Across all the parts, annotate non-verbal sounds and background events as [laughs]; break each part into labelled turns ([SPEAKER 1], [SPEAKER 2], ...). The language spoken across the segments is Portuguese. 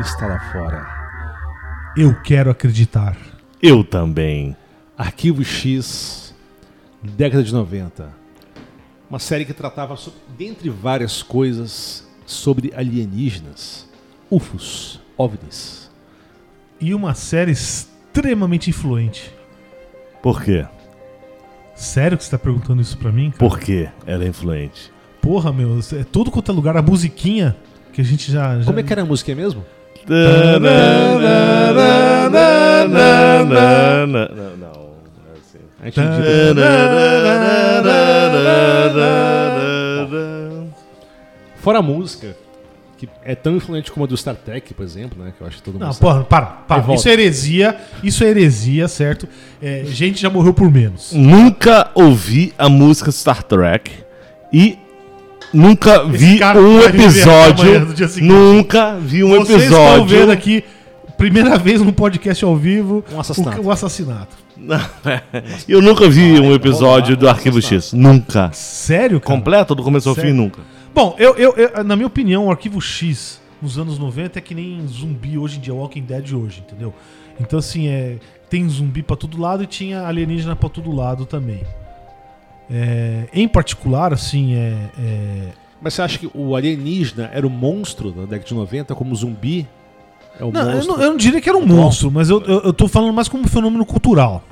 [SPEAKER 1] está lá fora.
[SPEAKER 2] Eu quero acreditar.
[SPEAKER 1] Eu também. Arquivo X, década de 90. Uma série que tratava, sobre, dentre várias coisas, sobre alienígenas, UFOs, OVNIs.
[SPEAKER 2] E uma série extremamente influente.
[SPEAKER 1] Por quê?
[SPEAKER 2] Sério que você tá perguntando isso pra mim?
[SPEAKER 1] Por que ela é influente?
[SPEAKER 2] Porra, meu, é todo quanto é lugar a musiquinha que a gente já. já...
[SPEAKER 1] Como é que era a música mesmo? Não, não. é assim. A gente né? devia- Fora a música, que é tão influente como a do Star Trek, por exemplo, né? Que eu acho que todo mundo
[SPEAKER 2] Não,
[SPEAKER 1] sabe.
[SPEAKER 2] porra, para, para.
[SPEAKER 1] Revolta.
[SPEAKER 2] Isso é heresia, isso é heresia, certo? É, gente já morreu por menos.
[SPEAKER 3] Nunca ouvi a música Star Trek e nunca vi
[SPEAKER 2] cara
[SPEAKER 3] um
[SPEAKER 2] vai viver até
[SPEAKER 3] episódio.
[SPEAKER 2] amanhã, no dia seguinte.
[SPEAKER 3] Nunca vi um
[SPEAKER 2] Vocês
[SPEAKER 3] episódio.
[SPEAKER 2] estão vendo aqui, primeira vez no podcast ao vivo,
[SPEAKER 1] Um assassinato.
[SPEAKER 2] o- o assassinato.
[SPEAKER 3] Não, é. Eu nunca vi um episódio
[SPEAKER 1] rolar,
[SPEAKER 3] do Arquivo X. Nunca.
[SPEAKER 2] Sério, cara?
[SPEAKER 3] Completo, do começo ao
[SPEAKER 2] Sério?
[SPEAKER 3] fim, nunca.
[SPEAKER 2] Bom, eu, eu, eu- na minha opinião, o arquivo X nos anos 90 é que nem zumbi hoje em dia, Walking Dead hoje, entendeu? Então, assim, é, tem zumbi pra todo lado e tinha alienígena pra todo lado também. É, em particular, assim, é, é-
[SPEAKER 1] Mas você acha que o alienígena era o monstro da década de 90, como o zumbi? É o
[SPEAKER 2] Não, eu,
[SPEAKER 1] monstro.
[SPEAKER 2] não, eu não diria que era um monstro, mas eu, eu, eu tô falando mais como um fenômeno cultural.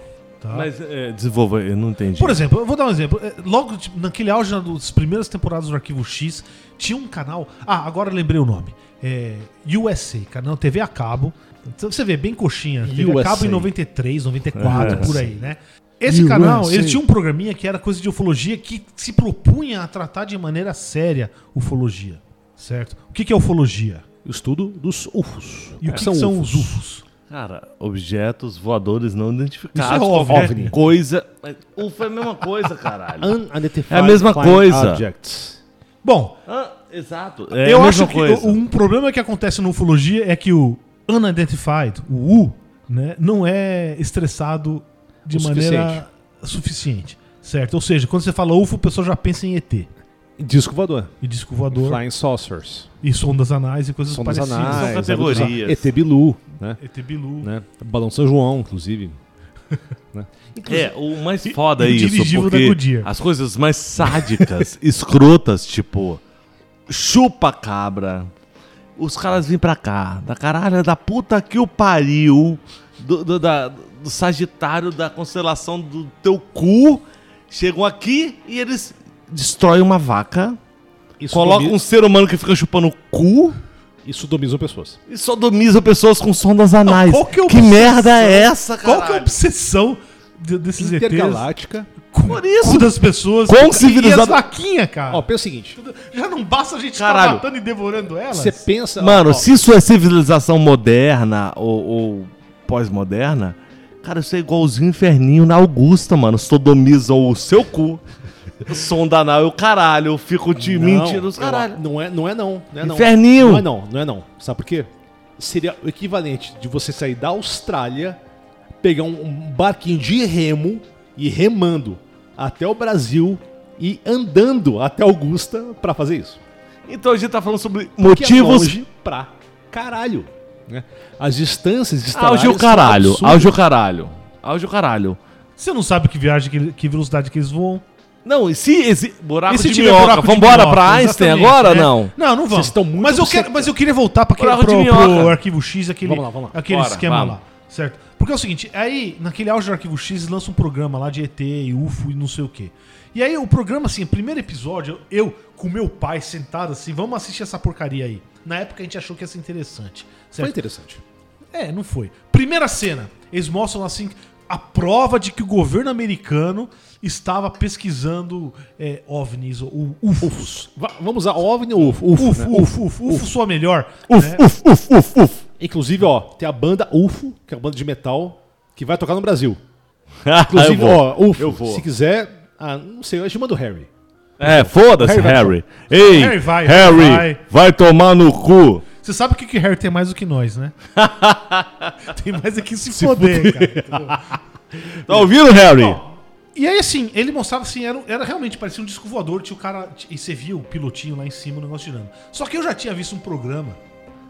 [SPEAKER 2] tá?
[SPEAKER 3] Mas é, desenvolva, eu não entendi.
[SPEAKER 2] Por exemplo, eu vou dar um exemplo. É, Logo tipo, naquele auge na- das primeiras temporadas do Arquivo X, tinha um canal. Ah, agora eu lembrei o nome. É, USA, canal TV a cabo. Então, Você vê, bem coxinha. TV a
[SPEAKER 1] USA.
[SPEAKER 2] cabo em 93, 94,
[SPEAKER 3] É,
[SPEAKER 2] por aí, né? Esse
[SPEAKER 1] USA.
[SPEAKER 2] canal, ele tinha um programinha que era coisa de ufologia que se propunha a tratar de maneira séria ufologia, certo? O que que é ufologia?
[SPEAKER 1] O estudo dos UFOs.
[SPEAKER 3] É.
[SPEAKER 2] E o que que É, são, os ufos?
[SPEAKER 3] Cara, objetos voadores não identificados.
[SPEAKER 2] Isso é OVNI,
[SPEAKER 3] qualquer
[SPEAKER 2] né?
[SPEAKER 3] Coisa. mas UFO é a mesma coisa, caralho.
[SPEAKER 1] Unidentified
[SPEAKER 3] É a mesma
[SPEAKER 1] flying
[SPEAKER 3] coisa.
[SPEAKER 1] Objects.
[SPEAKER 2] Bom,
[SPEAKER 3] Ah, exato. É
[SPEAKER 2] eu
[SPEAKER 3] a mesma
[SPEAKER 2] acho que
[SPEAKER 3] coisa.
[SPEAKER 2] o- um problema que acontece na ufologia é que o unidentified, o U, né, não é estressado de
[SPEAKER 1] O
[SPEAKER 2] maneira suficiente. certo? Ou seja, quando você fala UFO, o pessoal já pensa em ET,
[SPEAKER 1] Disco voador.
[SPEAKER 2] e disco voador,
[SPEAKER 1] Flying Saucers. né?
[SPEAKER 2] e sondas anais e coisas
[SPEAKER 1] Sondas
[SPEAKER 2] parecidas.
[SPEAKER 1] anais.
[SPEAKER 3] categorias.
[SPEAKER 1] ET Bilu, né?
[SPEAKER 2] ET Bilu.
[SPEAKER 1] né? Balão São João, inclusive. né?
[SPEAKER 3] É, o mais foda é
[SPEAKER 2] e o
[SPEAKER 3] isso,
[SPEAKER 2] dirigível da
[SPEAKER 3] porque
[SPEAKER 2] Goodyear.
[SPEAKER 3] as coisas mais sádicas, [laughs] escrotas, tipo chupa cabra, os caras vêm pra cá, da caralho, é da puta que o pariu, do, do- da- do sagitário, da constelação do teu cu, chegam aqui e eles destroem uma vaca,
[SPEAKER 1] Isso,
[SPEAKER 3] colocam um
[SPEAKER 1] domi-
[SPEAKER 3] ser humano que fica chupando o cu
[SPEAKER 1] isso domizou pessoas.
[SPEAKER 3] e sodomizam pessoas com sondas anais.
[SPEAKER 2] qual que é a obsessão?
[SPEAKER 3] merda é essa, cara?
[SPEAKER 2] Qual que é a obsessão de- desses ETs
[SPEAKER 1] Intergaláctica.
[SPEAKER 2] com,
[SPEAKER 3] Por isso.
[SPEAKER 2] com das pessoas
[SPEAKER 3] Quão
[SPEAKER 2] E- e
[SPEAKER 3] civilizado-
[SPEAKER 2] as vaquinhas, cara?
[SPEAKER 1] Ó, pensa o seguinte.
[SPEAKER 2] já não basta a gente estar
[SPEAKER 3] Caralho.
[SPEAKER 2] matando e devorando elas?
[SPEAKER 1] Você pensa... Então,
[SPEAKER 3] Mano,
[SPEAKER 1] ó,
[SPEAKER 3] se isso é civilização moderna ou, ou pós-moderna, cara, isso é igualzinho o inferninho na Augusta, mano. Sodomizam o seu cu, sonda anal e o caralho, eu fico de
[SPEAKER 1] não,
[SPEAKER 3] mentira os
[SPEAKER 1] não,
[SPEAKER 3] caralho.
[SPEAKER 1] Não é não. É não, não é não.
[SPEAKER 3] Inferninho.
[SPEAKER 1] Não é não, não é não. Sabe por quê? Seria o equivalente de você sair da Austrália, pegar um, um barquinho de remo e ir remando até o Brasil e andando até Augusta pra fazer isso.
[SPEAKER 3] Então a gente tá falando sobre
[SPEAKER 1] que é
[SPEAKER 3] motivos.
[SPEAKER 1] longe pra caralho. Né? As distâncias estalares
[SPEAKER 3] Auge o
[SPEAKER 1] são
[SPEAKER 3] caralho,
[SPEAKER 1] absurdas.
[SPEAKER 3] auge o caralho, auge o caralho.
[SPEAKER 2] Você não sabe que viagem, que, que velocidade que eles voam.
[SPEAKER 3] Não, e se esse buraco
[SPEAKER 2] E se
[SPEAKER 3] de
[SPEAKER 2] tiver
[SPEAKER 3] minhoca,
[SPEAKER 2] buraco de
[SPEAKER 3] vambora
[SPEAKER 2] minhoca?
[SPEAKER 3] pra Einstein
[SPEAKER 2] Exatamente,
[SPEAKER 3] agora?
[SPEAKER 2] né?
[SPEAKER 3] Não.
[SPEAKER 2] Não, não
[SPEAKER 1] Vocês
[SPEAKER 2] vamos.
[SPEAKER 1] estão muito
[SPEAKER 2] mas, eu quero,
[SPEAKER 1] obcecados.
[SPEAKER 2] mas eu queria voltar para aquele
[SPEAKER 3] Buraco de
[SPEAKER 2] pro,
[SPEAKER 3] minhoca.
[SPEAKER 2] pro arquivo X, aquele,
[SPEAKER 1] Vamos lá, vamos lá.
[SPEAKER 2] aquele
[SPEAKER 3] Bora,
[SPEAKER 2] esquema
[SPEAKER 3] vamos.
[SPEAKER 2] lá. Certo? Porque é o seguinte, aí naquele auge do arquivo X lança um programa lá de ET e UFO e não sei o quê. E aí o programa, assim, o primeiro episódio, eu com meu pai sentado assim, vamos assistir essa porcaria aí. Na época a gente achou que ia ser interessante.
[SPEAKER 1] Foi
[SPEAKER 2] Certo?
[SPEAKER 1] interessante.
[SPEAKER 2] É, não foi. Primeira cena, eles mostram assim a prova de que o governo americano estava pesquisando é, ovnis ou UFOs.
[SPEAKER 1] Va- vamos a OVNI ou UFO? UFO,
[SPEAKER 2] Ufo,
[SPEAKER 1] né?
[SPEAKER 2] ufo, ufo, ufo, sua melhor. né?
[SPEAKER 3] Uf, uf, uf, uf.
[SPEAKER 1] Inclusive, ó, tem a banda UFO, que é uma banda de metal, que vai tocar no Brasil.
[SPEAKER 3] Eu
[SPEAKER 1] Inclusive,
[SPEAKER 3] vou.
[SPEAKER 1] ó, UFO,
[SPEAKER 3] Ah, Eu vou.
[SPEAKER 1] se quiser, ah, não sei, eu acho que manda o Harry.
[SPEAKER 3] É, foda-se,
[SPEAKER 1] Harry vai-
[SPEAKER 3] Harry. Ei,
[SPEAKER 2] Harry
[SPEAKER 3] Harry,
[SPEAKER 2] vai,
[SPEAKER 3] vai,
[SPEAKER 2] vai.
[SPEAKER 3] tomar no cu.
[SPEAKER 2] Você sabe o que, que Harry tem mais do que nós, né? tem mais aqui se, foder, cara. entendeu?
[SPEAKER 3] Tá ouvindo, Harry?
[SPEAKER 2] E aí, assim, ele mostrava assim, era, era realmente, parecia um disco voador, tinha o cara. E você via o pilotinho lá em cima, o negócio girando. Só que eu já tinha visto um programa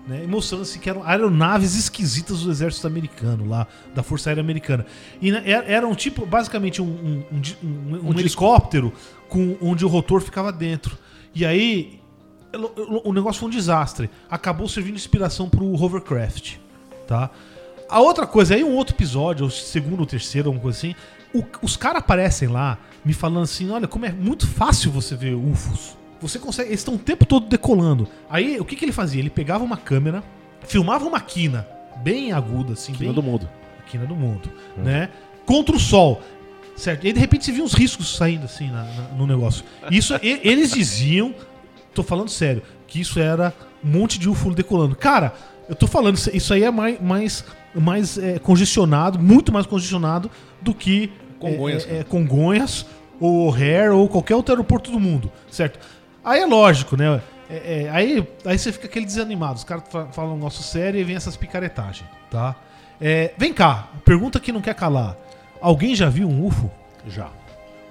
[SPEAKER 2] né? E mostrando-se que eram aeronaves esquisitas do exército americano lá, da Força Aérea Americana. E na- era- era um tipo, basicamente, um, um- um di- um- um helicóptero com, onde o rotor ficava dentro. E aí, elo- elo- o negócio foi um desastre. Acabou servindo de inspiração pro hovercraft, tá? A outra coisa, aí um outro episódio, o segundo ou terceiro, alguma coisa assim, o- os caras aparecem lá me falando assim, olha, como é muito fácil você ver UFOs. Você consegue, eles estão o tempo todo decolando. Aí, o que, que ele fazia? Ele pegava uma câmera, filmava uma quina, bem aguda, assim,
[SPEAKER 1] Quina
[SPEAKER 2] bem
[SPEAKER 1] do mundo.
[SPEAKER 2] quina do mundo, né? Contra o sol. Certo? E aí, de repente, você viu uns riscos saindo assim na- na- no negócio. Isso, e- eles diziam, tô falando sério, que isso era um monte de UFO decolando. Cara, eu tô falando, isso- isso aí é mais, mais, mais é, congestionado, muito mais congestionado do que
[SPEAKER 1] Congonhas,
[SPEAKER 2] é,
[SPEAKER 1] cara.
[SPEAKER 2] é, Congonhas, ou O'Hare, ou qualquer outro aeroporto do mundo, certo? Aí é lógico, né? É, é, aí, aí você fica aquele desanimado. Os caras fa- falam um negócio sério e vem essas picaretagens, tá? É, vem cá, pergunta que não quer calar. Alguém já viu um UFO?
[SPEAKER 1] Já.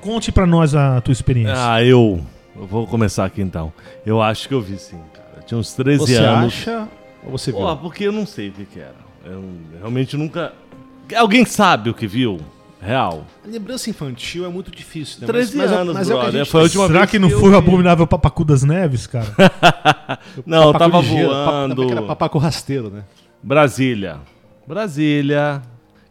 [SPEAKER 2] Conte pra nós a tua experiência.
[SPEAKER 3] Ah, eu. Eu vou começar aqui então. Eu acho que eu vi sim, cara. Eu tinha uns 13
[SPEAKER 1] Você
[SPEAKER 3] anos.
[SPEAKER 1] acha ou você viu?
[SPEAKER 3] Pô, porque eu não sei o que, que era. Eu realmente nunca. Alguém sabe o que viu? Real.
[SPEAKER 1] A lembrança infantil é muito difícil, né?
[SPEAKER 3] 13
[SPEAKER 1] Mas- mas é-
[SPEAKER 3] anos,
[SPEAKER 1] mas é o que a
[SPEAKER 3] brother.
[SPEAKER 1] gente
[SPEAKER 3] Foi a última
[SPEAKER 2] Será
[SPEAKER 3] vez
[SPEAKER 2] que não
[SPEAKER 3] eu
[SPEAKER 2] foi o
[SPEAKER 3] vi.
[SPEAKER 2] abominável Papacu das Neves,
[SPEAKER 3] [laughs]
[SPEAKER 2] cara?
[SPEAKER 3] Não, eu
[SPEAKER 1] Papaco
[SPEAKER 3] tava
[SPEAKER 1] de gelo,
[SPEAKER 3] voando.
[SPEAKER 1] pap- é Era papaco rasteiro, né?
[SPEAKER 3] Brasília. Brasília.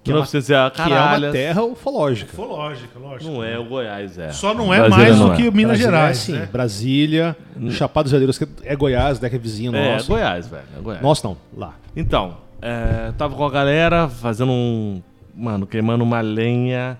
[SPEAKER 1] Que é uma-
[SPEAKER 3] 1900 e a
[SPEAKER 1] Que é uma
[SPEAKER 3] caralhas.
[SPEAKER 1] terra ufológica.
[SPEAKER 2] foi lógico, lógico.
[SPEAKER 3] Não é, o Goiás é.
[SPEAKER 2] Só não é
[SPEAKER 3] Brasília
[SPEAKER 2] mais
[SPEAKER 3] não
[SPEAKER 2] do
[SPEAKER 3] é.
[SPEAKER 2] que Minas
[SPEAKER 1] Brasília
[SPEAKER 2] Gerais,
[SPEAKER 1] é assim,
[SPEAKER 2] né?
[SPEAKER 1] Brasília, Chapada dos Veadeiros, que é Goiás, né? Que é vizinha
[SPEAKER 3] É,
[SPEAKER 1] nossa.
[SPEAKER 3] Goiás, velho. É Goiás.
[SPEAKER 1] Nossa, não. Lá.
[SPEAKER 3] Então, é, tava com a galera fazendo um. Mano, queimando uma lenha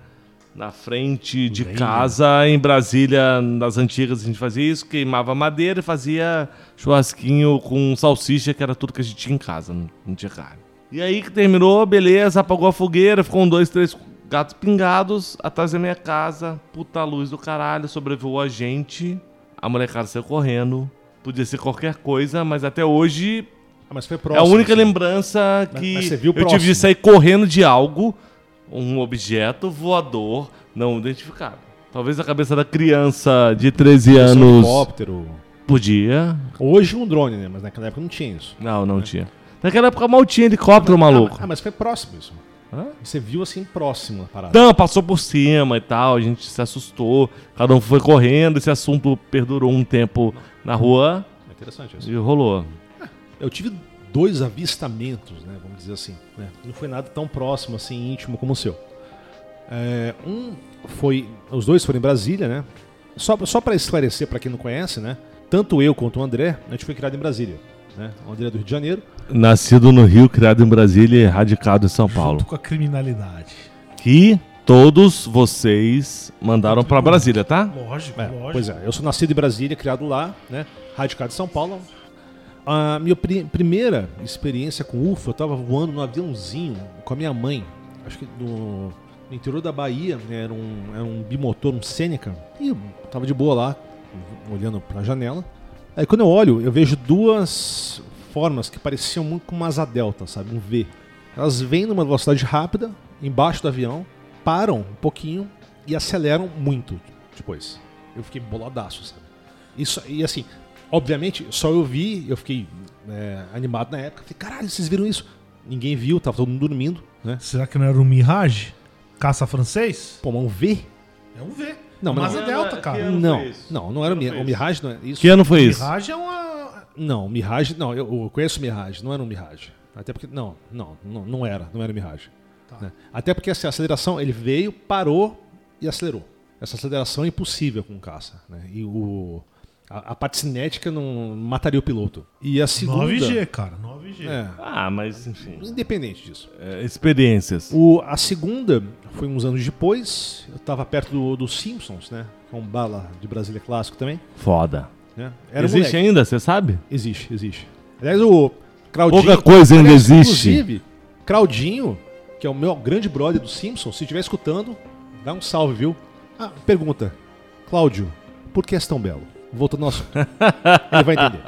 [SPEAKER 3] na frente de casa em Brasília. Nas antigas a gente fazia isso, queimava madeira e fazia churrasquinho com salsicha, que era tudo que a gente tinha em casa, não- não tinha carne. E aí que terminou, beleza, apagou a fogueira, ficou um, dois, três gatos pingados atrás da minha casa, puta luz do caralho, sobrevoou a gente, a molecada saiu correndo. Podia ser qualquer coisa, mas até hoje
[SPEAKER 1] Ah, mas foi
[SPEAKER 3] é a
[SPEAKER 1] próximo.
[SPEAKER 3] única
[SPEAKER 1] assim.
[SPEAKER 3] lembrança
[SPEAKER 1] Mas-
[SPEAKER 3] que
[SPEAKER 1] mas você viu
[SPEAKER 3] eu tive
[SPEAKER 1] próximo.
[SPEAKER 3] de sair correndo de algo, um objeto voador não identificado. Talvez a cabeça da criança de 13
[SPEAKER 1] Um
[SPEAKER 3] anos
[SPEAKER 1] helicóptero.
[SPEAKER 3] podia.
[SPEAKER 1] Hoje um drone, né? Mas naquela época não tinha isso.
[SPEAKER 3] Não, não tinha. Naquela época mal tinha helicóptero, maluco.
[SPEAKER 1] Ah, mas foi próximo isso.
[SPEAKER 3] Tá Hã?
[SPEAKER 1] Você viu assim próximo a parada.
[SPEAKER 3] Não, passou por cima e tal, a gente se assustou, cada um foi correndo, esse assunto perdurou um tempo na rua
[SPEAKER 1] É Interessante isso.
[SPEAKER 3] e rolou.
[SPEAKER 1] Eu tive dois avistamentos, né? Vamos dizer assim. né? Não foi nada tão próximo, assim, íntimo como o seu. É, um foi. Os dois foram em Brasília, né? Só, só para esclarecer para quem não conhece, né? Tanto eu quanto o André, a gente foi criado em Brasília. Né? O André é do Rio de Janeiro.
[SPEAKER 3] Nascido no Rio, criado em Brasília e radicado em São Paulo.
[SPEAKER 2] Junto com a criminalidade.
[SPEAKER 3] que todos vocês mandaram pra Brasília, tá?
[SPEAKER 2] Lógico,
[SPEAKER 1] É,
[SPEAKER 2] lógico.
[SPEAKER 1] pois é, eu sou nascido em Brasília, criado lá, né? Radicado em São Paulo. A minha pri- primeira experiência com UFO, eu tava voando num aviãozinho com a minha mãe. Acho que no, no interior da Bahia, né, era, um, era um bimotor, um Seneca. E eu tava de boa lá, olhando pra janela. Aí quando eu olho, eu vejo duas formas que pareciam muito com uma asa delta, sabe? Um V. Elas vêm numa velocidade rápida, embaixo do avião, param um pouquinho e aceleram muito depois. Eu fiquei boladaço, sabe? Isso, e assim, obviamente, só eu vi, eu fiquei é, animado na época. Falei, caralho, vocês viram isso? Ninguém viu, tava todo mundo dormindo, né?
[SPEAKER 2] Será que não era um Mirage? Caça francês?
[SPEAKER 1] Pô, mas um V?
[SPEAKER 2] É um V.
[SPEAKER 1] Não,
[SPEAKER 2] mas
[SPEAKER 1] mas
[SPEAKER 2] é
[SPEAKER 1] não-
[SPEAKER 2] Delta, cara.
[SPEAKER 3] Não
[SPEAKER 1] Não,
[SPEAKER 3] foi isso.
[SPEAKER 1] não, não era o, Mi-
[SPEAKER 3] foi
[SPEAKER 1] o
[SPEAKER 3] isso.
[SPEAKER 1] Mirage, não é isso?
[SPEAKER 3] Que ano foi isso?
[SPEAKER 2] Mirage é uma.
[SPEAKER 1] Não, Mirage, não, eu, eu conheço Mirage, não era um Mirage. Até porque, não, não, não, não era, não era um Mirage.
[SPEAKER 3] Tá.
[SPEAKER 1] né? Até porque assim, a aceleração, ele veio, parou e acelerou. Essa aceleração é impossível com caça, né? E o... A, a parte cinética não mataria o piloto. E a segunda...
[SPEAKER 2] 9G, cara. 9G.
[SPEAKER 1] É,
[SPEAKER 3] Ah, mas enfim.
[SPEAKER 1] independente disso.
[SPEAKER 3] É, experiências.
[SPEAKER 1] O, a segunda foi uns anos depois. Eu tava perto do, do Simpsons, né? Que é um bar lá de Brasília clássico também.
[SPEAKER 3] Foda.
[SPEAKER 1] Né? Era
[SPEAKER 3] existe
[SPEAKER 1] moleque.
[SPEAKER 3] ainda, você sabe?
[SPEAKER 1] Existe, existe. Aliás, o Claudinho.
[SPEAKER 3] Pouca coisa ainda
[SPEAKER 1] Aliás,
[SPEAKER 3] existe.
[SPEAKER 1] Inclusive, Claudinho, que é o meu grande brother do Simpsons, se estiver escutando, dá um salve, viu? Ah, pergunta. Cláudio, por que és tão belo? Voltando ao assunto.
[SPEAKER 3] [laughs]
[SPEAKER 1] Ele vai entender.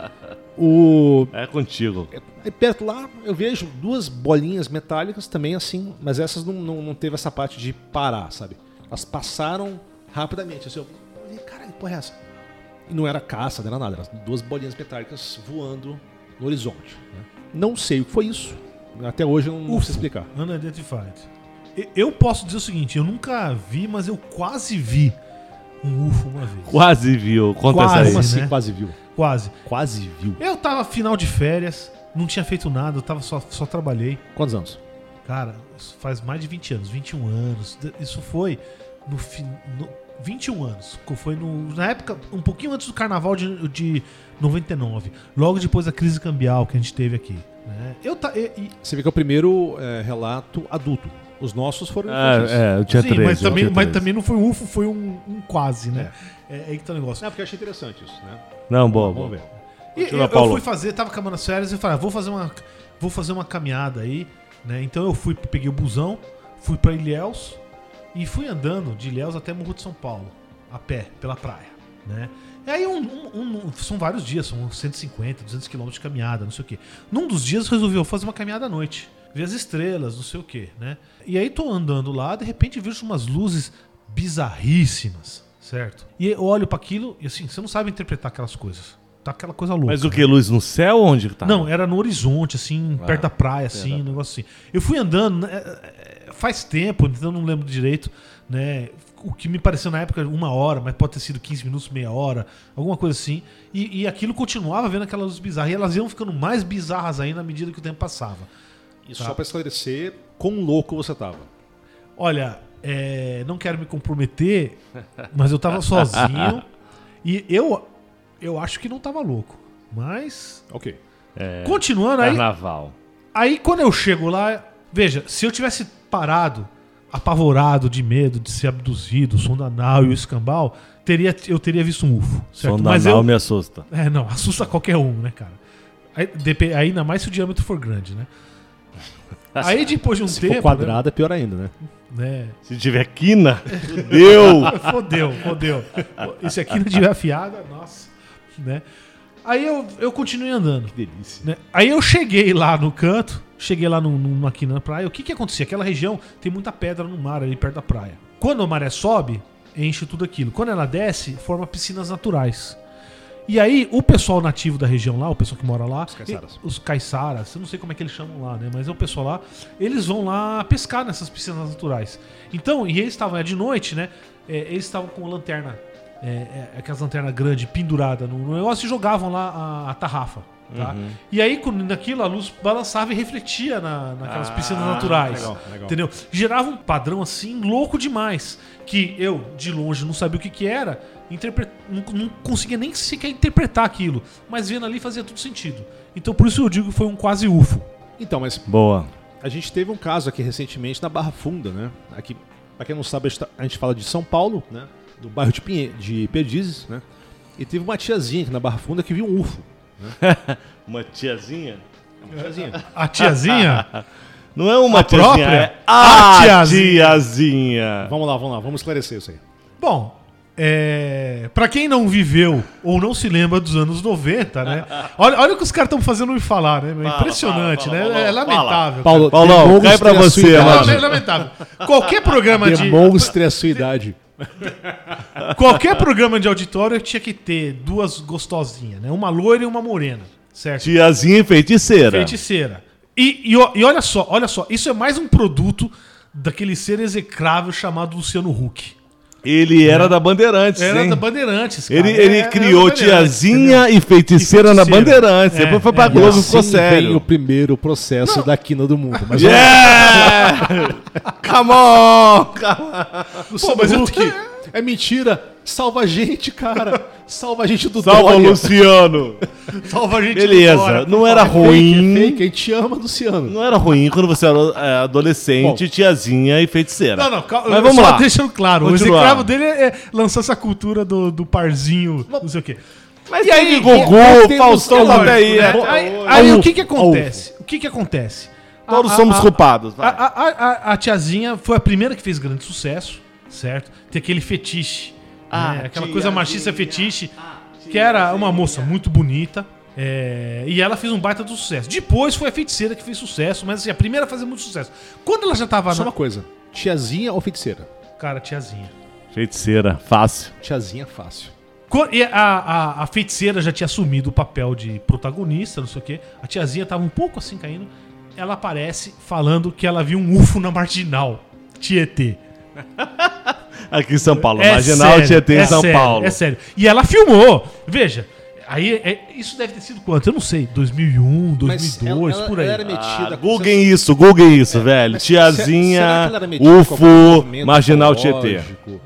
[SPEAKER 1] O,
[SPEAKER 3] É contigo.
[SPEAKER 1] Aí perto lá eu vejo duas bolinhas metálicas também assim, mas essas não, não, não teve essa parte de parar, sabe? Elas passaram rapidamente. Assim, eu falei, caralho, que porra é essa? E não era caça, não era nada, eram duas bolinhas metálicas voando no horizonte. né? Não sei o que foi isso. Até hoje eu não
[SPEAKER 2] Ufo.
[SPEAKER 1] sei explicar.
[SPEAKER 2] Unidentified. E- Eu posso dizer o seguinte, eu nunca vi, mas eu quase vi um UFO uma vez.
[SPEAKER 3] Quase viu. Conta
[SPEAKER 2] Quase,
[SPEAKER 1] Como
[SPEAKER 3] essa aí.
[SPEAKER 1] assim
[SPEAKER 2] né?
[SPEAKER 1] quase viu?
[SPEAKER 2] Quase.
[SPEAKER 1] Quase viu.
[SPEAKER 2] Eu tava final de férias, não tinha feito nada, eu tava só, só trabalhei.
[SPEAKER 1] Quantos anos?
[SPEAKER 2] Cara, isso faz mais de 20 anos, 21 anos. D- Isso foi no, fi- no 21 anos. co- Foi no, na época, um pouquinho antes do carnaval de, de 99. Logo depois da crise cambial que a gente teve aqui. né? Eu ta, e- e-
[SPEAKER 1] Você vê que é o primeiro é, relato adulto. Os nossos foram infantis.
[SPEAKER 3] É, é, eu tinha
[SPEAKER 2] sim,
[SPEAKER 3] três.
[SPEAKER 2] mas,
[SPEAKER 3] eu
[SPEAKER 2] também,
[SPEAKER 3] tinha
[SPEAKER 2] mas
[SPEAKER 3] três.
[SPEAKER 2] também não foi um UFO, foi um, um quase, né? É, é aí que tá o negócio.
[SPEAKER 1] Não, porque eu achei interessante isso, né?
[SPEAKER 3] Não, boa,
[SPEAKER 1] Vamos
[SPEAKER 3] boa.
[SPEAKER 1] ver.
[SPEAKER 2] E eu,
[SPEAKER 3] Continua, Paulo.
[SPEAKER 2] eu fui fazer, tava acabando as férias e falei, ah, vou fazer uma vou fazer uma caminhada aí, né? Então eu fui, peguei o busão, fui pra Ilhéus e fui andando de Ilhéus até Morro de São Paulo, a pé, pela praia, né? E aí um- um- um- um- são vários dias, são 150, 200 quilômetros de caminhada, não sei o quê. Num dos dias eu resolvi eu vou fazer uma caminhada à noite, ver as estrelas, não sei o quê, né? E aí tô andando lá, de repente vejo umas luzes bizarríssimas, certo? E eu olho pra aquilo e assim, você não sabe interpretar aquelas coisas. Tá aquela coisa louca.
[SPEAKER 3] Mas o que? Luz no céu ou onde que tá?
[SPEAKER 2] Não, é era no horizonte, assim, perto da praia, assim, um negócio assim. Eu fui andando, né, é, é, faz tempo, então eu não lembro direito, né? O que me pareceu na época uma hora, mas pode ter sido 15 minutos, meia hora, alguma coisa assim. E, e aquilo continuava vendo aquelas luzes bizarras. E elas iam ficando mais bizarras ainda à medida que o tempo passava.
[SPEAKER 1] E
[SPEAKER 2] Tá.
[SPEAKER 1] só pra esclarecer, quão louco você tava.
[SPEAKER 2] Olha, é, não quero me [laughs] comprometer, mas eu tava sozinho. e eu, eu acho que não tava louco. Mas.
[SPEAKER 1] Ok.
[SPEAKER 2] É. Continuando aí.
[SPEAKER 3] Carnaval.
[SPEAKER 2] Aí quando eu chego lá, veja, se eu tivesse parado, apavorado de medo de ser abduzido, o som da nau e o escambau, teria, eu teria visto um UFO, certo?
[SPEAKER 3] Som da
[SPEAKER 2] Mas
[SPEAKER 3] nau
[SPEAKER 2] eu,
[SPEAKER 3] me assusta.
[SPEAKER 2] é, não, assusta qualquer um, né, cara? Aí, depe- ainda mais se o diâmetro for grande, né? Aí depois de
[SPEAKER 3] [laughs]
[SPEAKER 2] um
[SPEAKER 1] Se
[SPEAKER 2] tempo.
[SPEAKER 3] é
[SPEAKER 1] for quadrada, pior ainda, né?
[SPEAKER 2] Né?
[SPEAKER 3] Se tiver quina, deu! [laughs]
[SPEAKER 2] Fodeu, fodeu. Esse aqui não tiver afiada, nossa. Né? Aí eu, eu continuei andando.
[SPEAKER 1] Que delícia.
[SPEAKER 2] né? Aí eu cheguei lá no canto, cheguei lá no, no, aqui na praia. O que que acontecia? Aquela região tem muita pedra no mar ali perto da praia. Quando a maré sobe, enche tudo aquilo. Quando ela desce, forma piscinas naturais. E aí, o pessoal nativo da região lá, o pessoal que mora lá, os
[SPEAKER 1] caiçaras.
[SPEAKER 2] os caiçaras, eu não sei como é que eles chamam lá, né? Mas é o pessoal lá, eles vão lá pescar nessas piscinas naturais. Então, e eles estavam é de noite, né? é, eles estavam com a lanterna, é, é, aquelas lanternas grandes pendurada no, no negócio e jogavam lá a, a tarrafa. Tá?
[SPEAKER 1] Uhum.
[SPEAKER 2] E aí, quando- naquilo, a luz balançava e refletia na, naquelas piscinas naturais.
[SPEAKER 1] Ah, legal, legal.
[SPEAKER 2] Entendeu? Gerava um padrão assim louco demais. Que eu, de longe, não sabia o que, que era, interpre- não, não conseguia nem sequer interpretar aquilo. Mas vendo ali fazia todo sentido. Então por isso eu digo que foi um quase UFO.
[SPEAKER 1] Então, mas
[SPEAKER 3] Boa.
[SPEAKER 1] a gente teve um caso aqui recentemente na Barra Funda, né? Aqui, pra quem não sabe, a gente tá- a gente fala de São Paulo, né? Do bairro de, Pinhe de Perdizes, né? E teve uma tiazinha aqui na Barra Funda que viu um UFO.
[SPEAKER 3] Uma tiazinha?
[SPEAKER 1] Uma tiazinha.
[SPEAKER 2] A
[SPEAKER 3] [laughs]
[SPEAKER 2] tiazinha?
[SPEAKER 3] Não é uma
[SPEAKER 2] A
[SPEAKER 3] tiazinha,
[SPEAKER 2] própria?
[SPEAKER 3] é a,
[SPEAKER 2] A tiazinha.
[SPEAKER 3] tiazinha.
[SPEAKER 1] vamos lá, vamos lá, vamos esclarecer isso aí.
[SPEAKER 2] Bom, é... para quem não viveu ou não se lembra dos anos 90, né? Olha, olha o que os caras estão fazendo me falar, né? É
[SPEAKER 3] Fala,
[SPEAKER 2] impressionante,
[SPEAKER 3] fala,
[SPEAKER 2] né?
[SPEAKER 3] fala,
[SPEAKER 2] é
[SPEAKER 3] fala.
[SPEAKER 2] lamentável.
[SPEAKER 1] Paulo,
[SPEAKER 3] Paulão,
[SPEAKER 1] demonstre
[SPEAKER 3] cai pra
[SPEAKER 1] a sua
[SPEAKER 3] você,
[SPEAKER 1] idade.
[SPEAKER 3] mano.
[SPEAKER 2] cara. É lamentável. Qualquer programa de.
[SPEAKER 1] Demonstre a sua idade.
[SPEAKER 2] Qualquer programa de auditório tinha que ter duas gostosinhas, né? Uma loira e uma morena, certo?
[SPEAKER 3] Tiazinha e feiticeira.
[SPEAKER 2] Feiticeira. E, e, ó- e olha só, olha só, isso é mais um produto daquele ser execrável chamado Luciano Huck.
[SPEAKER 3] Ele era da Bandeirantes,
[SPEAKER 2] Era
[SPEAKER 3] hein?
[SPEAKER 2] da Bandeirantes, cara.
[SPEAKER 3] Ele,
[SPEAKER 2] É,
[SPEAKER 3] ele
[SPEAKER 2] era da
[SPEAKER 3] criou
[SPEAKER 2] Bandeirantes,
[SPEAKER 3] tiazinha e feiticeira, na
[SPEAKER 2] feiticeira.
[SPEAKER 3] Bandeirantes.
[SPEAKER 2] É,
[SPEAKER 3] Depois foi pra
[SPEAKER 2] é.
[SPEAKER 3] Globo e ficou
[SPEAKER 1] assim vem o
[SPEAKER 3] sério.
[SPEAKER 1] primeiro processo da quina do mundo. Mas
[SPEAKER 3] [laughs] Yeah! come on! Come on.
[SPEAKER 1] o Luciano
[SPEAKER 2] mas eu
[SPEAKER 1] Huck é mentira. Salva a gente, cara. Salva a gente do
[SPEAKER 3] Salva o
[SPEAKER 1] Dória.
[SPEAKER 2] [laughs]
[SPEAKER 3] Luciano!
[SPEAKER 2] entendeu? Salva a gente do
[SPEAKER 3] Beleza,
[SPEAKER 2] Dória.
[SPEAKER 3] não era
[SPEAKER 1] É
[SPEAKER 3] ruim.
[SPEAKER 1] fake, a gente ama, Luciano.
[SPEAKER 3] Não era ruim quando você era é, adolescente, tiazinha e feiticeira.
[SPEAKER 2] Não, não, calma.
[SPEAKER 3] Mas vamos
[SPEAKER 2] só
[SPEAKER 3] lá.
[SPEAKER 2] deixando claro, o
[SPEAKER 3] Continuar.
[SPEAKER 2] execrável dele é é lançar essa cultura do, do parzinho, não sei o quê.
[SPEAKER 3] Mas e aí,
[SPEAKER 1] nós
[SPEAKER 3] Gugu,
[SPEAKER 1] temos-
[SPEAKER 3] Faustão,
[SPEAKER 1] Lógico,
[SPEAKER 3] até aí.
[SPEAKER 2] né?
[SPEAKER 3] até
[SPEAKER 2] Aí,
[SPEAKER 3] hoje.
[SPEAKER 2] aí
[SPEAKER 1] Ao
[SPEAKER 2] o que que
[SPEAKER 1] UFO, ao
[SPEAKER 2] acontece? Ah, O que que acontece?
[SPEAKER 3] Todos
[SPEAKER 2] A- a-
[SPEAKER 3] somos
[SPEAKER 2] a-
[SPEAKER 3] culpados.
[SPEAKER 2] A,
[SPEAKER 3] vai.
[SPEAKER 2] a- a- a tiazinha foi a primeira que fez grande sucesso, certo? Tem aquele fetiche.
[SPEAKER 3] Ah,
[SPEAKER 2] né? Aquela
[SPEAKER 3] tiazinha. Ah,
[SPEAKER 2] coisa machista fetiche. que era uma moça muito bonita. é, e ela fez um baita do sucesso. Depois foi a feiticeira que fez sucesso, mas assim, a primeira a fazer muito sucesso. Quando ela já tava
[SPEAKER 1] Só
[SPEAKER 2] na.
[SPEAKER 1] uma coisa. Tiazinha ou feiticeira?
[SPEAKER 2] Cara, tiazinha.
[SPEAKER 3] Feiticeira, fácil.
[SPEAKER 1] Tiazinha é fácil.
[SPEAKER 2] Co- e a, a- a feiticeira já tinha assumido o papel de protagonista, não sei o quê. A tiazinha tava um pouco assim caindo. Ela aparece falando que ela viu um UFO na marginal. Tietê.
[SPEAKER 3] Aqui em São Paulo.
[SPEAKER 2] É
[SPEAKER 3] Marginal
[SPEAKER 2] sério,
[SPEAKER 3] Tietê em
[SPEAKER 2] é
[SPEAKER 3] São
[SPEAKER 2] sério,
[SPEAKER 3] Paulo.
[SPEAKER 2] É sério. E ela filmou. Veja, aí é- isso deve ter sido quanto? Eu não sei. 2001, 2002,
[SPEAKER 1] ela-
[SPEAKER 2] por aí.
[SPEAKER 1] ela era metida
[SPEAKER 3] Ah,
[SPEAKER 1] com
[SPEAKER 3] Googuem isso, Googuem isso, velho.
[SPEAKER 1] Mas assim. É. [laughs] será
[SPEAKER 3] Tiazinha,
[SPEAKER 1] que ela era metida com algum
[SPEAKER 3] UFO,
[SPEAKER 1] movimento
[SPEAKER 3] Marginal Tietê.
[SPEAKER 1] ecológico,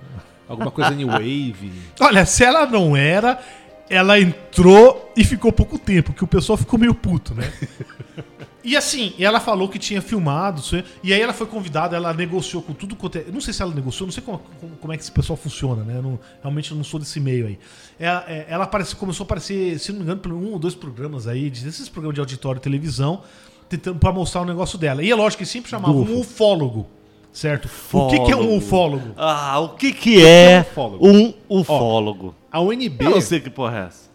[SPEAKER 1] Alguma coisa new wave.
[SPEAKER 2] Olha, se ela não era, ela entrou e ficou pouco tempo, que o pessoal ficou meio puto, né? [laughs] E assim, ela falou que tinha filmado, isso aí, e aí ela foi convidada, ela negociou com tudo quanto é. eu Não sei se ela negociou, não sei como, como- como é que esse pessoal funciona, né? Eu não- realmente eu não sou desse meio aí. Ela, é, ela apareceu- começou a aparecer, se não me engano, por um ou dois programas aí, de- desses programas de auditório e televisão, tentando pra mostrar o negócio dela. E é lógico que sempre chamava um ufólogo, certo? O que que é um
[SPEAKER 3] Ufólogo.
[SPEAKER 2] ufólogo?
[SPEAKER 3] Ah, o que que é
[SPEAKER 1] ufólogo?
[SPEAKER 3] um ufólogo?
[SPEAKER 1] A UNB,
[SPEAKER 3] Eu não sei que porra é essa.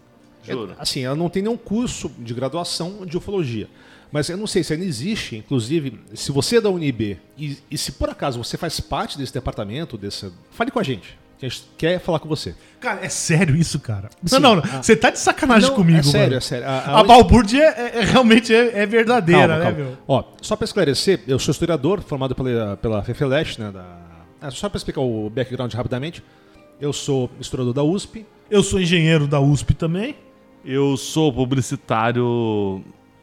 [SPEAKER 3] Juro.
[SPEAKER 1] assim, ela não tem nenhum curso de graduação de ufologia. Mas eu não sei se ainda existe, inclusive, se você é da UNB e, e se por acaso você faz parte desse departamento, desse, fale com a gente. que A gente quer falar com você.
[SPEAKER 2] Cara, é sério isso, cara?
[SPEAKER 1] Sim. Ah.
[SPEAKER 2] não, não, não. Você tá de sacanagem
[SPEAKER 1] Não,
[SPEAKER 2] comigo,
[SPEAKER 1] é sério,
[SPEAKER 2] mano.
[SPEAKER 1] é sério. A-
[SPEAKER 2] A,
[SPEAKER 1] a-
[SPEAKER 2] balbúrdia é, é- realmente é, é verdadeira,
[SPEAKER 1] Calma,
[SPEAKER 2] né,
[SPEAKER 1] calma.
[SPEAKER 2] meu?
[SPEAKER 1] Ó, só pra esclarecer, eu sou historiador, formado pela, pela FEFELESH, né? da- Ah, só pra explicar o background rapidamente, eu sou historiador da USP,
[SPEAKER 2] Eu sou engenheiro da USP também.
[SPEAKER 3] Eu sou publicitário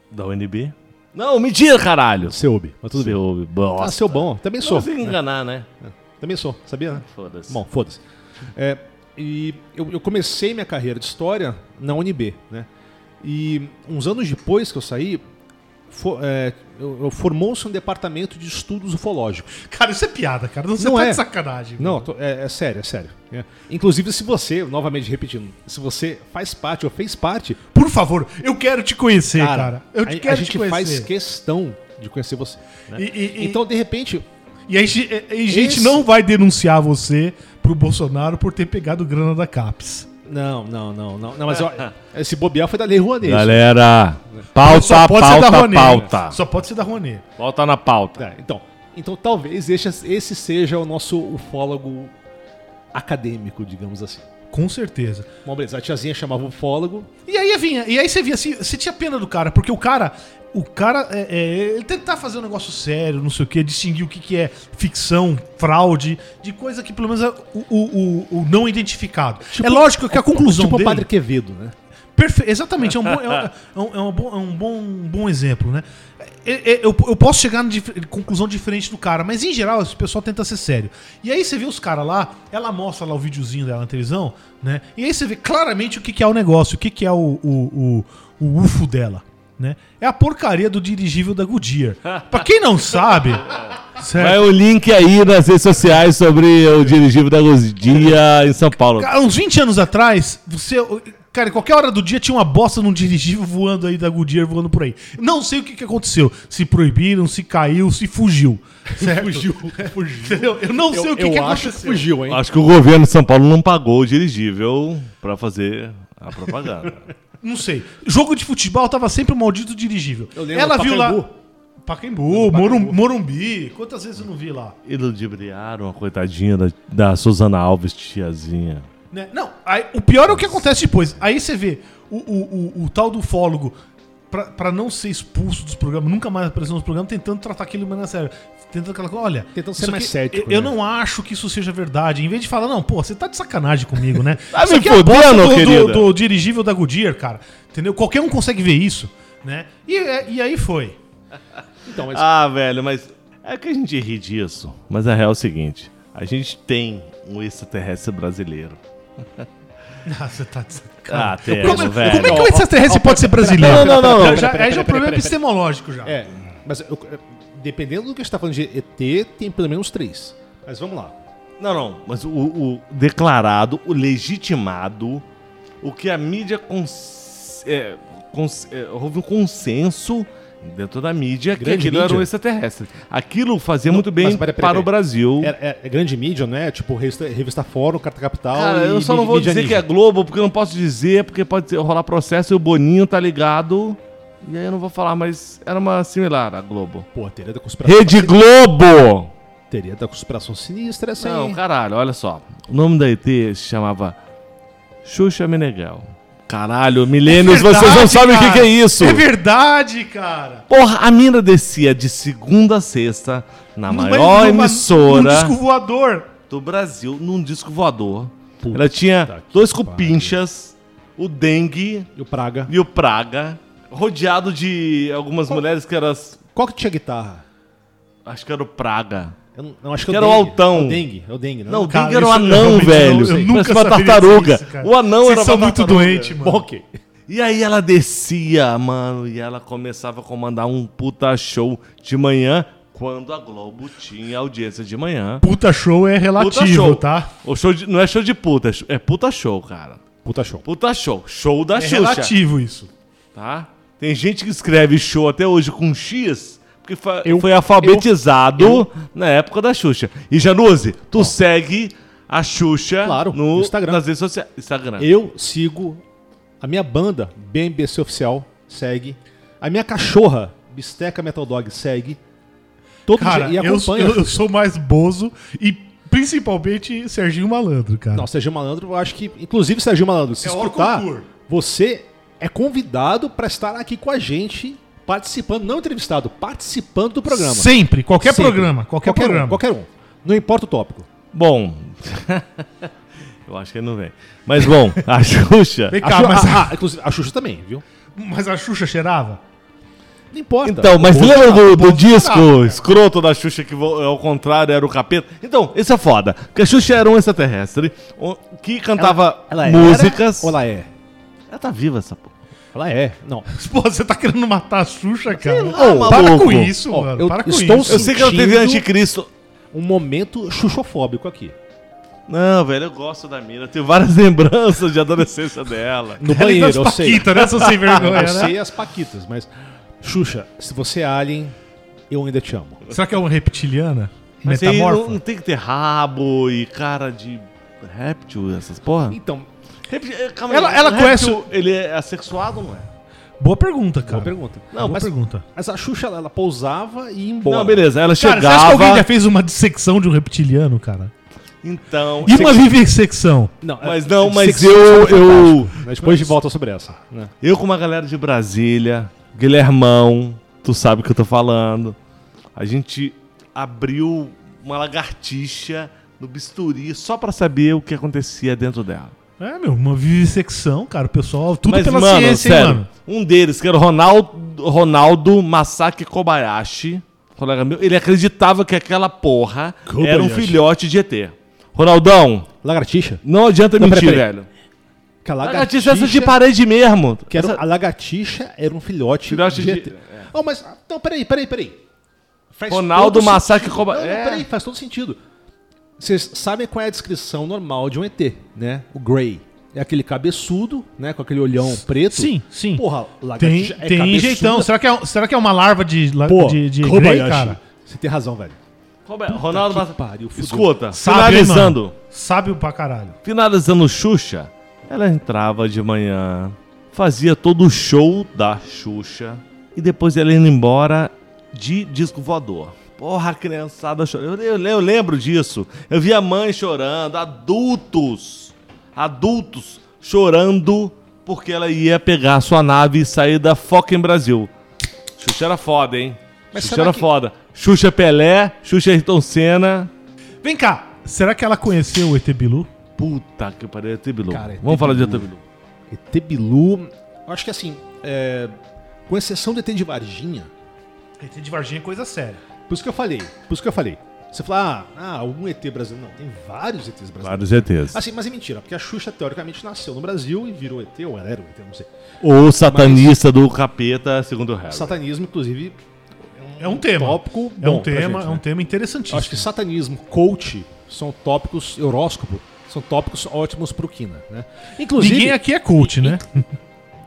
[SPEAKER 3] da UNB. Não, mentira, caralho.
[SPEAKER 1] seu UB, mas tudo
[SPEAKER 3] Tudo
[SPEAKER 1] bem.
[SPEAKER 3] bem.
[SPEAKER 1] Ah,
[SPEAKER 3] Bosta.
[SPEAKER 1] seu bom, também
[SPEAKER 3] Não
[SPEAKER 1] sou.
[SPEAKER 3] se
[SPEAKER 1] né?
[SPEAKER 3] enganar, né?
[SPEAKER 1] Também sou, sabia? né?
[SPEAKER 3] Foda-se.
[SPEAKER 1] Bom, foda-se. É, e eu, eu comecei minha carreira de história na UNB, né? E uns anos depois que eu saí, fo- é, eu- eu- formou-se um departamento de estudos ufológicos.
[SPEAKER 2] Cara, isso é piada, cara. Você
[SPEAKER 1] Não
[SPEAKER 2] tá
[SPEAKER 1] é.
[SPEAKER 2] de sacanagem.
[SPEAKER 1] Não,
[SPEAKER 2] mano.
[SPEAKER 1] tô- é, é sério, é sério. É. Inclusive, se você, novamente repetindo, se você faz parte ou fez parte,
[SPEAKER 2] Por favor, eu quero te conhecer, cara. Eu
[SPEAKER 1] a,
[SPEAKER 2] te
[SPEAKER 1] a
[SPEAKER 2] quero
[SPEAKER 1] gente
[SPEAKER 2] te conhecer.
[SPEAKER 1] faz questão de conhecer você. né?
[SPEAKER 2] E, e- e-
[SPEAKER 1] Então, de repente,
[SPEAKER 2] e aí ge- e- e a gente
[SPEAKER 1] Esse-
[SPEAKER 2] não vai denunciar você pro Bolsonaro por ter pegado grana da CAPES.
[SPEAKER 1] não, não, não, não,
[SPEAKER 2] [laughs]
[SPEAKER 1] não mas ó, esse bobear foi da Lei Rouanet.
[SPEAKER 3] Galera,
[SPEAKER 2] Só
[SPEAKER 3] pauta,
[SPEAKER 2] pode ser da
[SPEAKER 3] pauta,
[SPEAKER 2] Rouanet.
[SPEAKER 3] pauta.
[SPEAKER 2] Só pode ser da Rouanet.
[SPEAKER 3] Pauta na pauta.
[SPEAKER 1] Tá, então, então talvez esse, esse seja o nosso ufólogo acadêmico, digamos assim.
[SPEAKER 2] Com certeza.
[SPEAKER 1] Bom, beleza, a tiazinha chamava ufólogo.
[SPEAKER 2] E aí vinha, e aí você via assim, você tinha pena do cara, porque o cara, o cara, é, é, ele tentar fazer um negócio sério, não sei o quê, distinguir o que, que é ficção, fraude, de coisa que pelo menos é o, o, o- o não identificado. é lógico que a conclusão
[SPEAKER 1] Tipo o
[SPEAKER 2] dele...
[SPEAKER 1] Padre Quevedo, né?
[SPEAKER 2] Perfe- Exatamente, é um bom, é um, é um- é um bom, é um bom, um bom exemplo, né? É- é- Eu, eu posso chegar na dif- conclusão diferente do cara, mas em geral esse pessoal tenta ser sério. E aí você vê os caras lá, ela mostra lá o videozinho dela na televisão, né? E aí você vê claramente o que, que é o negócio, o que, que é o, o, o, o UFO dela, né? É a porcaria do dirigível da Goodyear. Pra quem não sabe,
[SPEAKER 3] Vai
[SPEAKER 2] certo?
[SPEAKER 3] o link aí nas redes sociais sobre o dirigível da Gosdia em São Paulo.
[SPEAKER 2] Cara, uns 20 anos atrás, você. Cara, em qualquer hora do dia tinha uma bosta num dirigível voando aí da Goodyear voando por aí. Não sei o que, que aconteceu. Se proibiram, se caiu, se fugiu. Certo? [laughs] fugiu, fugiu. Entendeu? Eu não sei o que,
[SPEAKER 1] eu
[SPEAKER 2] que
[SPEAKER 1] acho que
[SPEAKER 2] aconteceu.
[SPEAKER 1] fugiu, hein?
[SPEAKER 3] Acho que o governo de São Paulo não pagou o dirigível pra fazer a propaganda.
[SPEAKER 2] Não sei. Jogo de futebol tava sempre o maldito dirigível.
[SPEAKER 1] Eu lembro,
[SPEAKER 2] Ela viu lá.
[SPEAKER 1] Pacaembu.
[SPEAKER 2] Pacaembu, Morum- Morumbi. Quantas vezes eu não vi lá?
[SPEAKER 3] [laughs] Iludibriaram a coitadinha da, da Suzana Alves, tiazinha.
[SPEAKER 2] Né? Não, aí, o pior é o que acontece depois. Aí você vê o, o, o, o tal do fólogo, pra, pra não ser expulso dos programas, nunca mais aparecer nos programas, tentando tratar aquilo mais na sério. Tentando aquela coisa, olha.
[SPEAKER 1] Tentando ser
[SPEAKER 2] isso
[SPEAKER 1] mais
[SPEAKER 2] aqui-
[SPEAKER 1] cético,
[SPEAKER 2] Eu, eu
[SPEAKER 1] né?
[SPEAKER 2] não acho que isso seja verdade. Em vez de falar, não, pô, você tá de sacanagem
[SPEAKER 1] [laughs]
[SPEAKER 2] comigo, né?
[SPEAKER 3] Tá
[SPEAKER 2] Isso
[SPEAKER 3] me
[SPEAKER 2] aqui é a bosta
[SPEAKER 3] fodendo,
[SPEAKER 2] do, do,
[SPEAKER 3] querida.
[SPEAKER 2] do dirigível da Goodyear, cara. Entendeu? Qualquer um consegue ver isso, né? E, é- e aí foi. [laughs]
[SPEAKER 1] Então, mas
[SPEAKER 3] Ah, velho, mas é que a gente ri disso. Mas a real é o seguinte: a gente tem um extraterrestre brasileiro.
[SPEAKER 2] Ah, você tá de sacanagem.
[SPEAKER 3] Ah, temos,
[SPEAKER 2] Como, como
[SPEAKER 3] velho.
[SPEAKER 2] é que o extraterrestre pode ser brasileiro?
[SPEAKER 3] Não, não, não,
[SPEAKER 2] Já-
[SPEAKER 3] não.
[SPEAKER 2] já- Aí já é um problema epistemológico já.
[SPEAKER 1] É, mas eu- eu- dependendo do que a gente tá falando de ET, tem pelo menos três. Mas vamos lá.
[SPEAKER 3] Não, não, mas o, o declarado, o legitimado, o que a mídia cons... é, cons- é, houve um consenso dentro da mídia que
[SPEAKER 1] Grande
[SPEAKER 3] aquilo era
[SPEAKER 1] mídia.
[SPEAKER 3] um extraterrestre. Aquilo fazia muito bem
[SPEAKER 1] mas pera, pera,
[SPEAKER 3] para
[SPEAKER 1] pera.
[SPEAKER 3] o Brasil.
[SPEAKER 1] É, é- é grande mídia, né? Tipo, revista, revista Fórum, Carta Capital.
[SPEAKER 3] Cara, eu
[SPEAKER 1] e
[SPEAKER 3] só não
[SPEAKER 1] mídia-
[SPEAKER 3] vou
[SPEAKER 1] mídia
[SPEAKER 3] dizer que é
[SPEAKER 1] ninja.
[SPEAKER 3] Globo, porque eu não posso dizer, porque pode ser- rolar processo e o Boninho tá ligado. E aí eu não vou falar, mas era uma similar a Globo.
[SPEAKER 1] Pô, teoria da conspiração.
[SPEAKER 3] é Rede Globo!
[SPEAKER 1] Teoria da conspiração sinistra, essa
[SPEAKER 3] Não,
[SPEAKER 1] aí.
[SPEAKER 3] caralho, olha só. O nome da ET se chamava Xuxa Meneghel. Caralho, milênios,
[SPEAKER 2] É verdade,
[SPEAKER 3] vocês não sabem o que
[SPEAKER 2] cara.
[SPEAKER 3] que é isso.
[SPEAKER 2] É verdade, cara.
[SPEAKER 3] Porra, a mina descia de segunda a sexta na maior
[SPEAKER 2] Um
[SPEAKER 3] emissora
[SPEAKER 2] disco voador.
[SPEAKER 3] do Brasil num disco voador.
[SPEAKER 1] Puta
[SPEAKER 3] Ela tinha
[SPEAKER 1] que
[SPEAKER 3] dois
[SPEAKER 1] pariu.
[SPEAKER 3] cupinchas, o dengue
[SPEAKER 1] E o Praga.
[SPEAKER 3] e o praga, rodeado de algumas mulheres que eram. as-
[SPEAKER 1] Qual que tinha guitarra?
[SPEAKER 3] Acho que era o praga.
[SPEAKER 1] Eu não, não, acho
[SPEAKER 3] Que
[SPEAKER 1] é
[SPEAKER 3] era o
[SPEAKER 1] dengue.
[SPEAKER 3] Altão.
[SPEAKER 1] É o dengue, é o dengue.
[SPEAKER 3] Não, o
[SPEAKER 2] Cara,
[SPEAKER 3] dengue era um
[SPEAKER 2] isso eu
[SPEAKER 3] anão,
[SPEAKER 2] realmente
[SPEAKER 3] velho.
[SPEAKER 2] não- eu
[SPEAKER 3] Parece
[SPEAKER 2] nunca
[SPEAKER 3] uma
[SPEAKER 2] saberia
[SPEAKER 3] tartaruga.
[SPEAKER 2] disso, cara.
[SPEAKER 3] o anão
[SPEAKER 2] Vocês
[SPEAKER 3] era
[SPEAKER 2] são
[SPEAKER 3] uma
[SPEAKER 2] muito
[SPEAKER 3] tartaruga.
[SPEAKER 2] doente, mano.
[SPEAKER 1] É. Bom, ok.
[SPEAKER 3] E aí ela descia, mano, e ela começava a comandar um puta show de manhã, quando a Globo tinha audiência de manhã.
[SPEAKER 2] Puta show é relativo,
[SPEAKER 3] Puta show.
[SPEAKER 2] tá?
[SPEAKER 3] O show de- não é show de puta, é show- é puta show, cara.
[SPEAKER 1] Puta show.
[SPEAKER 3] Puta show. Show da
[SPEAKER 2] É
[SPEAKER 3] Xuxa.
[SPEAKER 2] relativo isso.
[SPEAKER 3] Tá? Tem gente que escreve show até hoje com X, porque fa-
[SPEAKER 1] Eu-
[SPEAKER 3] foi alfabetizado na época da Xuxa. E Januse, tu segue a Xuxa
[SPEAKER 1] Claro,
[SPEAKER 3] no,
[SPEAKER 1] no Instagram.
[SPEAKER 3] nas redes sociais. Instagram.
[SPEAKER 1] Eu sigo a minha banda, BMBC Oficial, segue. A minha cachorra, Bisteca Metal Dog, segue. Todo
[SPEAKER 2] Cara,
[SPEAKER 1] dia e
[SPEAKER 2] eu,
[SPEAKER 1] acompanha.
[SPEAKER 2] eu- eu sou mais bozo e principalmente Serginho Malandro, cara.
[SPEAKER 1] Não, Sérgio Malandro, eu acho que. Inclusive, Sérgio Malandro, se
[SPEAKER 2] É hora
[SPEAKER 1] escutar,
[SPEAKER 2] concur.
[SPEAKER 1] você é convidado pra estar aqui com a gente, participando, não entrevistado, participando do programa.
[SPEAKER 2] Sempre, qualquer
[SPEAKER 1] Sempre.
[SPEAKER 2] programa, qualquer,
[SPEAKER 1] um,
[SPEAKER 2] programa.
[SPEAKER 1] qualquer um. Não importa o tópico.
[SPEAKER 3] Bom. [laughs] eu acho que ele não vem. Mas bom, a Xuxa.
[SPEAKER 2] Vem
[SPEAKER 1] A,
[SPEAKER 2] cá,
[SPEAKER 1] Xu-
[SPEAKER 2] mas, é.
[SPEAKER 1] ah, ah, inclusive, a Xuxa também, viu?
[SPEAKER 2] mas a Xuxa cheirava? [laughs]
[SPEAKER 1] Não importa.
[SPEAKER 3] Então, mas
[SPEAKER 1] Ou-
[SPEAKER 3] lembra do, do disco
[SPEAKER 1] Bolsonaro.
[SPEAKER 3] escroto da Xuxa que vo- ao contrário era o capeta? Então, isso é foda. Porque a Xuxa era um extraterrestre o- que cantava
[SPEAKER 1] ela era
[SPEAKER 3] músicas.
[SPEAKER 1] Ou ela é?
[SPEAKER 3] Ela tá viva essa porra.
[SPEAKER 1] Ela é. Não.
[SPEAKER 2] Pô, você tá querendo matar a Xuxa, cara?
[SPEAKER 3] lá,
[SPEAKER 2] Ô, para
[SPEAKER 3] maluco.
[SPEAKER 2] com isso,
[SPEAKER 1] Ó,
[SPEAKER 2] mano.
[SPEAKER 1] eu
[SPEAKER 2] para com
[SPEAKER 1] estou
[SPEAKER 2] isso.
[SPEAKER 3] Eu sei que ela teve
[SPEAKER 1] Sentindo-
[SPEAKER 3] anticristo.
[SPEAKER 1] Um momento xuxofóbico aqui.
[SPEAKER 3] Não, velho, eu gosto da mina. Eu tenho várias [laughs] lembranças de adolescência dela.
[SPEAKER 1] No
[SPEAKER 2] Ela e
[SPEAKER 1] banheiro,
[SPEAKER 2] das
[SPEAKER 1] eu sei.
[SPEAKER 2] Paquita, né? Sou
[SPEAKER 1] [laughs]
[SPEAKER 2] sem vergonha,
[SPEAKER 1] Eu
[SPEAKER 2] né?
[SPEAKER 1] sei as paquitas, mas... Xuxa, se você é alien, eu ainda te amo.
[SPEAKER 2] Será que é uma reptiliana?
[SPEAKER 3] Mas aí não,
[SPEAKER 2] Metamorfa?
[SPEAKER 3] não tem que ter rabo e cara de réptil, essas porra.
[SPEAKER 1] Então,
[SPEAKER 3] Réptil- é, calma
[SPEAKER 2] Ela-
[SPEAKER 3] aí,
[SPEAKER 2] ela
[SPEAKER 3] o
[SPEAKER 2] conhece
[SPEAKER 3] réptil, Ele é assexuado, não é?
[SPEAKER 2] Boa pergunta, cara.
[SPEAKER 1] boa pergunta.
[SPEAKER 2] Boa
[SPEAKER 1] mas,
[SPEAKER 2] pergunta.
[SPEAKER 1] mas a Xuxa, ela, ela pousava e ia embora.
[SPEAKER 3] Não, beleza. Ela
[SPEAKER 2] Cara, você acha
[SPEAKER 3] chegava.
[SPEAKER 2] que alguém já fez uma dissecção de um reptiliano, cara?
[SPEAKER 3] Então.
[SPEAKER 2] E uma vivissecção?
[SPEAKER 1] Não,
[SPEAKER 3] Mas não,
[SPEAKER 1] é-
[SPEAKER 3] mas
[SPEAKER 1] sexo-
[SPEAKER 3] eu, eu,
[SPEAKER 1] Mas depois de volta sobre essa. né?
[SPEAKER 3] eu com uma galera de Brasília, Guilhermão, tu sabe o que eu tô falando. A gente abriu uma lagartixa no bisturi só pra saber o que acontecia dentro dela.
[SPEAKER 2] É, meu, uma vivissecção, cara. O pessoal, tudo
[SPEAKER 3] Mas,
[SPEAKER 2] pela
[SPEAKER 3] mano,
[SPEAKER 2] ciência, hein,
[SPEAKER 3] sério,
[SPEAKER 2] mano.
[SPEAKER 3] Um deles, que era o Ronaldo, Ronaldo Masaki Kobayashi, colega meu, ele acreditava que aquela porra era um
[SPEAKER 1] Kobayashi.
[SPEAKER 3] filhote de ET. Ronaldão,
[SPEAKER 1] Lagartixa.
[SPEAKER 3] não adianta
[SPEAKER 1] Não,
[SPEAKER 3] mentir,
[SPEAKER 1] peraí, peraí.
[SPEAKER 3] velho.
[SPEAKER 1] Que a
[SPEAKER 3] Lagartixa é essa de parede mesmo.
[SPEAKER 1] que era-
[SPEAKER 3] Essa-
[SPEAKER 1] A lagartixa era um filhote,
[SPEAKER 3] Filhote de-
[SPEAKER 1] ET. Oh, mas, então, peraí, peraí, peraí. Faz
[SPEAKER 3] Ronaldo
[SPEAKER 1] todo
[SPEAKER 3] Massacre
[SPEAKER 1] sentido.
[SPEAKER 3] Coba-
[SPEAKER 1] Não, não,
[SPEAKER 3] É.
[SPEAKER 1] peraí, faz todo sentido. Vocês sabem qual é a descrição normal de um ET, né? O Grey. É aquele cabeçudo, né? Com aquele olhão preto.
[SPEAKER 2] Sim, sim.
[SPEAKER 1] Porra,
[SPEAKER 2] Tem,
[SPEAKER 1] lagartixa é
[SPEAKER 2] tem
[SPEAKER 1] cabeçuda.
[SPEAKER 2] jeitão. Será que, é, será que é uma larva de, la-
[SPEAKER 1] Pô,
[SPEAKER 2] de, de
[SPEAKER 1] Kobayashi.
[SPEAKER 2] Grey, cara?
[SPEAKER 1] Você tem razão, velho.
[SPEAKER 3] Robert, é? Ronaldo
[SPEAKER 1] que
[SPEAKER 3] Mas-
[SPEAKER 1] pariu, fudeu.
[SPEAKER 3] Escuta,
[SPEAKER 2] Sabe, hein,
[SPEAKER 3] finalizando.
[SPEAKER 2] mano? Sábio pra caralho.
[SPEAKER 3] Finalizando Xuxa, ela entrava de manhã, fazia todo o show da Xuxa e depois ela indo embora de disco voador. Porra, a criançada chorando. Eu, eu- eu lembro disso. Eu vi a mãe chorando, adultos, adultos chorando porque ela ia pegar a sua nave e sair da Foca em Brasil. Xuxa era foda, hein?
[SPEAKER 1] Mas
[SPEAKER 3] Xuxa
[SPEAKER 1] será
[SPEAKER 3] era
[SPEAKER 1] que-
[SPEAKER 3] foda. Xuxa Pelé, Xuxa Ayrton Senna.
[SPEAKER 2] Vem cá. Será que ela conheceu o ET Bilu?
[SPEAKER 3] Puta que pariu, ET Bilu.
[SPEAKER 1] Cara, é ET
[SPEAKER 3] Vamos falar de ET
[SPEAKER 1] Bilu.
[SPEAKER 3] Bilu.
[SPEAKER 1] ET Bilu, eu acho que assim, é, com exceção do ET de Varginha,
[SPEAKER 2] ET de Varginha é coisa séria.
[SPEAKER 1] por isso que eu falei, por isso que eu falei. Você fala, ah, ah, um ET brasileiro. Não, tem vários ETs brasileiros.
[SPEAKER 3] Vários ETs.
[SPEAKER 1] Assim, mas é mentira, porque a Xuxa teoricamente nasceu no Brasil e virou ET, ou ela era um ET, não sei.
[SPEAKER 3] O satanista do capeta, segundo o Harry.
[SPEAKER 1] Satanismo, inclusive,
[SPEAKER 2] É um tema.
[SPEAKER 1] tópico
[SPEAKER 2] é um
[SPEAKER 1] bom pra
[SPEAKER 2] tema,
[SPEAKER 1] gente,
[SPEAKER 2] é um
[SPEAKER 1] né?
[SPEAKER 2] tema
[SPEAKER 1] eu
[SPEAKER 2] interessantíssimo.
[SPEAKER 1] acho que satanismo, coach, são tópicos, horóscopo, são tópicos ótimos pro Kina, né? Inclusive...
[SPEAKER 2] Ninguém aqui é coach, né?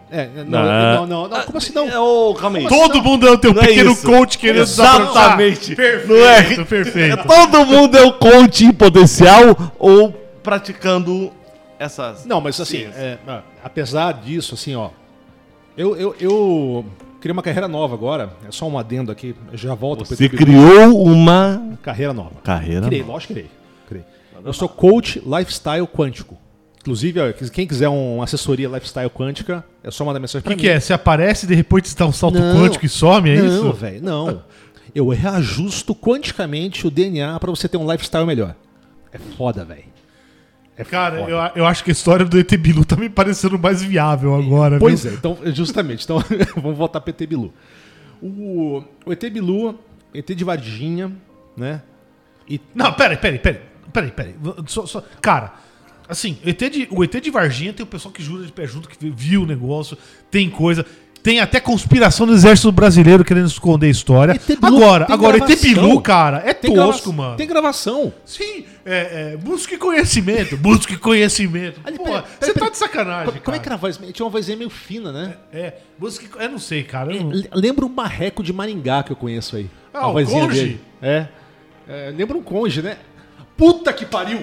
[SPEAKER 1] É, não,
[SPEAKER 3] Ah.
[SPEAKER 1] não, não, não, como assim não?
[SPEAKER 3] É, Ô, calma aí.
[SPEAKER 2] Todo mundo é o teu
[SPEAKER 3] Não é
[SPEAKER 2] pequeno
[SPEAKER 3] isso.
[SPEAKER 2] coach querendo
[SPEAKER 3] Exatamente.
[SPEAKER 2] desabrochar. Perfeito,
[SPEAKER 3] Não é?
[SPEAKER 2] perfeito.
[SPEAKER 3] Todo mundo é um coach em potencial ou praticando essas.
[SPEAKER 1] Não, mas assim,
[SPEAKER 3] ciências.
[SPEAKER 1] é, ah, apesar disso, assim, ó. Eu, eu, eu criei uma carreira nova agora. É só um adendo aqui. eu Já volto pro
[SPEAKER 3] Você
[SPEAKER 1] YouTube.
[SPEAKER 3] criou uma
[SPEAKER 1] carreira nova.
[SPEAKER 3] carreira.
[SPEAKER 1] Criei, lógico que criei. criei. Eu sou coach lifestyle quântico. Inclusive, ó, quem quiser um, uma assessoria lifestyle quântica, é só mandar mensagem
[SPEAKER 2] O
[SPEAKER 1] pra
[SPEAKER 2] que,
[SPEAKER 1] mim.
[SPEAKER 2] que é? Você aparece e de repente você dá um salto
[SPEAKER 1] Não.
[SPEAKER 2] quântico e some, é
[SPEAKER 1] não,
[SPEAKER 2] isso?
[SPEAKER 1] velho, não. Eu reajusto quanticamente o DNA pra você ter um lifestyle melhor. É foda, velho. É
[SPEAKER 2] Cara,
[SPEAKER 1] foda.
[SPEAKER 2] eu, eu acho que a história do ET Bilu tá me parecendo mais viável agora.
[SPEAKER 1] Pois
[SPEAKER 2] viu?
[SPEAKER 1] é, então, justamente. Então, [laughs] vamos voltar pro ET Bilu. O, o ET Bilu, ET de Varginha, né? E
[SPEAKER 2] Não, peraí, peraí, peraí. Peraí, peraí. V- Só, só- Cara, assim, o ET, de, o ET de Varginha tem o pessoal que jura de pé junto, que viu o negócio, tem coisa. Tem até conspiração do exército brasileiro querendo esconder a história.
[SPEAKER 1] ET Bilu,
[SPEAKER 2] agora,
[SPEAKER 1] tem
[SPEAKER 2] agora, ET
[SPEAKER 1] gravação.
[SPEAKER 2] Bilu, cara, é
[SPEAKER 1] tem
[SPEAKER 2] tosco,
[SPEAKER 1] grava-
[SPEAKER 2] mano.
[SPEAKER 1] Tem gravação.
[SPEAKER 2] Sim, é, é, busque conhecimento, [laughs] busque conhecimento.
[SPEAKER 1] Ali,
[SPEAKER 2] Pô,
[SPEAKER 1] pera- pera-
[SPEAKER 2] você tá
[SPEAKER 1] pera-
[SPEAKER 2] de sacanagem,
[SPEAKER 1] Como é que
[SPEAKER 2] cara.
[SPEAKER 1] era a voz? Tinha uma vozinha meio fina, né?
[SPEAKER 2] É, busque... Eu não sei, cara. eu não-
[SPEAKER 1] L- Lembra o Marreco de Maringá que eu conheço aí.
[SPEAKER 2] Ah,
[SPEAKER 1] a
[SPEAKER 2] o
[SPEAKER 1] vozinha
[SPEAKER 2] Conge?
[SPEAKER 1] dele. É. É, Lembra um Conge, né? Puta que pariu!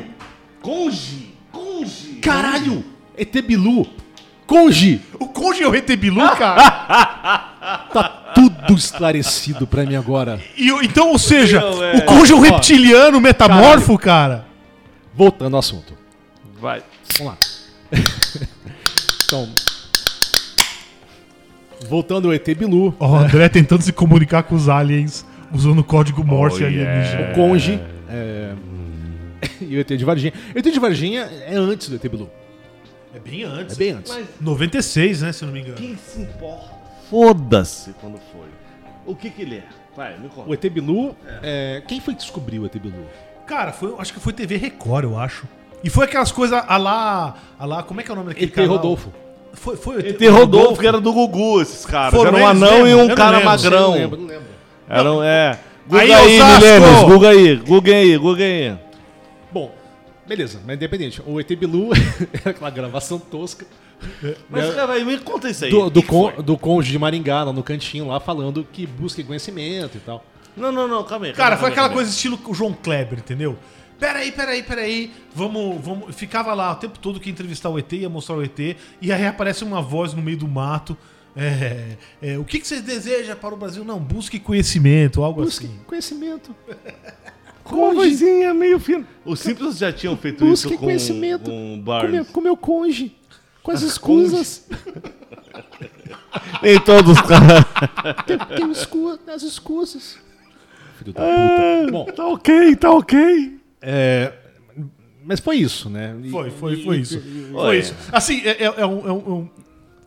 [SPEAKER 3] Conge! Conge!
[SPEAKER 1] Caralho! ET Bilu! Conge!
[SPEAKER 2] O Conge é o ET Bilu, cara?
[SPEAKER 1] Tá tudo esclarecido pra mim agora.
[SPEAKER 2] E, o- então, ou seja,
[SPEAKER 3] Não, é.
[SPEAKER 2] o Conge é um reptiliano metamorfo, cara.
[SPEAKER 1] Voltando ao assunto.
[SPEAKER 3] Vai.
[SPEAKER 1] Vamos lá. [laughs] então. Voltando ao ET Bilu,
[SPEAKER 2] Ó, o André tentando se comunicar com os aliens usando o código Morse
[SPEAKER 3] Oh,
[SPEAKER 2] alienígena.
[SPEAKER 1] o Conge. é, [laughs] e o ET de Varginha. O ET de Varginha é antes do ET Bilu.
[SPEAKER 2] É bem antes.
[SPEAKER 1] É bem antes.
[SPEAKER 2] 96, né, se eu não me engano.
[SPEAKER 3] Quem se importa? Foda-se quando foi. O que que ele é? Vai, me
[SPEAKER 1] O
[SPEAKER 3] conta.
[SPEAKER 1] ET Bilu, é, quem foi que descobriu o ET Bilu?
[SPEAKER 2] Cara, foi, acho que foi TV Record, eu acho. E foi aquelas coisas a lá, a lá, como é que é o nome daquele
[SPEAKER 1] ET
[SPEAKER 2] cara lá?
[SPEAKER 1] Rodolfo.
[SPEAKER 2] Foi, foi o
[SPEAKER 3] ET Rodolfo, que era do Gugu, esses caras.
[SPEAKER 2] Foram
[SPEAKER 3] Era um
[SPEAKER 2] eles
[SPEAKER 3] anão
[SPEAKER 2] mesmo?
[SPEAKER 3] e
[SPEAKER 2] Eu
[SPEAKER 3] um
[SPEAKER 2] não
[SPEAKER 3] cara
[SPEAKER 2] lembro,
[SPEAKER 3] magrão.
[SPEAKER 1] Não lembro, não lembro.
[SPEAKER 3] Era um, é. Guga
[SPEAKER 2] Aí,
[SPEAKER 3] aí, aí
[SPEAKER 2] Osasco!
[SPEAKER 3] Milênios, Guga aí, Guga aí, Guga aí.
[SPEAKER 1] Bom, beleza, mas independente. O ET Bilu [laughs] era aquela gravação tosca
[SPEAKER 3] Mas, cara, aí me conta isso aí.
[SPEAKER 1] do,
[SPEAKER 3] O que
[SPEAKER 1] do,
[SPEAKER 3] que
[SPEAKER 1] con-
[SPEAKER 3] foi?
[SPEAKER 1] do cônjuge de Maringá, lá no cantinho, lá falando que busca conhecimento e tal.
[SPEAKER 3] Não, não, não, calma aí.
[SPEAKER 2] Cara,
[SPEAKER 3] calma aí,
[SPEAKER 2] foi aquela
[SPEAKER 3] calma aí.
[SPEAKER 2] coisa estilo o João Kleber, entendeu? Peraí, peraí, peraí. Vamos, vamos. Ficava lá o tempo todo que ia entrevistar o ET, ia mostrar o ET, e aí aparece uma voz no meio do mato. É, é, o que, que vocês desejam para o Brasil? Não, busque conhecimento, algo
[SPEAKER 1] Busque
[SPEAKER 2] assim.
[SPEAKER 1] conhecimento.
[SPEAKER 3] [laughs] Com uma
[SPEAKER 1] Conge,
[SPEAKER 3] vozinha meio fina. Os Simpsons já tinham feito
[SPEAKER 1] busque
[SPEAKER 3] isso com, um
[SPEAKER 1] conhecimento.
[SPEAKER 3] com o
[SPEAKER 1] com, meu,
[SPEAKER 3] Barnes.
[SPEAKER 1] com meu cônjuge. Com
[SPEAKER 3] [laughs]
[SPEAKER 1] as
[SPEAKER 3] Conge.
[SPEAKER 1] escusas.
[SPEAKER 3] [laughs] Nem [laughs] todos os caras.
[SPEAKER 1] tem tem escu- as
[SPEAKER 3] [laughs]
[SPEAKER 1] escusas.
[SPEAKER 3] Ah.
[SPEAKER 1] Filho da puta. Bom,
[SPEAKER 3] tá ok, tá ok.
[SPEAKER 1] é, mas foi isso, né? E-
[SPEAKER 2] Foi, foi, foi isso.
[SPEAKER 3] Olha.
[SPEAKER 2] Foi isso. Assim, é, é- é um, é um- é um-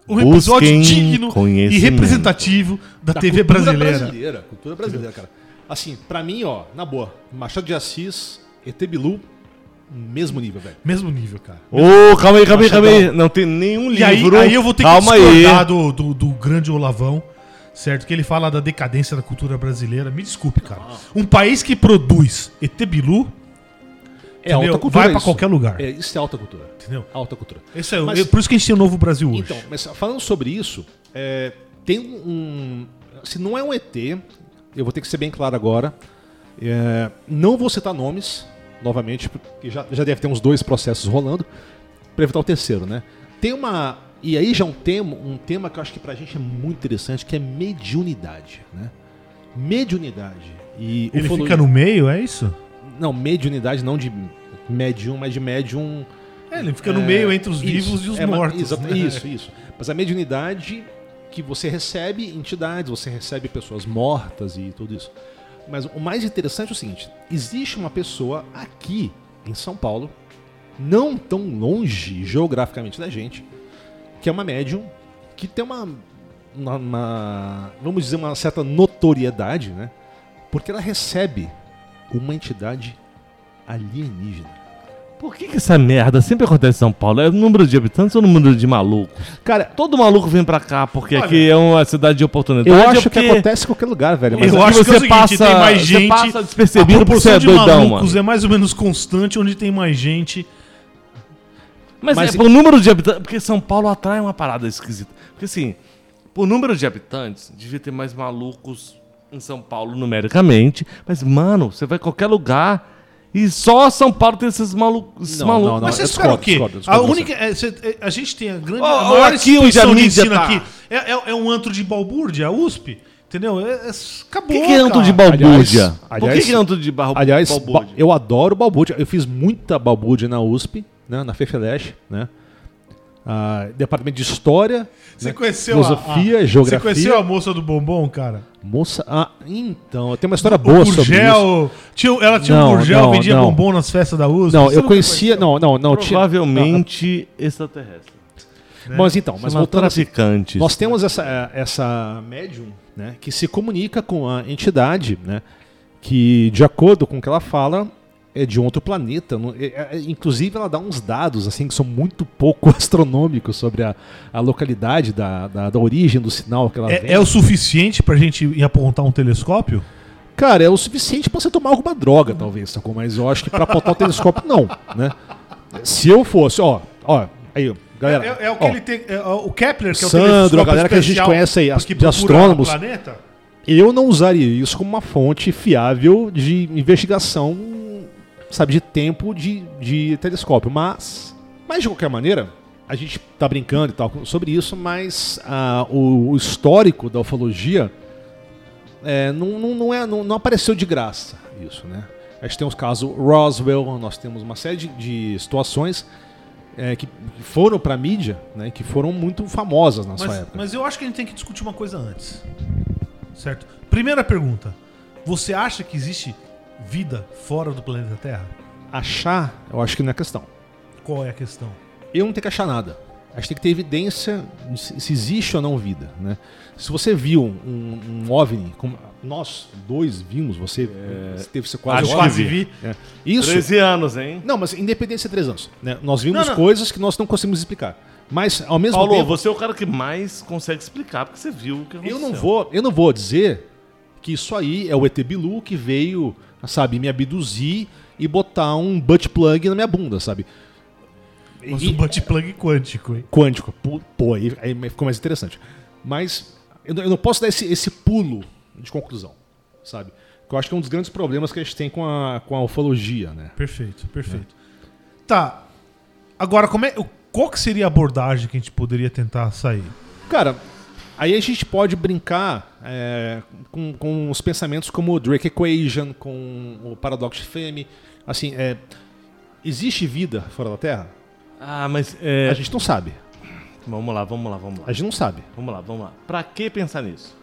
[SPEAKER 2] um
[SPEAKER 3] Busquem
[SPEAKER 2] episódio digno e
[SPEAKER 3] conhecimento.
[SPEAKER 2] representativo da,
[SPEAKER 1] da
[SPEAKER 2] TV
[SPEAKER 1] cultura
[SPEAKER 2] brasileira.
[SPEAKER 1] brasileira. Cultura brasileira, cara. Assim, pra mim, ó, na boa, Machado de Assis, ET Bilu, mesmo nível, velho.
[SPEAKER 2] Mesmo nível, cara.
[SPEAKER 3] Ô, calma aí, calma aí, calma aí. Não tem nenhum
[SPEAKER 2] E aí,
[SPEAKER 3] livro.
[SPEAKER 2] aí eu vou ter
[SPEAKER 3] calma
[SPEAKER 2] que
[SPEAKER 3] aí.
[SPEAKER 2] discordar do, do, do grande Olavão, certo? Que ele fala da decadência da cultura brasileira. Me desculpe, cara.
[SPEAKER 1] Ah.
[SPEAKER 2] Um país que produz ET Bilu,
[SPEAKER 1] É
[SPEAKER 2] Entendeu?
[SPEAKER 1] alta cultura.
[SPEAKER 2] Vai pra
[SPEAKER 1] isso.
[SPEAKER 2] qualquer lugar.
[SPEAKER 1] É, isso é alta cultura.
[SPEAKER 2] entendeu?
[SPEAKER 1] Alta cultura.
[SPEAKER 2] Isso é,
[SPEAKER 1] Mas-
[SPEAKER 2] é por isso que a gente tem o Novo Brasil hoje.
[SPEAKER 1] Então, mas falando sobre isso, é, tem um. Se não é um ET, eu vou ter que ser bem claro agora. é, não vou citar nomes, novamente, porque já, já deve ter uns dois processos rolando, para evitar o terceiro, né? Tem uma. E aí já é um tema, um tema que eu acho que pra gente é muito interessante, que é mediunidade, né? Mediunidade. E
[SPEAKER 2] ele
[SPEAKER 1] ufologia-
[SPEAKER 2] fica no meio, é isso?
[SPEAKER 1] Não, mediunidade não de médium, mas de médium.
[SPEAKER 2] É, ele fica no meio entre os
[SPEAKER 1] Isso,
[SPEAKER 2] vivos e os
[SPEAKER 1] é, mas-
[SPEAKER 2] mortos.
[SPEAKER 1] exato,
[SPEAKER 2] né?
[SPEAKER 1] Isso, isso. Mas a mediunidade que você recebe entidades, você recebe pessoas mortas e tudo isso. Mas o mais interessante é o seguinte: existe uma pessoa aqui em São Paulo, não tão longe geograficamente da gente, que é uma médium que tem uma, uma- uma- vamos dizer, uma certa notoriedade, né? Porque ela recebe uma entidade alienígena.
[SPEAKER 3] Por que, que essa merda sempre acontece em São Paulo? É o número de habitantes ou o número de malucos?
[SPEAKER 1] Cara,
[SPEAKER 3] Todo maluco vem pra cá porque
[SPEAKER 2] Olha,
[SPEAKER 3] aqui é uma cidade de oportunidade.
[SPEAKER 1] Eu
[SPEAKER 3] é
[SPEAKER 1] acho que
[SPEAKER 3] porque
[SPEAKER 1] acontece em qualquer lugar, velho. Mas
[SPEAKER 2] Eu
[SPEAKER 3] aqui
[SPEAKER 2] acho que é o
[SPEAKER 3] você
[SPEAKER 2] seguinte,
[SPEAKER 3] passa-
[SPEAKER 2] tem mais
[SPEAKER 3] você
[SPEAKER 2] gente.
[SPEAKER 3] passa despercebido
[SPEAKER 2] a
[SPEAKER 3] porque você
[SPEAKER 2] proporção
[SPEAKER 3] é
[SPEAKER 2] de
[SPEAKER 3] doidão,
[SPEAKER 2] malucos
[SPEAKER 3] mano.
[SPEAKER 2] é mais ou menos constante onde tem mais gente.
[SPEAKER 3] Mas,
[SPEAKER 1] Mas-
[SPEAKER 3] é por número de habitantes. Porque São Paulo atrai uma parada esquisita. Porque assim, por número de habitantes, devia ter mais malucos em São Paulo numericamente. Mas, mano, você vai a qualquer lugar e só São Paulo tem esses malucos. esses
[SPEAKER 1] Não,
[SPEAKER 3] malucos.
[SPEAKER 1] não, não.
[SPEAKER 2] Mas
[SPEAKER 1] eu
[SPEAKER 2] vocês esperam o
[SPEAKER 1] discordo, discordo,
[SPEAKER 2] quê?
[SPEAKER 1] discordo
[SPEAKER 2] a
[SPEAKER 1] de
[SPEAKER 2] única. é, cê- é, a gente tem a grande.
[SPEAKER 3] Ó,
[SPEAKER 2] a
[SPEAKER 3] ó,
[SPEAKER 2] maior
[SPEAKER 3] aqui onde a
[SPEAKER 2] instituição de
[SPEAKER 3] mídia
[SPEAKER 2] ensino
[SPEAKER 3] tá.
[SPEAKER 2] aqui é, é- é um antro de balbúrdia, a USP. Entendeu? É, é-
[SPEAKER 3] Por
[SPEAKER 2] acabou.
[SPEAKER 3] que, que é antro de
[SPEAKER 2] cara.
[SPEAKER 3] balbúrdia?
[SPEAKER 1] Aliás-
[SPEAKER 3] Por que,
[SPEAKER 1] aliás-
[SPEAKER 3] que é antro de barro
[SPEAKER 1] Aliás, ba-
[SPEAKER 3] balbúrdia?
[SPEAKER 1] eu adoro balbúrdia. Eu fiz muita balbúrdia na USP. né, na FEFELESH, né? Ah, departamento de História,
[SPEAKER 2] Você
[SPEAKER 1] né,
[SPEAKER 2] conheceu a-
[SPEAKER 1] Filosofia,
[SPEAKER 2] a,
[SPEAKER 1] Geografia.
[SPEAKER 2] Você conheceu a moça do bombom, cara?
[SPEAKER 1] Moça, ah, então, tem uma história boa
[SPEAKER 2] o
[SPEAKER 1] sobre isso.
[SPEAKER 2] Gurgel, tinha- ela tinha
[SPEAKER 1] Não,
[SPEAKER 2] um Gurgel,
[SPEAKER 1] não,
[SPEAKER 2] vendia
[SPEAKER 1] não.
[SPEAKER 2] bombom nas festas da USP.
[SPEAKER 1] Não,
[SPEAKER 2] Você
[SPEAKER 1] eu
[SPEAKER 2] nunca
[SPEAKER 1] conhecia, não, não, não, tinha-
[SPEAKER 3] Provavelmente extraterrestre.
[SPEAKER 2] né?
[SPEAKER 1] Ah, Mas então, mas
[SPEAKER 3] Chama
[SPEAKER 1] voltando a
[SPEAKER 3] traficantes.
[SPEAKER 1] Nós temos essa, é, essa médium né, que se comunica com a entidade, né, que, de acordo com o que ela fala, é de um outro planeta. Não- é- é- Inclusive, ela dá uns dados assim que são muito pouco [laughs] astronômicos sobre a, a localidade da, da, da origem do sinal que ela vem.
[SPEAKER 2] É, é o suficiente pra gente ir apontar um telescópio?
[SPEAKER 1] Cara, é o suficiente pra você tomar alguma droga,
[SPEAKER 2] Uhum.
[SPEAKER 1] talvez, sacou? Mas eu acho que pra apontar o telescópio, não. Né? Se eu fosse, ó, ó, aí, ó, galera.
[SPEAKER 2] É, é o que
[SPEAKER 1] ó,
[SPEAKER 2] ele tem. é o Kepler, que é o
[SPEAKER 1] Sandro,
[SPEAKER 2] telescópio
[SPEAKER 1] a galera que a gente
[SPEAKER 2] especial
[SPEAKER 1] conhece aí, as-
[SPEAKER 2] que
[SPEAKER 1] de
[SPEAKER 2] procura
[SPEAKER 1] astrônomos.
[SPEAKER 2] o planeta.
[SPEAKER 1] eu não usaria isso como uma fonte fiável de investigação, sabe, de tempo de, de telescópio. Mas, mas de qualquer maneira, a gente tá brincando e tal sobre isso, mas ah, o, o histórico da ufologia é, não, não, não, é, não, não apareceu de graça isso, né? A gente tem os casos Roswell, nós temos uma série de, de situações é, que que foram pra mídia, né? Que foram muito famosas na sua
[SPEAKER 2] Mas,
[SPEAKER 1] época.
[SPEAKER 2] mas eu acho que a gente tem que discutir uma coisa antes. Certo? Primeira pergunta. Você acha que existe vida fora do planeta Terra?
[SPEAKER 1] Achar, eu acho que não é questão.
[SPEAKER 2] Qual é a questão?
[SPEAKER 1] eu não tenho que achar nada. A gente tem que ter evidência de se se existe ou não vida, né? Se você viu um, um OVNI, como nós dois vimos, você teve você quase
[SPEAKER 3] É, acho
[SPEAKER 1] OVNI.
[SPEAKER 3] que vi. É.
[SPEAKER 1] né? Isso.
[SPEAKER 3] 13 anos, hein?
[SPEAKER 1] Não, mas independente de ser três anos, né? Nós vimos
[SPEAKER 2] Não, não.
[SPEAKER 1] coisas que nós não conseguimos explicar. Mas ao mesmo
[SPEAKER 3] Paulo,
[SPEAKER 1] tempo,
[SPEAKER 3] você é o cara que mais consegue explicar, porque você viu o que aconteceu.
[SPEAKER 1] eu não vou, eu não vou dizer que isso aí é o ET Bilu que veio, sabe, me abduzir e botar um butt plug na minha bunda, sabe?
[SPEAKER 2] Mas
[SPEAKER 1] E-
[SPEAKER 2] um butt plug quântico, hein?
[SPEAKER 1] quântico. Pu- Pô, aí, aí ficou mais interessante. Mas eu, não- eu não posso dar esse, esse pulo de conclusão, sabe? Que eu acho que é um dos grandes problemas que a gente tem com a, com a ufologia, né?
[SPEAKER 2] Perfeito, perfeito.
[SPEAKER 3] É.
[SPEAKER 2] Tá. Agora, como é, o- qual que seria a abordagem que a gente poderia tentar sair?
[SPEAKER 1] Cara, aí a gente pode brincar é, com, com os pensamentos como o Drake Equation, com o Paradoxo de Fermi. Assim, é, existe vida fora da Terra?
[SPEAKER 3] Ah, mas é,
[SPEAKER 1] A gente não sabe.
[SPEAKER 3] Vamos lá, vamos lá, vamos lá.
[SPEAKER 1] A gente não sabe.
[SPEAKER 3] Vamos lá, vamos lá. Pra que pensar nisso?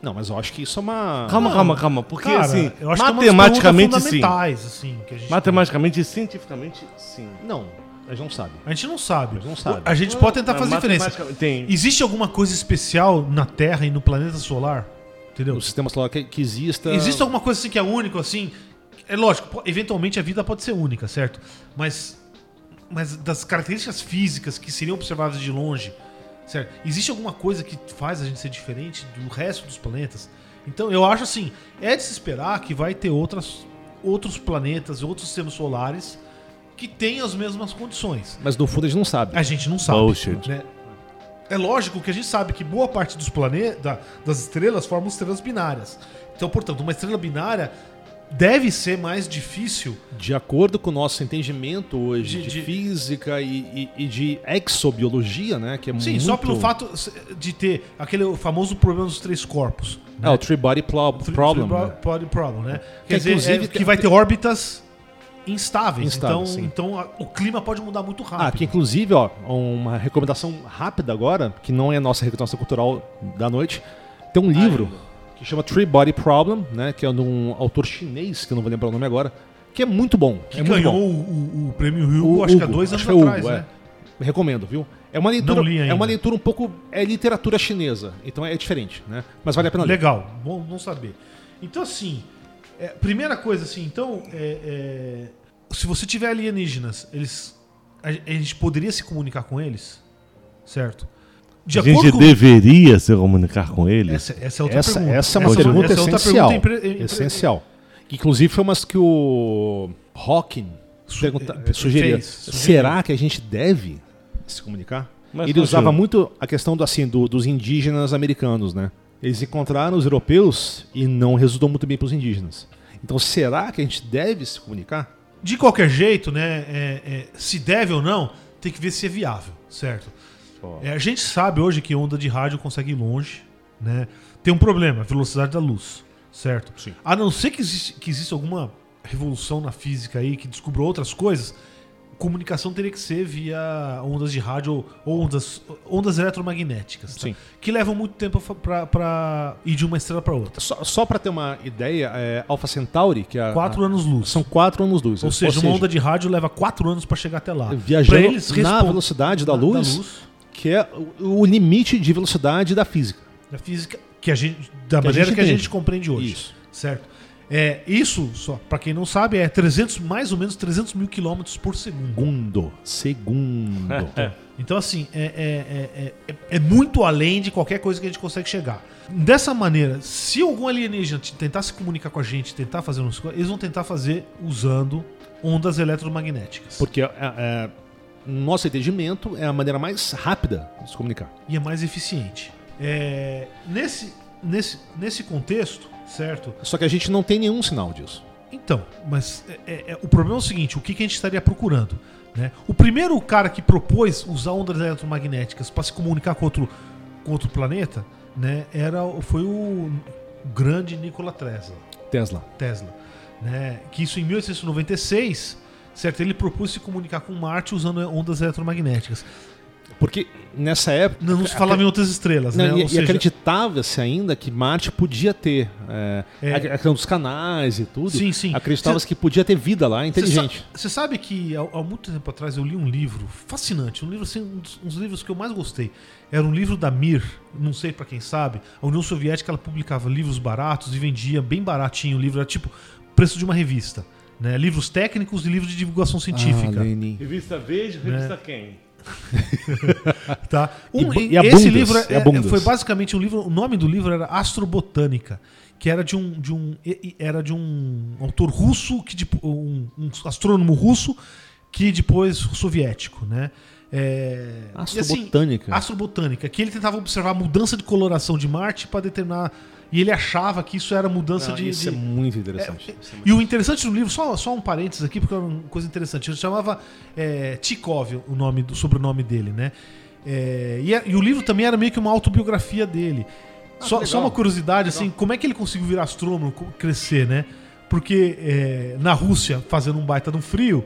[SPEAKER 1] Não, mas eu acho que isso é
[SPEAKER 2] Ah.
[SPEAKER 1] uma...
[SPEAKER 3] Calma, calma, calma. Porque, assim,
[SPEAKER 2] que é umas
[SPEAKER 3] matematicamente
[SPEAKER 2] perguntas
[SPEAKER 3] sim.
[SPEAKER 2] fundamentais, assim, que a gente
[SPEAKER 3] Matematicamente e cientificamente, sim.
[SPEAKER 1] Não, a gente não sabe.
[SPEAKER 2] A gente não sabe.
[SPEAKER 1] gente não sabe.
[SPEAKER 2] A gente pode tentar
[SPEAKER 3] Mas
[SPEAKER 2] fazer diferença.
[SPEAKER 3] matematicamente- Tem.
[SPEAKER 2] Existe alguma coisa especial na Terra e no planeta solar? Entendeu?
[SPEAKER 1] O sistema solar que, que exista...
[SPEAKER 2] Existe alguma coisa assim que é único, assim? É lógico, po- eventualmente a vida pode ser única, certo? Mas, mas das características físicas que seriam observáveis de longe, certo? Existe alguma coisa que faz a gente ser diferente do resto dos planetas? Então eu acho assim, é de se esperar que vai ter outras, outros planetas, outros sistemas solares que tenham as mesmas condições.
[SPEAKER 1] Mas no fundo a gente não sabe.
[SPEAKER 2] A gente não sabe.
[SPEAKER 3] Bullshit.
[SPEAKER 2] né? É lógico que a gente sabe que boa parte dos planetas, das estrelas, formam estrelas binárias. Então, portanto, uma estrela binária deve ser mais difícil.
[SPEAKER 1] De acordo com o nosso entendimento hoje de,
[SPEAKER 2] De- de-
[SPEAKER 1] física e, e- e de exobiologia, né? Que é
[SPEAKER 2] Sim,
[SPEAKER 1] muito...
[SPEAKER 2] só pelo fato de ter aquele famoso problema dos três corpos.
[SPEAKER 1] É, o Three Body Plo-
[SPEAKER 2] Three-
[SPEAKER 1] Problem.
[SPEAKER 2] three-
[SPEAKER 1] né?
[SPEAKER 2] body problem, né?
[SPEAKER 1] Que,
[SPEAKER 2] Quer dizer,
[SPEAKER 1] inclusive,
[SPEAKER 2] é, que
[SPEAKER 1] tem-
[SPEAKER 2] vai ter órbitas instáveis.
[SPEAKER 1] Instáveis, sim.
[SPEAKER 2] então, então a- o clima pode mudar muito rápido.
[SPEAKER 1] Ah, que inclusive, ó, uma recomendação rápida agora, que não é nossa recomendação cultural da noite, tem um livro que chama Three Body Problem, né? Que é de um autor chinês, que eu não vou lembrar o nome agora, que é muito bom.
[SPEAKER 2] Que
[SPEAKER 1] é muito
[SPEAKER 2] ganhou
[SPEAKER 1] bom.
[SPEAKER 2] o, o- o prêmio Hugo, acho que há
[SPEAKER 1] Hugo,
[SPEAKER 2] dois
[SPEAKER 1] acho
[SPEAKER 2] anos
[SPEAKER 1] que foi o
[SPEAKER 2] atrás,
[SPEAKER 1] Hugo,
[SPEAKER 2] né?
[SPEAKER 1] é. Recomendo, viu? É uma leitura,
[SPEAKER 2] li
[SPEAKER 1] é
[SPEAKER 2] ainda.
[SPEAKER 1] uma leitura um pouco é literatura chinesa, então é diferente, né? Mas vale a pena ler.
[SPEAKER 2] Legal, bom, bom saber. Então, assim, é, primeira coisa, assim, então, é, é, se você tiver alienígenas, eles, a, a gente poderia se comunicar com eles? Certo? De
[SPEAKER 3] a gente
[SPEAKER 2] com.
[SPEAKER 3] deveria se comunicar com eles?
[SPEAKER 2] Essa, essa é outra
[SPEAKER 1] Essa,
[SPEAKER 2] pergunta.
[SPEAKER 1] essa é uma
[SPEAKER 2] Essa-
[SPEAKER 1] pergunta
[SPEAKER 2] essa é outra
[SPEAKER 1] essencial.
[SPEAKER 2] pergunta impre-
[SPEAKER 1] essencial. Que, Inclusive foi umas que o Hawking
[SPEAKER 2] Su-
[SPEAKER 1] pergunta-
[SPEAKER 2] eh,
[SPEAKER 1] sugeria.
[SPEAKER 2] fez, sugeriu.
[SPEAKER 1] Será que a gente deve se comunicar?
[SPEAKER 3] Mas,
[SPEAKER 1] Ele usava
[SPEAKER 3] Rogério-
[SPEAKER 1] muito a questão do, assim, do- dos indígenas americanos, né? Eles encontraram os europeus e não resultou muito bem para os indígenas. Então, será que a gente deve se comunicar?
[SPEAKER 2] De qualquer jeito, né? é, é, se deve ou não, tem que ver se é viável, certo? É, a gente sabe hoje que onda de rádio consegue ir longe, né? Tem um problema, a velocidade da luz, certo?
[SPEAKER 1] Sim.
[SPEAKER 2] A não ser que existe, que exista alguma revolução na física aí que descubra outras coisas, comunicação teria que ser via ondas de rádio ou, ou ondas, ondas eletromagnéticas. tá?
[SPEAKER 1] Sim.
[SPEAKER 2] Que levam muito tempo fa- pra, pra ir de uma estrela pra outra.
[SPEAKER 1] Só, só para ter uma ideia, é, Alpha Centauri, que é a-
[SPEAKER 2] Quatro anos luz.
[SPEAKER 1] são quatro anos luz.
[SPEAKER 2] Ou seja, uma onda de rádio leva quatro anos pra chegar até lá.
[SPEAKER 1] viajando
[SPEAKER 2] Pra eles
[SPEAKER 1] na
[SPEAKER 2] respon-
[SPEAKER 1] velocidade da
[SPEAKER 2] na-
[SPEAKER 1] luz, que é o, o limite de velocidade da física.
[SPEAKER 2] da física que a gente da
[SPEAKER 1] Que a
[SPEAKER 2] maneira
[SPEAKER 1] gente
[SPEAKER 2] que a
[SPEAKER 1] entende.
[SPEAKER 2] gente compreende hoje,
[SPEAKER 1] Isso.
[SPEAKER 2] certo? É, isso só pra quem não sabe é 300 mais ou menos 300 mil quilômetros por segundo.
[SPEAKER 1] Segundo,
[SPEAKER 2] [laughs]
[SPEAKER 1] segundo.
[SPEAKER 2] Então assim é, é- é- é- é muito além de qualquer coisa que a gente consegue chegar. Dessa maneira, se algum alienígena te- tentar se comunicar com a gente, tentar fazer umas coisas, eles vão tentar fazer usando ondas eletromagnéticas.
[SPEAKER 1] Porque é, é, no nosso entendimento é a maneira mais rápida de se comunicar.
[SPEAKER 2] e é mais eficiente. É, nesse, nesse, nesse contexto, certo?
[SPEAKER 1] Só que a gente não tem nenhum sinal disso.
[SPEAKER 2] Então, mas é- é- é- o problema é o seguinte: o que, que a gente estaria procurando? Né? O primeiro cara que propôs usar ondas eletromagnéticas para se comunicar com outro, com outro planeta né, era, o- foi o grande Nikola Tesla.
[SPEAKER 1] Tesla.
[SPEAKER 2] Tesla né, que isso em 1896, certo? ele propôs se comunicar com Marte usando ondas eletromagnéticas.
[SPEAKER 1] Porque nessa época.
[SPEAKER 2] Não se falava em outras estrelas,
[SPEAKER 1] Não,
[SPEAKER 2] né?
[SPEAKER 1] e-
[SPEAKER 2] Ou
[SPEAKER 1] e
[SPEAKER 2] seja,
[SPEAKER 1] acreditava-se ainda que Marte podia ter. É,
[SPEAKER 2] É.
[SPEAKER 1] a- A questão dos canais e tudo.
[SPEAKER 2] Sim, sim.
[SPEAKER 1] Acreditava-se que podia ter vida lá, inteligente.
[SPEAKER 2] Você sabe que há, há muito tempo atrás eu li um livro fascinante, um livro assim, um dos, um dos livros que eu mais gostei. Era um livro da Mir, não sei pra quem sabe. A União Soviética ela publicava livros baratos e vendia bem baratinho o livro, era tipo preço de uma revista. Né? Livros técnicos e livros de divulgação científica.
[SPEAKER 1] Ah, Lenin.
[SPEAKER 3] Revista Veja,
[SPEAKER 2] É.
[SPEAKER 3] revista quem?
[SPEAKER 2] Tá? Um-
[SPEAKER 1] E- e a
[SPEAKER 2] esse
[SPEAKER 1] bundas,
[SPEAKER 2] livro é-
[SPEAKER 1] e a bundas.
[SPEAKER 2] foi basicamente um livro. O nome do livro era Astrobotânica, que era de um, de um e- e- era de um autor russo que depo- um, um astrônomo russo que depois soviético, né? É, e assim,
[SPEAKER 1] Astrobotânica.
[SPEAKER 2] astrobotânica, que ele tentava observar a mudança de coloração de Marte para determinar e ele achava que isso era mudança
[SPEAKER 1] Não,
[SPEAKER 2] de,
[SPEAKER 1] isso
[SPEAKER 2] de-
[SPEAKER 1] é muito interessante.
[SPEAKER 2] e o interessante do livro, só, só um parênteses aqui, porque é uma coisa interessante. Ele chamava é, Tchikov, o nome do sobrenome dele, né? É, e, a- e o livro também era meio que uma autobiografia dele. só,
[SPEAKER 1] Ah, que
[SPEAKER 2] só
[SPEAKER 1] legal.
[SPEAKER 2] uma curiosidade, assim, como é que ele conseguiu virar astrônomo, co- crescer, né? Porque é, na Rússia, fazendo um baita de um frio,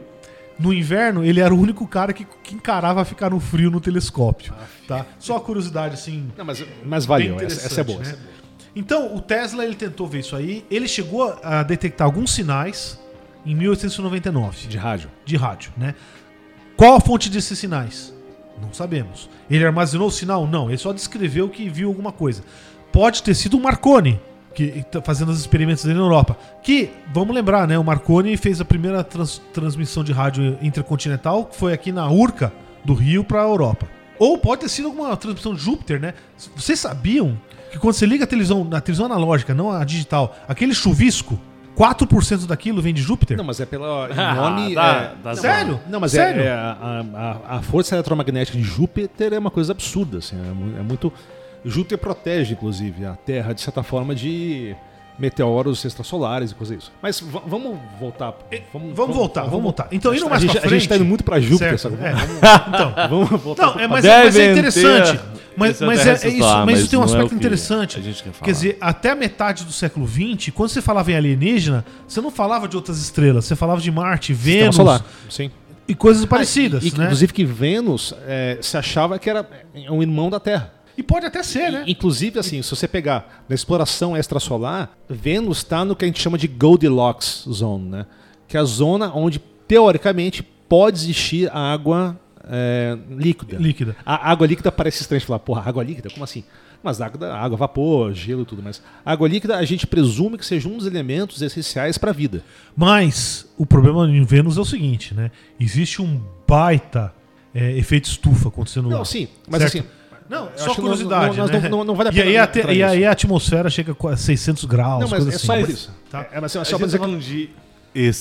[SPEAKER 2] no inverno ele era o único cara que, que encarava ficar no frio no telescópio.
[SPEAKER 1] Ah,
[SPEAKER 2] tá? Só uma curiosidade, assim,
[SPEAKER 1] Não, mas, mas
[SPEAKER 2] Bem
[SPEAKER 1] valeu, essa, essa é
[SPEAKER 2] interessante,
[SPEAKER 1] boa.
[SPEAKER 2] né?
[SPEAKER 1] essa é boa.
[SPEAKER 2] Então, o Tesla ele tentou ver isso aí. Ele chegou a detectar alguns sinais em 1899
[SPEAKER 1] De
[SPEAKER 2] de,
[SPEAKER 1] rádio.
[SPEAKER 2] de rádio, né? Qual a fonte desses sinais? Não sabemos. Ele armazenou o sinal? Não, ele só descreveu que viu alguma coisa. Pode ter sido o Marconi, que tá fazendo os experimentos dele na Europa. Que, vamos lembrar, né? O Marconi fez a primeira trans- transmissão de rádio intercontinental, que foi aqui na Urca, do Rio para a Europa. Ou pode ter sido alguma transmissão de Júpiter, né? S- Vocês sabiam que quando você liga a televisão, na televisão analógica, não a digital, aquele chuvisco, 4% daquilo vem de Júpiter?
[SPEAKER 1] Não, mas é pelo
[SPEAKER 2] [laughs]
[SPEAKER 3] Ah,
[SPEAKER 1] nome.
[SPEAKER 3] dá-
[SPEAKER 1] é-
[SPEAKER 3] dá
[SPEAKER 1] não,
[SPEAKER 2] Sério?
[SPEAKER 1] Não, mas
[SPEAKER 2] Sério?
[SPEAKER 1] é, é a, a- a força eletromagnética de Júpiter é uma coisa absurda, assim, é, mu- é muito. Júpiter protege, inclusive, a Terra de certa forma de meteoros extrasolares e coisa isso. Mas v- vamos voltar.
[SPEAKER 2] É, Vamos, voltar, vamos voltar. Então, indo
[SPEAKER 1] A
[SPEAKER 2] mais
[SPEAKER 1] gente-
[SPEAKER 2] pra
[SPEAKER 1] a
[SPEAKER 2] frente...
[SPEAKER 1] gente tá indo muito pra Júpiter, sabe?
[SPEAKER 2] certo?
[SPEAKER 1] [laughs]
[SPEAKER 2] É, então,
[SPEAKER 1] Vamos
[SPEAKER 2] [laughs]
[SPEAKER 1] voltar.
[SPEAKER 2] Não, é, mas, é,
[SPEAKER 3] Devem
[SPEAKER 2] mas é interessante.
[SPEAKER 3] ter
[SPEAKER 2] Mas, mas é, é
[SPEAKER 3] extraterrestres
[SPEAKER 2] isso,
[SPEAKER 3] lá,
[SPEAKER 2] mas isso
[SPEAKER 3] mas
[SPEAKER 2] tem um
[SPEAKER 3] não é o
[SPEAKER 2] aspecto
[SPEAKER 3] que
[SPEAKER 2] interessante.
[SPEAKER 3] a gente quer falar.
[SPEAKER 2] dizer, até a metade do século XX, quando você falava em alienígena, você não falava de outras estrelas, você falava de Marte,
[SPEAKER 1] Sistema
[SPEAKER 2] Vênus
[SPEAKER 1] solar. Sim.
[SPEAKER 2] e coisas parecidas,
[SPEAKER 1] E,
[SPEAKER 2] né?
[SPEAKER 1] Inclusive que Vênus é, se achava que era um irmão da Terra.
[SPEAKER 2] E pode até ser, né?
[SPEAKER 1] Inclusive, assim, se você pegar na exploração extrasolar, Vênus está no que a gente chama de Goldilocks Zone, né? Que é a zona onde, teoricamente, pode existir água é, líquida.
[SPEAKER 2] Líquida.
[SPEAKER 1] A água líquida parece estranho falar, porra, água líquida? Como assim? Mas água, água, vapor, gelo e tudo mais. Água líquida a gente presume que seja um dos elementos essenciais para a vida.
[SPEAKER 2] Mas o problema em Vênus é o seguinte, né? Existe um baita é, efeito estufa acontecendo lá.
[SPEAKER 1] Não, sim, mas
[SPEAKER 2] certo?
[SPEAKER 1] assim,
[SPEAKER 2] Não,
[SPEAKER 1] eu
[SPEAKER 2] só
[SPEAKER 1] acho que não-
[SPEAKER 2] curiosidade.
[SPEAKER 1] não- nós
[SPEAKER 2] né?
[SPEAKER 1] não- não- não vale a
[SPEAKER 2] e aí
[SPEAKER 1] pena
[SPEAKER 2] a te-
[SPEAKER 1] entrar
[SPEAKER 2] e aí
[SPEAKER 1] nisso.
[SPEAKER 2] a atmosfera chega a 600 graus.
[SPEAKER 1] não, mas é
[SPEAKER 2] coisa
[SPEAKER 1] só
[SPEAKER 2] assim.
[SPEAKER 1] por isso.
[SPEAKER 2] Tá.
[SPEAKER 1] É, mas é só
[SPEAKER 3] A gente
[SPEAKER 1] pra
[SPEAKER 3] tá
[SPEAKER 1] dizer que
[SPEAKER 3] falando de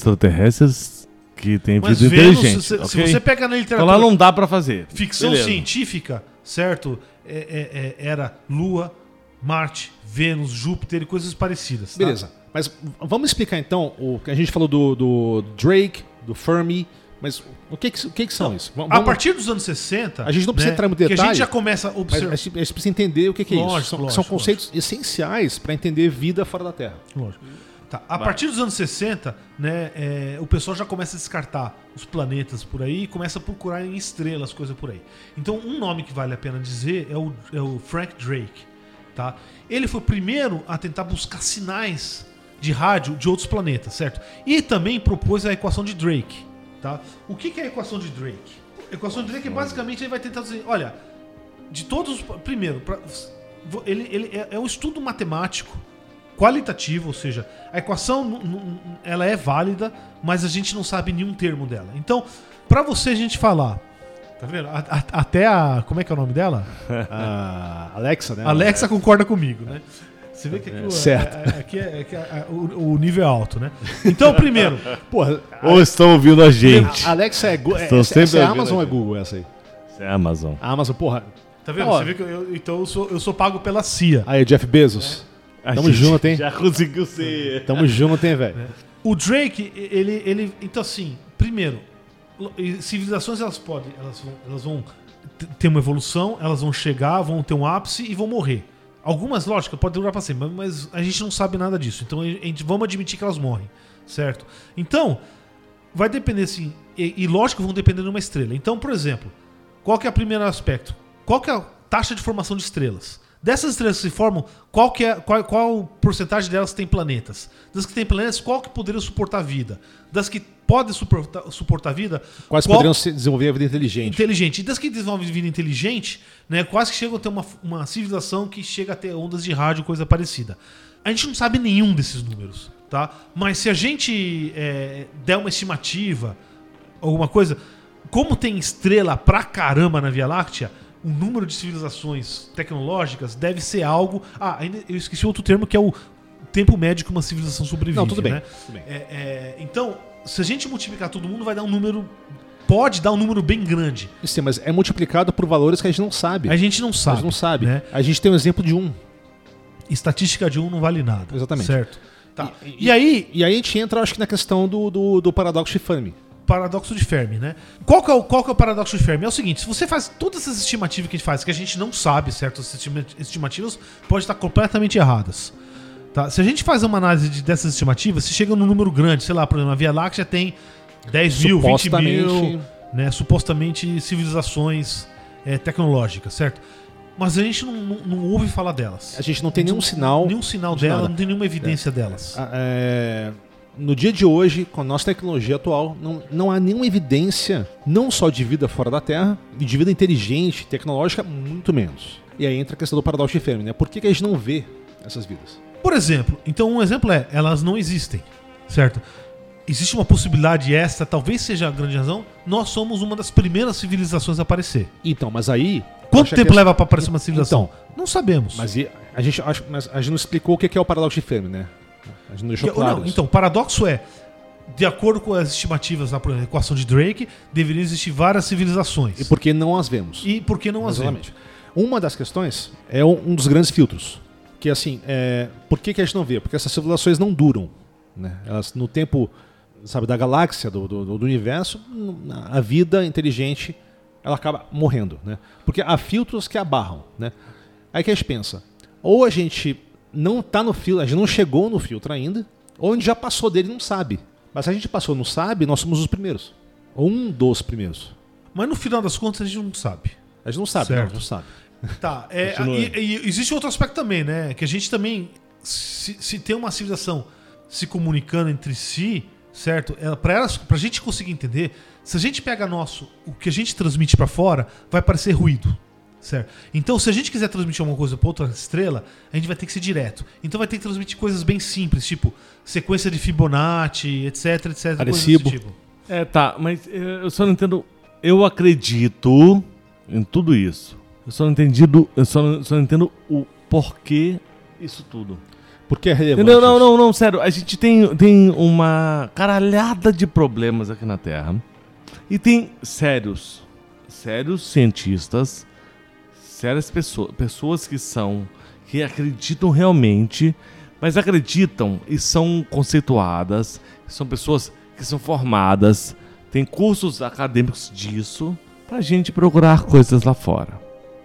[SPEAKER 3] extraterrestres que têm
[SPEAKER 2] Mas
[SPEAKER 3] vida
[SPEAKER 2] Vênus,
[SPEAKER 3] inteligente.
[SPEAKER 2] se, se
[SPEAKER 3] ok?
[SPEAKER 2] você pega na
[SPEAKER 3] Então
[SPEAKER 2] literatura
[SPEAKER 3] lá não dá pra fazer.
[SPEAKER 2] ficção
[SPEAKER 3] Beleza.
[SPEAKER 2] científica, certo? É- é- é- era Lua, Marte, Vênus, Júpiter e coisas parecidas. tá?
[SPEAKER 1] Beleza. Mas v- vamos explicar então o que a gente falou do, do Drake, do Fermi, mas o que que, o que que são isso? V-
[SPEAKER 2] A
[SPEAKER 1] vamos-
[SPEAKER 2] partir dos anos 60.
[SPEAKER 1] A gente não precisa entrar muito
[SPEAKER 2] Que a
[SPEAKER 1] detalhe,
[SPEAKER 2] gente já começa a
[SPEAKER 1] mas
[SPEAKER 2] observar.
[SPEAKER 1] a gente a gente precisa entender o que, que é
[SPEAKER 2] Lógico,
[SPEAKER 1] isso. São,
[SPEAKER 2] lógico,
[SPEAKER 1] são conceitos essenciais para entender vida fora da Terra.
[SPEAKER 2] Lógico. Tá, A partir dos anos 60, né, é, o pessoal já começa a descartar os planetas por aí e começa a procurar em estrelas, coisa por aí. Então, um nome que vale a pena dizer é o, é o Frank Drake. Tá? Ele foi o primeiro a tentar buscar sinais de rádio de outros planetas, certo? E também propôs a equação de Drake. Tá? O que, que é a equação de Drake? A equação de Drake é basicamente ele vai tentar dizer: olha, de todos os. Primeiro, pra- vo- ele, ele é, é um estudo matemático qualitativo, ou seja, a equação nu- nu- ela é válida, mas a gente não sabe nenhum termo dela. Então, pra você a gente falar. Tá vendo? A- a- até a. Como é que é o nome dela?
[SPEAKER 1] Ah, Alexa, né?
[SPEAKER 2] Alexa concorda comigo, né? Você vê que aqui, o-
[SPEAKER 1] Certo.
[SPEAKER 2] é- é- aqui é- é que a- a- o, o nível é alto, né? Então,
[SPEAKER 1] [laughs]
[SPEAKER 2] primeiro,
[SPEAKER 1] Porra,
[SPEAKER 3] Ou estão ouvindo a gente?
[SPEAKER 1] a Alexa é, Gu- é,
[SPEAKER 3] Estão
[SPEAKER 1] essa-
[SPEAKER 3] sempre
[SPEAKER 1] essa é a
[SPEAKER 3] ouvindo
[SPEAKER 1] Amazon
[SPEAKER 3] a
[SPEAKER 1] ou é
[SPEAKER 3] gente.
[SPEAKER 1] Google essa aí?
[SPEAKER 3] Isso é Amazon.
[SPEAKER 1] A Amazon, porra.
[SPEAKER 2] tá vendo?
[SPEAKER 1] Ó.
[SPEAKER 2] Você vê que eu- eu, então eu sou, eu sou pago pela CIA.
[SPEAKER 1] Aí, Jeff Bezos.
[SPEAKER 2] É.
[SPEAKER 3] A
[SPEAKER 1] Tamo
[SPEAKER 3] gente
[SPEAKER 1] junto, hein?
[SPEAKER 3] Já conseguiu ser.
[SPEAKER 1] Tamo junto, hein, velho?
[SPEAKER 2] O Drake, ele, ele. Então, assim, primeiro, lo- e civilizações elas podem. Elas vão, elas vão t- ter uma evolução, elas vão chegar, vão ter um ápice e vão morrer. Algumas, lógico, podem durar pra sempre, mas mas a gente não sabe nada disso. Então, a gente, vamos admitir que elas morrem, certo? Então, vai depender, assim. E, e, lógico, vão depender de uma estrela. Então, por exemplo, qual que é o primeiro aspecto? Qual que é a taxa de formação de estrelas? Dessas estrelas que se formam, qual, que é, qual, qual porcentagem delas tem planetas? Das que tem planetas, qual que poderia suportar vida? Das que podem suportar, suportar vida,
[SPEAKER 1] Quase
[SPEAKER 2] qual
[SPEAKER 1] poderiam se desenvolver a vida inteligente.
[SPEAKER 2] inteligente. E das que desenvolvem vida inteligente, né, quase que chegam a ter uma, uma civilização que chega a ter ondas de rádio, coisa parecida. A gente não sabe nenhum desses números, tá? Mas se a gente é, der uma estimativa, alguma coisa, como tem estrela pra caramba na Via Láctea, o número de civilizações tecnológicas deve ser algo. Ah, ainda eu esqueci outro termo que é o tempo médio que uma civilização sobrevive.
[SPEAKER 1] Não, tudo bem,
[SPEAKER 2] né?
[SPEAKER 1] tudo bem.
[SPEAKER 2] É, é, então, se a gente multiplicar todo mundo, vai dar um número. Pode dar um número bem grande.
[SPEAKER 1] Sim, mas é multiplicado por valores que a gente não sabe.
[SPEAKER 2] A gente não sabe.
[SPEAKER 1] Nós não sabe.
[SPEAKER 2] né?
[SPEAKER 1] A gente tem um exemplo de um.
[SPEAKER 2] Estatística de um não vale nada.
[SPEAKER 1] Exatamente.
[SPEAKER 2] Certo. Tá.
[SPEAKER 1] E-
[SPEAKER 2] E, aí,
[SPEAKER 1] E aí a gente entra, acho que, na questão do, do, do paradoxo de Fermi.
[SPEAKER 2] paradoxo de Fermi, né? Qual que, é o, qual que é o paradoxo de Fermi? É o seguinte, se você faz todas essas estimativas que a gente faz, que a gente não sabe, certo? Essas estima- estimativas podem estar completamente erradas. Tá? Se a gente faz uma análise de- dessas estimativas, se chega num número grande, sei lá, por exemplo, a Via Láctea tem 10 mil, 20 mil,
[SPEAKER 1] Supostamente.
[SPEAKER 2] né, supostamente civilizações eh, tecnológicas, certo? Mas a gente não, não, não ouve falar delas.
[SPEAKER 1] A gente não tem nenhum sinal.
[SPEAKER 2] Nenhum sinal
[SPEAKER 1] de
[SPEAKER 2] dela,
[SPEAKER 1] nada.
[SPEAKER 2] não tem nenhuma evidência delas.
[SPEAKER 1] Ah, é, No dia de hoje, com a nossa tecnologia atual, não, não há nenhuma evidência, não só de vida fora da Terra, e de vida inteligente, tecnológica, muito menos. E aí entra a questão do paradoxo de Fermi, né? Por que, que a gente não vê essas vidas?
[SPEAKER 2] Por exemplo, então um exemplo é, elas não existem, certo? Existe uma possibilidade essa, talvez seja a grande razão, nós somos uma das primeiras civilizações a aparecer.
[SPEAKER 1] Então, mas aí.
[SPEAKER 2] Quanto
[SPEAKER 1] acho que a
[SPEAKER 2] tempo
[SPEAKER 1] questão-
[SPEAKER 2] leva para aparecer uma civilização? não sabemos.
[SPEAKER 1] Mas e- a gente acho, mas a gente não explicou o que que é o paradoxo de Fermi, né? A gente não deixou
[SPEAKER 2] Que-
[SPEAKER 1] claro.
[SPEAKER 2] não,
[SPEAKER 1] isso.
[SPEAKER 2] então, o paradoxo é, de acordo com as estimativas lá, por exemplo, a equação de Drake, deveriam existir várias civilizações.
[SPEAKER 1] E por que não as vemos?
[SPEAKER 2] E por que não as vemos?
[SPEAKER 1] Exatamente. Uma das questões é um, um dos grandes filtros. Que assim, é, por que, que a gente não vê? Porque essas civilizações não duram. Né? Elas, no tempo sabe, da galáxia, do, do, do universo, n- a vida inteligente ela acaba morrendo. Né? Porque há filtros que abarram. Né? Aí que a gente pensa, ou a gente não tá no filtro, a gente não chegou no filtro ainda, ou a gente já passou dele e não sabe. Mas se a gente passou e não sabe, nós somos os primeiros. Ou um dos primeiros.
[SPEAKER 2] Mas no final das contas a gente não sabe.
[SPEAKER 1] A gente não sabe,
[SPEAKER 2] Certo.
[SPEAKER 1] não, não sabe.
[SPEAKER 2] Tá, é,
[SPEAKER 3] Continua.
[SPEAKER 2] e, e existe outro aspecto também, né? Que a gente também, se, se tem uma civilização se comunicando entre si, certo? Ela, pra, elas, pra gente conseguir entender, se a gente pega nosso, o que a gente transmite pra fora, vai parecer ruído, certo? Então, se a gente quiser transmitir alguma coisa pra outra estrela, a gente vai ter que ser direto. Então vai ter que transmitir coisas bem simples, tipo sequência de Fibonacci, etc, etc. coisas
[SPEAKER 1] Arecibo.
[SPEAKER 2] tipo.
[SPEAKER 3] É, tá, mas eh, eu só não entendo. Eu acredito em tudo isso. Eu só não entendido. Eu só não, só não entendo o porquê isso tudo.
[SPEAKER 1] Por que é relevante?
[SPEAKER 3] Entendeu? Não,
[SPEAKER 1] isso?
[SPEAKER 3] não, não, sério. A gente tem, tem uma caralhada de problemas aqui na Terra. E tem sérios, sérios cientistas, sérias pessoas, pessoas que são, que acreditam realmente, mas acreditam e são conceituadas, são pessoas que são formadas, tem cursos acadêmicos disso, pra gente procurar coisas lá fora.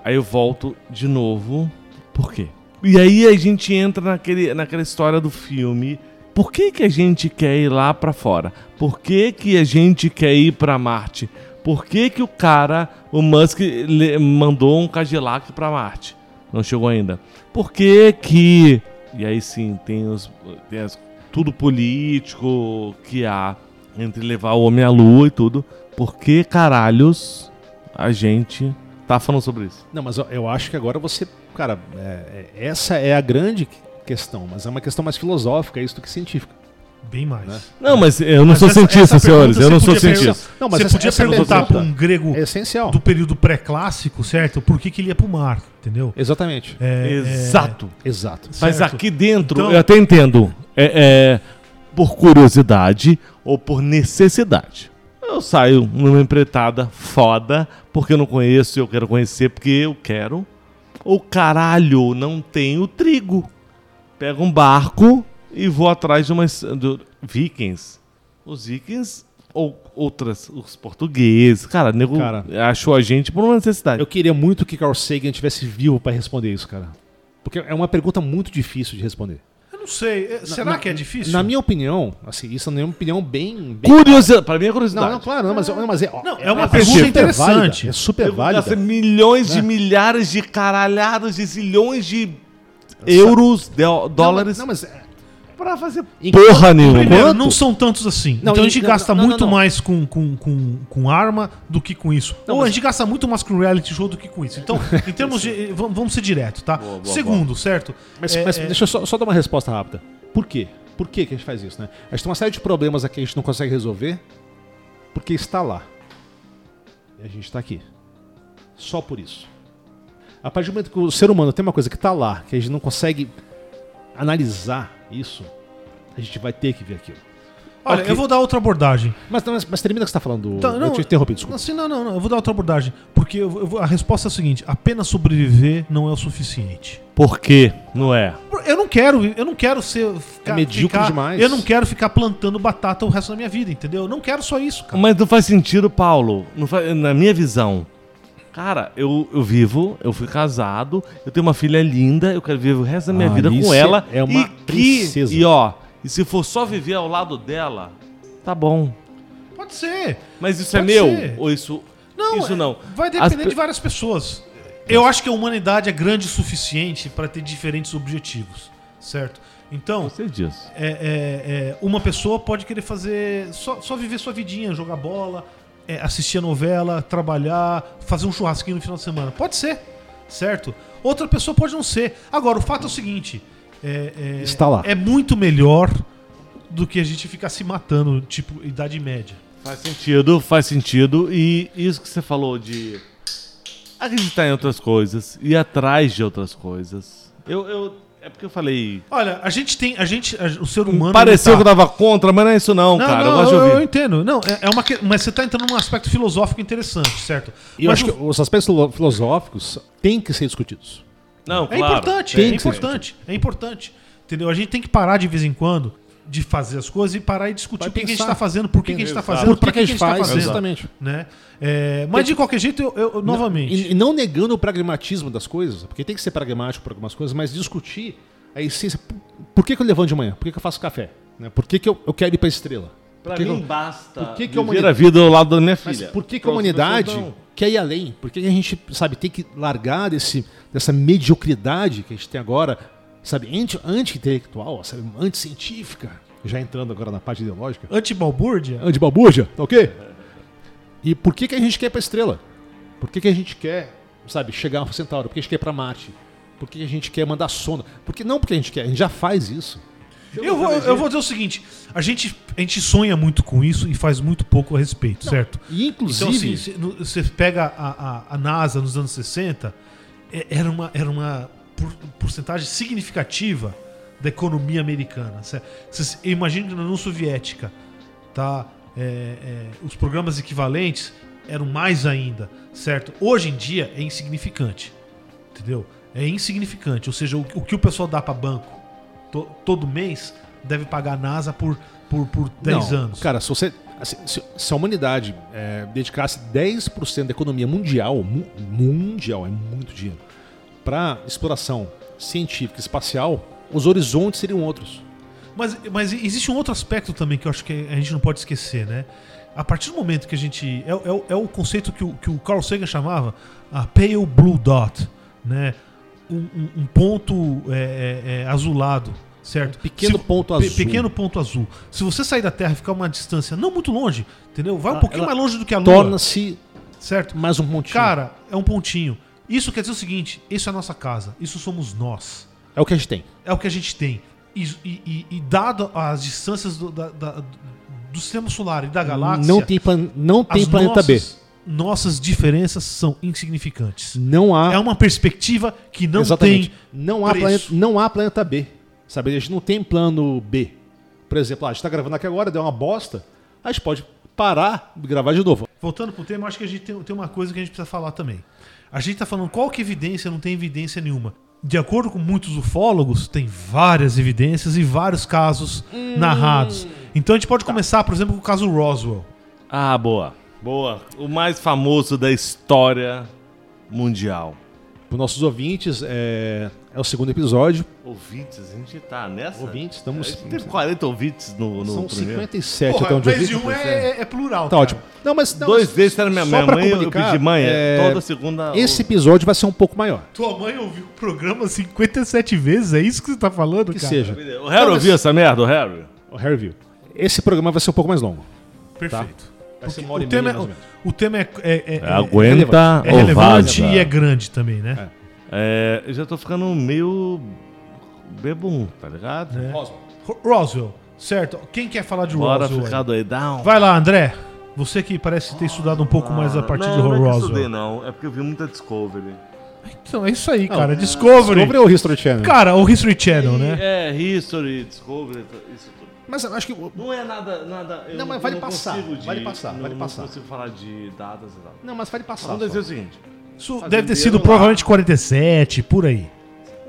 [SPEAKER 3] Aí eu volto de novo. Por quê? E aí a gente entra naquele, naquela história do filme. Por que, que a gente quer ir lá pra fora? Por que, que a gente quer ir pra Marte? Por que, que o cara, o Musk, le- mandou um Cadillac pra Marte? Não chegou ainda. Por que que... E aí sim, tem, os, tem as- tudo político que há entre levar o homem à lua e tudo. Por que caralhos a gente tá falando sobre isso?
[SPEAKER 1] Não, mas eu- eu acho que agora você. Cara, é- é- essa é a grande questão, mas é uma questão mais filosófica, isso do que científica.
[SPEAKER 2] Bem mais.
[SPEAKER 3] Não, mas eu não
[SPEAKER 2] Mas
[SPEAKER 3] sou
[SPEAKER 2] essa-
[SPEAKER 3] cientista,
[SPEAKER 2] essa
[SPEAKER 3] senhores.
[SPEAKER 2] pergunta
[SPEAKER 3] Eu não
[SPEAKER 2] você
[SPEAKER 3] sou
[SPEAKER 2] podia
[SPEAKER 3] cientista.
[SPEAKER 2] perguntar-
[SPEAKER 1] Não, mas
[SPEAKER 2] você
[SPEAKER 1] essa-
[SPEAKER 2] podia
[SPEAKER 1] essa
[SPEAKER 2] perguntar
[SPEAKER 1] pergunta
[SPEAKER 2] para um grego
[SPEAKER 1] É essencial.
[SPEAKER 2] do período pré-clássico, certo? Por que, que ele ia pro mar, entendeu?
[SPEAKER 1] Exatamente.
[SPEAKER 2] É, é,
[SPEAKER 3] Exato.
[SPEAKER 1] Exato.
[SPEAKER 3] Mas
[SPEAKER 2] certo.
[SPEAKER 3] aqui dentro,
[SPEAKER 2] Então-
[SPEAKER 3] eu até entendo. É, é por curiosidade ou por necessidade. Eu saio numa empreitada foda, porque eu não conheço e eu quero conhecer, porque eu quero. Ou caralho, não tenho trigo. Pego um barco e vou atrás de umas. do- vikings. Os vikings ou outras. Os portugueses. Cara, nego
[SPEAKER 1] Cara.
[SPEAKER 3] achou a gente por uma necessidade.
[SPEAKER 1] Eu queria muito que Carl Sagan tivesse vivo pra responder isso, cara. Porque é uma pergunta muito difícil de responder.
[SPEAKER 2] Eu não sei. É, Será que é difícil?
[SPEAKER 1] Na minha opinião, assim, isso é uma opinião bem. bem...
[SPEAKER 3] Curiosidade. Pra mim é curiosidade.
[SPEAKER 1] Não, não, claro, não, mas, não, mas é, ó,
[SPEAKER 2] Não, é uma
[SPEAKER 3] pergunta
[SPEAKER 1] super
[SPEAKER 2] interessante.
[SPEAKER 1] válida, é super
[SPEAKER 3] Eu vou
[SPEAKER 1] válida.
[SPEAKER 3] gastar milhões de milhares de caralhadas de zilhões de euros, de- dólares.
[SPEAKER 1] Não, mas é-
[SPEAKER 3] pra fazer
[SPEAKER 1] Enquanto-
[SPEAKER 3] porra nenhuma.
[SPEAKER 2] Primeiro,
[SPEAKER 1] Quanto?
[SPEAKER 2] não são tantos assim.
[SPEAKER 1] Não,
[SPEAKER 2] então a
[SPEAKER 1] e-
[SPEAKER 2] gente
[SPEAKER 1] não,
[SPEAKER 2] gasta
[SPEAKER 1] não, não,
[SPEAKER 2] muito
[SPEAKER 1] não.
[SPEAKER 2] mais com, com, com, com arma do que com isso.
[SPEAKER 1] Não,
[SPEAKER 2] Ou a
[SPEAKER 1] mas-
[SPEAKER 2] gente gasta muito mais com reality show do que com isso. Então,
[SPEAKER 1] [laughs]
[SPEAKER 2] em termos de. v- Vamos ser direto, tá?
[SPEAKER 3] Boa, boa,
[SPEAKER 2] Segundo, certo?
[SPEAKER 1] Mas,
[SPEAKER 2] É,
[SPEAKER 1] mas
[SPEAKER 2] é,
[SPEAKER 1] deixa eu só, só dar uma resposta rápida. Por quê? Por que que a gente faz isso, né? A gente tem uma série de problemas aqui que a gente não consegue resolver porque está lá. E a gente está aqui. Só por isso. A partir do momento que o ser humano tem uma coisa que está lá, que a gente não consegue analisar isso, a gente vai ter que ver aquilo.
[SPEAKER 2] Olha,
[SPEAKER 1] ok.
[SPEAKER 2] eu vou dar outra abordagem.
[SPEAKER 1] Mas, mas, mas termina o que você está falando.
[SPEAKER 2] Tá,
[SPEAKER 1] eu te interrompi, desculpa.
[SPEAKER 2] Assim, não, não, não. Eu vou dar outra abordagem. Porque eu vou- eu vou- a resposta é a seguinte: apenas sobreviver não é o suficiente.
[SPEAKER 3] Por quê? Não é.
[SPEAKER 2] Eu não quero, eu não quero ser. Ficar,
[SPEAKER 1] É medíocre
[SPEAKER 2] ficar-
[SPEAKER 1] demais.
[SPEAKER 2] Eu não quero ficar plantando batata o resto da minha vida, entendeu? Eu não quero só isso, cara.
[SPEAKER 3] Mas não faz sentido, Paulo. Não fa- na minha visão. Cara, eu, eu vivo, eu fui casado, eu tenho uma filha linda, eu quero viver o resto da minha
[SPEAKER 1] Ah,
[SPEAKER 3] vida
[SPEAKER 1] isso
[SPEAKER 3] com ela.
[SPEAKER 1] é uma
[SPEAKER 3] e
[SPEAKER 1] princesa.
[SPEAKER 3] E ó, e se for só viver ao lado dela, tá bom.
[SPEAKER 2] Pode ser.
[SPEAKER 3] Mas isso é
[SPEAKER 2] Pode
[SPEAKER 3] meu?
[SPEAKER 2] ser.
[SPEAKER 3] Ou isso.
[SPEAKER 2] Não,
[SPEAKER 3] isso
[SPEAKER 2] é-
[SPEAKER 3] não.
[SPEAKER 2] Vai
[SPEAKER 3] As
[SPEAKER 2] depender
[SPEAKER 3] pe-
[SPEAKER 2] de várias pessoas. Eu acho que a humanidade é grande o suficiente para ter diferentes objetivos, certo? Então,
[SPEAKER 3] Você diz.
[SPEAKER 2] é- é- é, uma pessoa pode querer fazer só, só viver sua vidinha, jogar bola, é, assistir a novela, trabalhar, fazer um churrasquinho no final de semana. Pode ser, certo? Outra pessoa pode não ser. Agora, o fato é o seguinte: é, é-
[SPEAKER 1] Está lá.
[SPEAKER 2] é muito melhor do que a gente ficar se matando, tipo, idade média.
[SPEAKER 3] Faz sentido, faz sentido. E isso que você falou de acreditar em outras coisas, ir atrás de outras coisas. Eu, eu é porque eu falei.
[SPEAKER 2] Olha, a gente tem. A gente, a- o ser humano.
[SPEAKER 3] Pareceu que
[SPEAKER 2] ele tá
[SPEAKER 3] eu tava contra, mas não é isso não,
[SPEAKER 2] Não,
[SPEAKER 3] cara.
[SPEAKER 2] não,
[SPEAKER 3] eu gosto de
[SPEAKER 2] eu,
[SPEAKER 3] ouvir.
[SPEAKER 2] entendo. Não, é, é uma que- Mas você tá entrando num aspecto filosófico interessante, certo?
[SPEAKER 1] E eu
[SPEAKER 2] Mas
[SPEAKER 1] acho
[SPEAKER 2] o-
[SPEAKER 1] que os aspectos filo- filosóficos têm que ser discutidos.
[SPEAKER 3] Não,
[SPEAKER 2] É
[SPEAKER 3] claro.
[SPEAKER 2] importante, é,
[SPEAKER 1] tem que ser
[SPEAKER 2] importante, é importante. Entendeu? A gente tem que parar de vez em quando de fazer as coisas e parar e discutir
[SPEAKER 1] Vai
[SPEAKER 2] o que, que a gente
[SPEAKER 1] pensar.
[SPEAKER 2] está fazendo, por que, que a gente está
[SPEAKER 3] Exato.
[SPEAKER 2] fazendo,
[SPEAKER 1] Por que,
[SPEAKER 2] pra
[SPEAKER 1] que a gente
[SPEAKER 2] tá
[SPEAKER 1] faz?
[SPEAKER 2] fazendo,
[SPEAKER 1] Exatamente.
[SPEAKER 2] Né? É, mas de qualquer jeito, eu, eu- eu- novamente.
[SPEAKER 1] E, e não negando o pragmatismo das coisas, porque tem que ser pragmático para algumas coisas, mas discutir a essência. Por, por que, que eu levanto de manhã? Por que, que eu faço café? Né? Por que, que eu, eu quero ir para estrela?
[SPEAKER 3] Pra
[SPEAKER 1] por que, que
[SPEAKER 3] mim
[SPEAKER 1] eu-
[SPEAKER 3] basta
[SPEAKER 1] por que que a
[SPEAKER 3] viver a
[SPEAKER 1] humanidade-
[SPEAKER 3] vida ao lado da minha
[SPEAKER 1] mas
[SPEAKER 3] filha.
[SPEAKER 1] por que, que a
[SPEAKER 3] Pra outras
[SPEAKER 1] humanidade
[SPEAKER 3] pessoas, não.
[SPEAKER 1] quer ir além? Por que, que a gente sabe tem que largar desse, dessa mediocridade que a gente tem agora, sabe, anti- anti-intelectual, sabe, anti-científica, já entrando agora na parte ideológica,
[SPEAKER 2] Antibalbúrdia?
[SPEAKER 1] Andy Balbuja, tá ok? E por que, que a gente quer ir pra estrela? Por que, que a gente quer, sabe, chegar ao Centauro? Por que a gente quer ir pra Marte? Por que a gente quer mandar sonda? Porque não porque a gente quer, a gente já faz isso.
[SPEAKER 2] Eu vou, eu vou dizer o seguinte: a gente, a gente sonha muito com isso e faz muito pouco a respeito, certo?
[SPEAKER 1] E
[SPEAKER 2] Então, assim,
[SPEAKER 1] inclusive,
[SPEAKER 2] se- no- você pega a, a- a NASA nos anos 60, é- era uma, era uma por- porcentagem significativa da economia americana. Cê- cês- eu imagino que na União Soviética, tá? É, é, os programas equivalentes eram mais ainda, certo? Hoje em dia é insignificante, entendeu? É insignificante. Ou seja, o, o que o pessoal dá para banco to- todo mês deve pagar a NASA por, por, por 10
[SPEAKER 1] não,
[SPEAKER 2] anos.
[SPEAKER 1] Cara, se você. assim, se, se a humanidade é, dedicasse 10% da economia mundial, mu- mundial, é muito dinheiro, para exploração científica e espacial, os horizontes seriam outros.
[SPEAKER 2] Mas, mas existe um outro aspecto também que eu acho que a gente não pode esquecer, né? A partir do momento que a gente. É, é o- é o conceito que o, que o Carl Sagan chamava a pale blue dot, né? Um, um- um ponto é, é, é, azulado, certo?
[SPEAKER 1] Um pequeno ponto azul.
[SPEAKER 2] Pequeno ponto azul. Se você sair da Terra e ficar uma distância não muito longe, entendeu? Vai um
[SPEAKER 1] Ah, Ela-
[SPEAKER 2] pouquinho
[SPEAKER 1] ela
[SPEAKER 2] mais longe do que a Lua,
[SPEAKER 1] Torna-se
[SPEAKER 2] certo?
[SPEAKER 1] mais um pontinho.
[SPEAKER 2] Cara, é um pontinho. Isso quer dizer o seguinte: isso é a nossa casa, isso somos nós
[SPEAKER 1] é o que a gente tem.
[SPEAKER 2] é o que a gente tem. E, e- e- e dado as distâncias do, da- da- do sistema solar e da galáxia,
[SPEAKER 1] não tem, plan- não tem
[SPEAKER 2] as
[SPEAKER 1] planeta B.
[SPEAKER 2] nossas, Nossas diferenças são insignificantes.
[SPEAKER 1] Não há.
[SPEAKER 2] É uma perspectiva que não
[SPEAKER 1] Ah. exatamente.
[SPEAKER 2] tem.
[SPEAKER 1] não, há
[SPEAKER 2] preço.
[SPEAKER 1] planeta, não há planeta B. Sabe? A gente não tem plano B. Por exemplo, ah, a gente tá gravando aqui agora, deu uma bosta. A gente pode parar e gravar de novo.
[SPEAKER 2] Voltando pro tema, acho que a gente tem, tem uma coisa que a gente precisa falar também. A gente tá falando qual que é evidência, não tem evidência nenhuma. De acordo com muitos ufólogos, tem várias evidências e vários casos
[SPEAKER 1] Hum.
[SPEAKER 2] narrados. Então a gente pode começar, por exemplo, com o caso Roswell.
[SPEAKER 3] Ah, boa. Boa. O mais famoso da história mundial.
[SPEAKER 1] Para nossos ouvintes, é, é o segundo episódio.
[SPEAKER 3] Ouvintes, a gente tá nessa?
[SPEAKER 1] Ouvintes, estamos-
[SPEAKER 3] A gente teve 40 ouvintes no, no
[SPEAKER 1] São
[SPEAKER 3] primeiro.
[SPEAKER 1] 57 até
[SPEAKER 2] Porra,
[SPEAKER 1] onde eu
[SPEAKER 2] mais
[SPEAKER 1] vi.
[SPEAKER 2] de um é, é- é plural.
[SPEAKER 1] Tá
[SPEAKER 2] cara.
[SPEAKER 1] ótimo. Não, mas, não,
[SPEAKER 3] Dois
[SPEAKER 1] mas
[SPEAKER 3] vezes era minha
[SPEAKER 1] só
[SPEAKER 3] minha
[SPEAKER 1] pra
[SPEAKER 3] mãe, eu
[SPEAKER 1] comunicar,
[SPEAKER 3] pedi mãe. é,
[SPEAKER 1] é,
[SPEAKER 3] Toda segunda.
[SPEAKER 1] Esse episódio vai ser um pouco maior.
[SPEAKER 2] Tua mãe ouviu o programa 57 vezes, é isso que você tá falando,
[SPEAKER 1] Que
[SPEAKER 2] cara?
[SPEAKER 1] seja.
[SPEAKER 3] O Harry ouviu essa merda, o Harry?
[SPEAKER 1] O Hairview. Esse programa vai ser um pouco mais longo.
[SPEAKER 2] Perfeito.
[SPEAKER 1] Vai ser uma hora
[SPEAKER 2] O
[SPEAKER 1] e
[SPEAKER 2] tema, é,
[SPEAKER 1] meia, mais ou menos.
[SPEAKER 2] o tema é, é, é-
[SPEAKER 1] Aguenta
[SPEAKER 3] Aguenta
[SPEAKER 2] é relevante e é grande também, né?
[SPEAKER 3] É, eu já tô ficando meio. bebum, tá ligado?
[SPEAKER 1] Oswald.
[SPEAKER 2] Ro- Roswell, certo? Quem quer falar de
[SPEAKER 3] Bora
[SPEAKER 2] Roswell?
[SPEAKER 3] ficar
[SPEAKER 2] aí?
[SPEAKER 3] doidão.
[SPEAKER 2] Vai lá, André. Você que parece ter estudado um pouco mais a partir
[SPEAKER 3] não,
[SPEAKER 2] de
[SPEAKER 3] não é que eu estudei,
[SPEAKER 2] Roswell.
[SPEAKER 3] não. É porque eu vi muita Discovery.
[SPEAKER 2] Então é isso aí, cara. Discovery.
[SPEAKER 1] Sobre o History Channel.
[SPEAKER 2] Cara, o History Channel, né?
[SPEAKER 3] É, History, Discovery, isso tudo.
[SPEAKER 1] Mas eu acho que. o-
[SPEAKER 3] Não é nada. nada eu
[SPEAKER 1] Não, mas vale passar,
[SPEAKER 3] consigo
[SPEAKER 1] vale passar,
[SPEAKER 3] não,
[SPEAKER 1] vale
[SPEAKER 3] não
[SPEAKER 1] passar.
[SPEAKER 3] consigo falar de datas e tal.
[SPEAKER 1] Não, mas vai passar.
[SPEAKER 3] Vamos dizer o seguinte.
[SPEAKER 2] Isso
[SPEAKER 3] Fazendeiro
[SPEAKER 2] deve ter sido
[SPEAKER 3] lá.
[SPEAKER 2] provavelmente 47, por aí.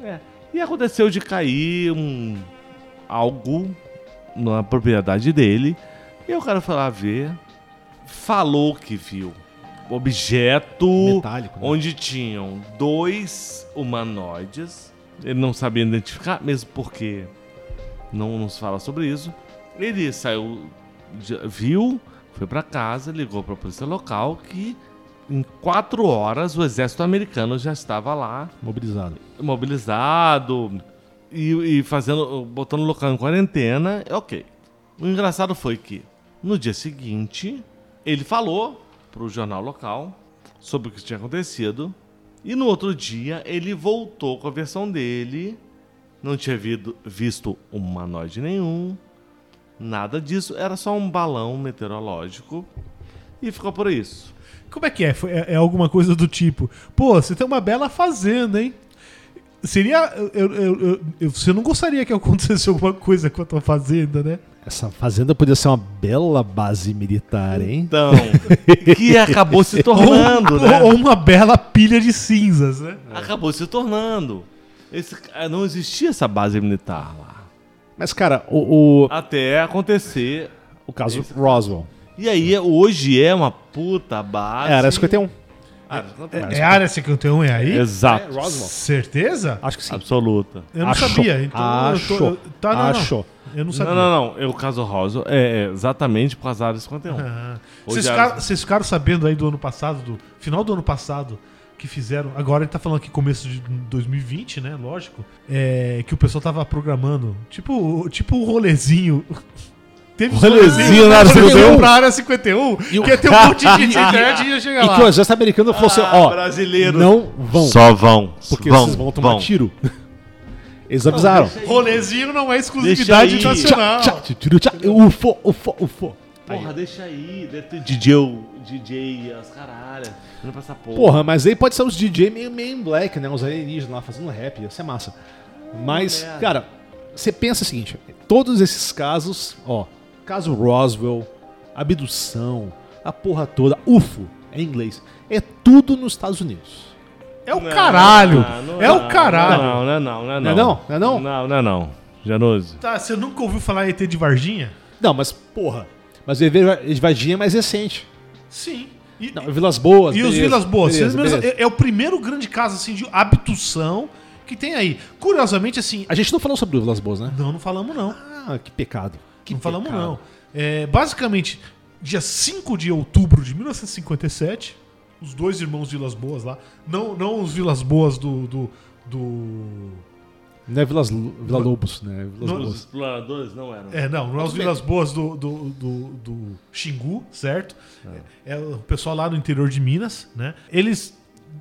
[SPEAKER 3] É, e aconteceu de cair um algo na propriedade dele. E o cara foi lá ver, falou que viu objeto
[SPEAKER 1] Metálico, né?
[SPEAKER 3] onde tinham dois humanoides. Ele não sabia identificar, mesmo porque não nos fala sobre isso. Ele saiu, de- viu, foi pra casa, ligou pra polícia local que em quatro horas o exército americano já estava lá
[SPEAKER 1] Mobilizado.
[SPEAKER 3] mobilizado e, e fazendo, botando o local em quarentena, é ok. O engraçado foi que no dia seguinte ele falou pro jornal local sobre o que tinha acontecido e no outro dia ele voltou com a versão dele, não tinha vido- visto humanoide nenhum, nada disso, era só um balão meteorológico e ficou por isso.
[SPEAKER 2] Como é que é? Foi- é? é alguma coisa do tipo, pô, você tem uma bela fazenda, hein? Seria. eu- eu- eu- eu- eu- você não gostaria que acontecesse alguma coisa com a tua fazenda, né?
[SPEAKER 1] Essa fazenda podia ser uma bela base militar, hein?
[SPEAKER 3] Então, que acabou se tornando,
[SPEAKER 2] Ou,
[SPEAKER 3] né?
[SPEAKER 2] ou uma bela pilha de cinzas, né?
[SPEAKER 3] É. Acabou se tornando. Esse, ca- não existia essa base militar lá.
[SPEAKER 1] Mas, cara, o, o,
[SPEAKER 3] Até acontecer.
[SPEAKER 1] o caso Roswell.
[SPEAKER 3] E aí, hoje é uma puta base.
[SPEAKER 1] É, era 51.
[SPEAKER 3] Ah, acontece.
[SPEAKER 2] É, a área 51 é aí?
[SPEAKER 1] É,
[SPEAKER 3] Exato.
[SPEAKER 1] Roswell.
[SPEAKER 2] Certeza?
[SPEAKER 1] Acho que sim.
[SPEAKER 3] Absoluta.
[SPEAKER 2] Eu não
[SPEAKER 1] Achou.
[SPEAKER 2] sabia, então eu tô.
[SPEAKER 1] Achou.
[SPEAKER 2] eu- tá, não, não.
[SPEAKER 1] Achou.
[SPEAKER 2] Eu não
[SPEAKER 3] Não,
[SPEAKER 2] sabia.
[SPEAKER 3] não, não. É o caso Roswell. É, é exatamente por causa da área 51.
[SPEAKER 2] Ah.
[SPEAKER 3] Hoje
[SPEAKER 2] Vocês,
[SPEAKER 3] é-
[SPEAKER 2] ficaram, vocês ficaram sabendo aí do ano passado, do final do ano passado, que fizeram. Agora ele tá falando aqui começo de 2020, né? Lógico. É, que o pessoal tava programando. Tipo, tipo um rolezinho. [laughs] Teve um
[SPEAKER 3] Rolezinho né, na área 51?
[SPEAKER 2] pra área 51, que ia ter
[SPEAKER 3] [laughs]
[SPEAKER 2] um monte de gente na internet e ia chegar
[SPEAKER 1] E
[SPEAKER 2] lá.
[SPEAKER 1] que o exército americano falou assim: ó,
[SPEAKER 3] brasileiro.
[SPEAKER 1] não vão.
[SPEAKER 3] Só vão.
[SPEAKER 1] porque
[SPEAKER 3] vão,
[SPEAKER 1] vocês vão tomar
[SPEAKER 3] vão.
[SPEAKER 1] tiro. Eles avisaram.
[SPEAKER 2] Rolezinho não é
[SPEAKER 3] Deixa aí.
[SPEAKER 1] Tchá, tchá, tiro, tchá, Ufo, ufo, ufo.
[SPEAKER 3] Porra, deixa aí. Deve ter DJ, o- DJ, as caralhas. Não passa porra.
[SPEAKER 1] Porra, mas aí pode ser os DJ meio, meio em black, né? Os alienígenas lá fazendo rap, ia ser massa. Mas,
[SPEAKER 3] merda.
[SPEAKER 1] cara, você pensa o seguinte: todos esses casos, ó, caso Roswell, abdução, a porra toda, UFO, em inglês, é tudo nos Estados Unidos.
[SPEAKER 2] É o
[SPEAKER 3] Não,
[SPEAKER 2] caralho.
[SPEAKER 3] não, não,
[SPEAKER 2] é o caralho.
[SPEAKER 3] Não, não, não, não,
[SPEAKER 1] Não é não? Não é não?
[SPEAKER 3] Não, não, é não. Janose.
[SPEAKER 2] Tá, você nunca ouviu falar em ET de Varginha?
[SPEAKER 1] Não, mas porra. Mas o Evadinha é mais recente.
[SPEAKER 2] Sim. E,
[SPEAKER 1] Não, Vilas Boas.
[SPEAKER 2] E os
[SPEAKER 1] beleza,
[SPEAKER 2] Vilas Boas,
[SPEAKER 1] beleza,
[SPEAKER 2] vocês mesmos-
[SPEAKER 1] beleza.
[SPEAKER 2] é, é o primeiro grande caso assim de abdução que tem aí. Curiosamente, assim.
[SPEAKER 1] A gente não falou sobre Las Boas, né?
[SPEAKER 2] Não, não falamos não.
[SPEAKER 1] Ah, que pecado. Que
[SPEAKER 2] não falamos
[SPEAKER 1] pecado.
[SPEAKER 2] não. É, basicamente, dia 5 de outubro de 1957, os dois irmãos Vilas Boas lá, não, não os Vilas Boas do... do, do-
[SPEAKER 1] Não é Vilas, Vila Lobos, né? Vilas
[SPEAKER 2] Não.
[SPEAKER 3] Os
[SPEAKER 1] Boas.
[SPEAKER 3] exploradores não eram.
[SPEAKER 2] é, não, não é os
[SPEAKER 1] Tudo bem.
[SPEAKER 2] Vilas Boas do, do, do, do Xingu, certo? É. o pessoal lá no interior de Minas, né? Eles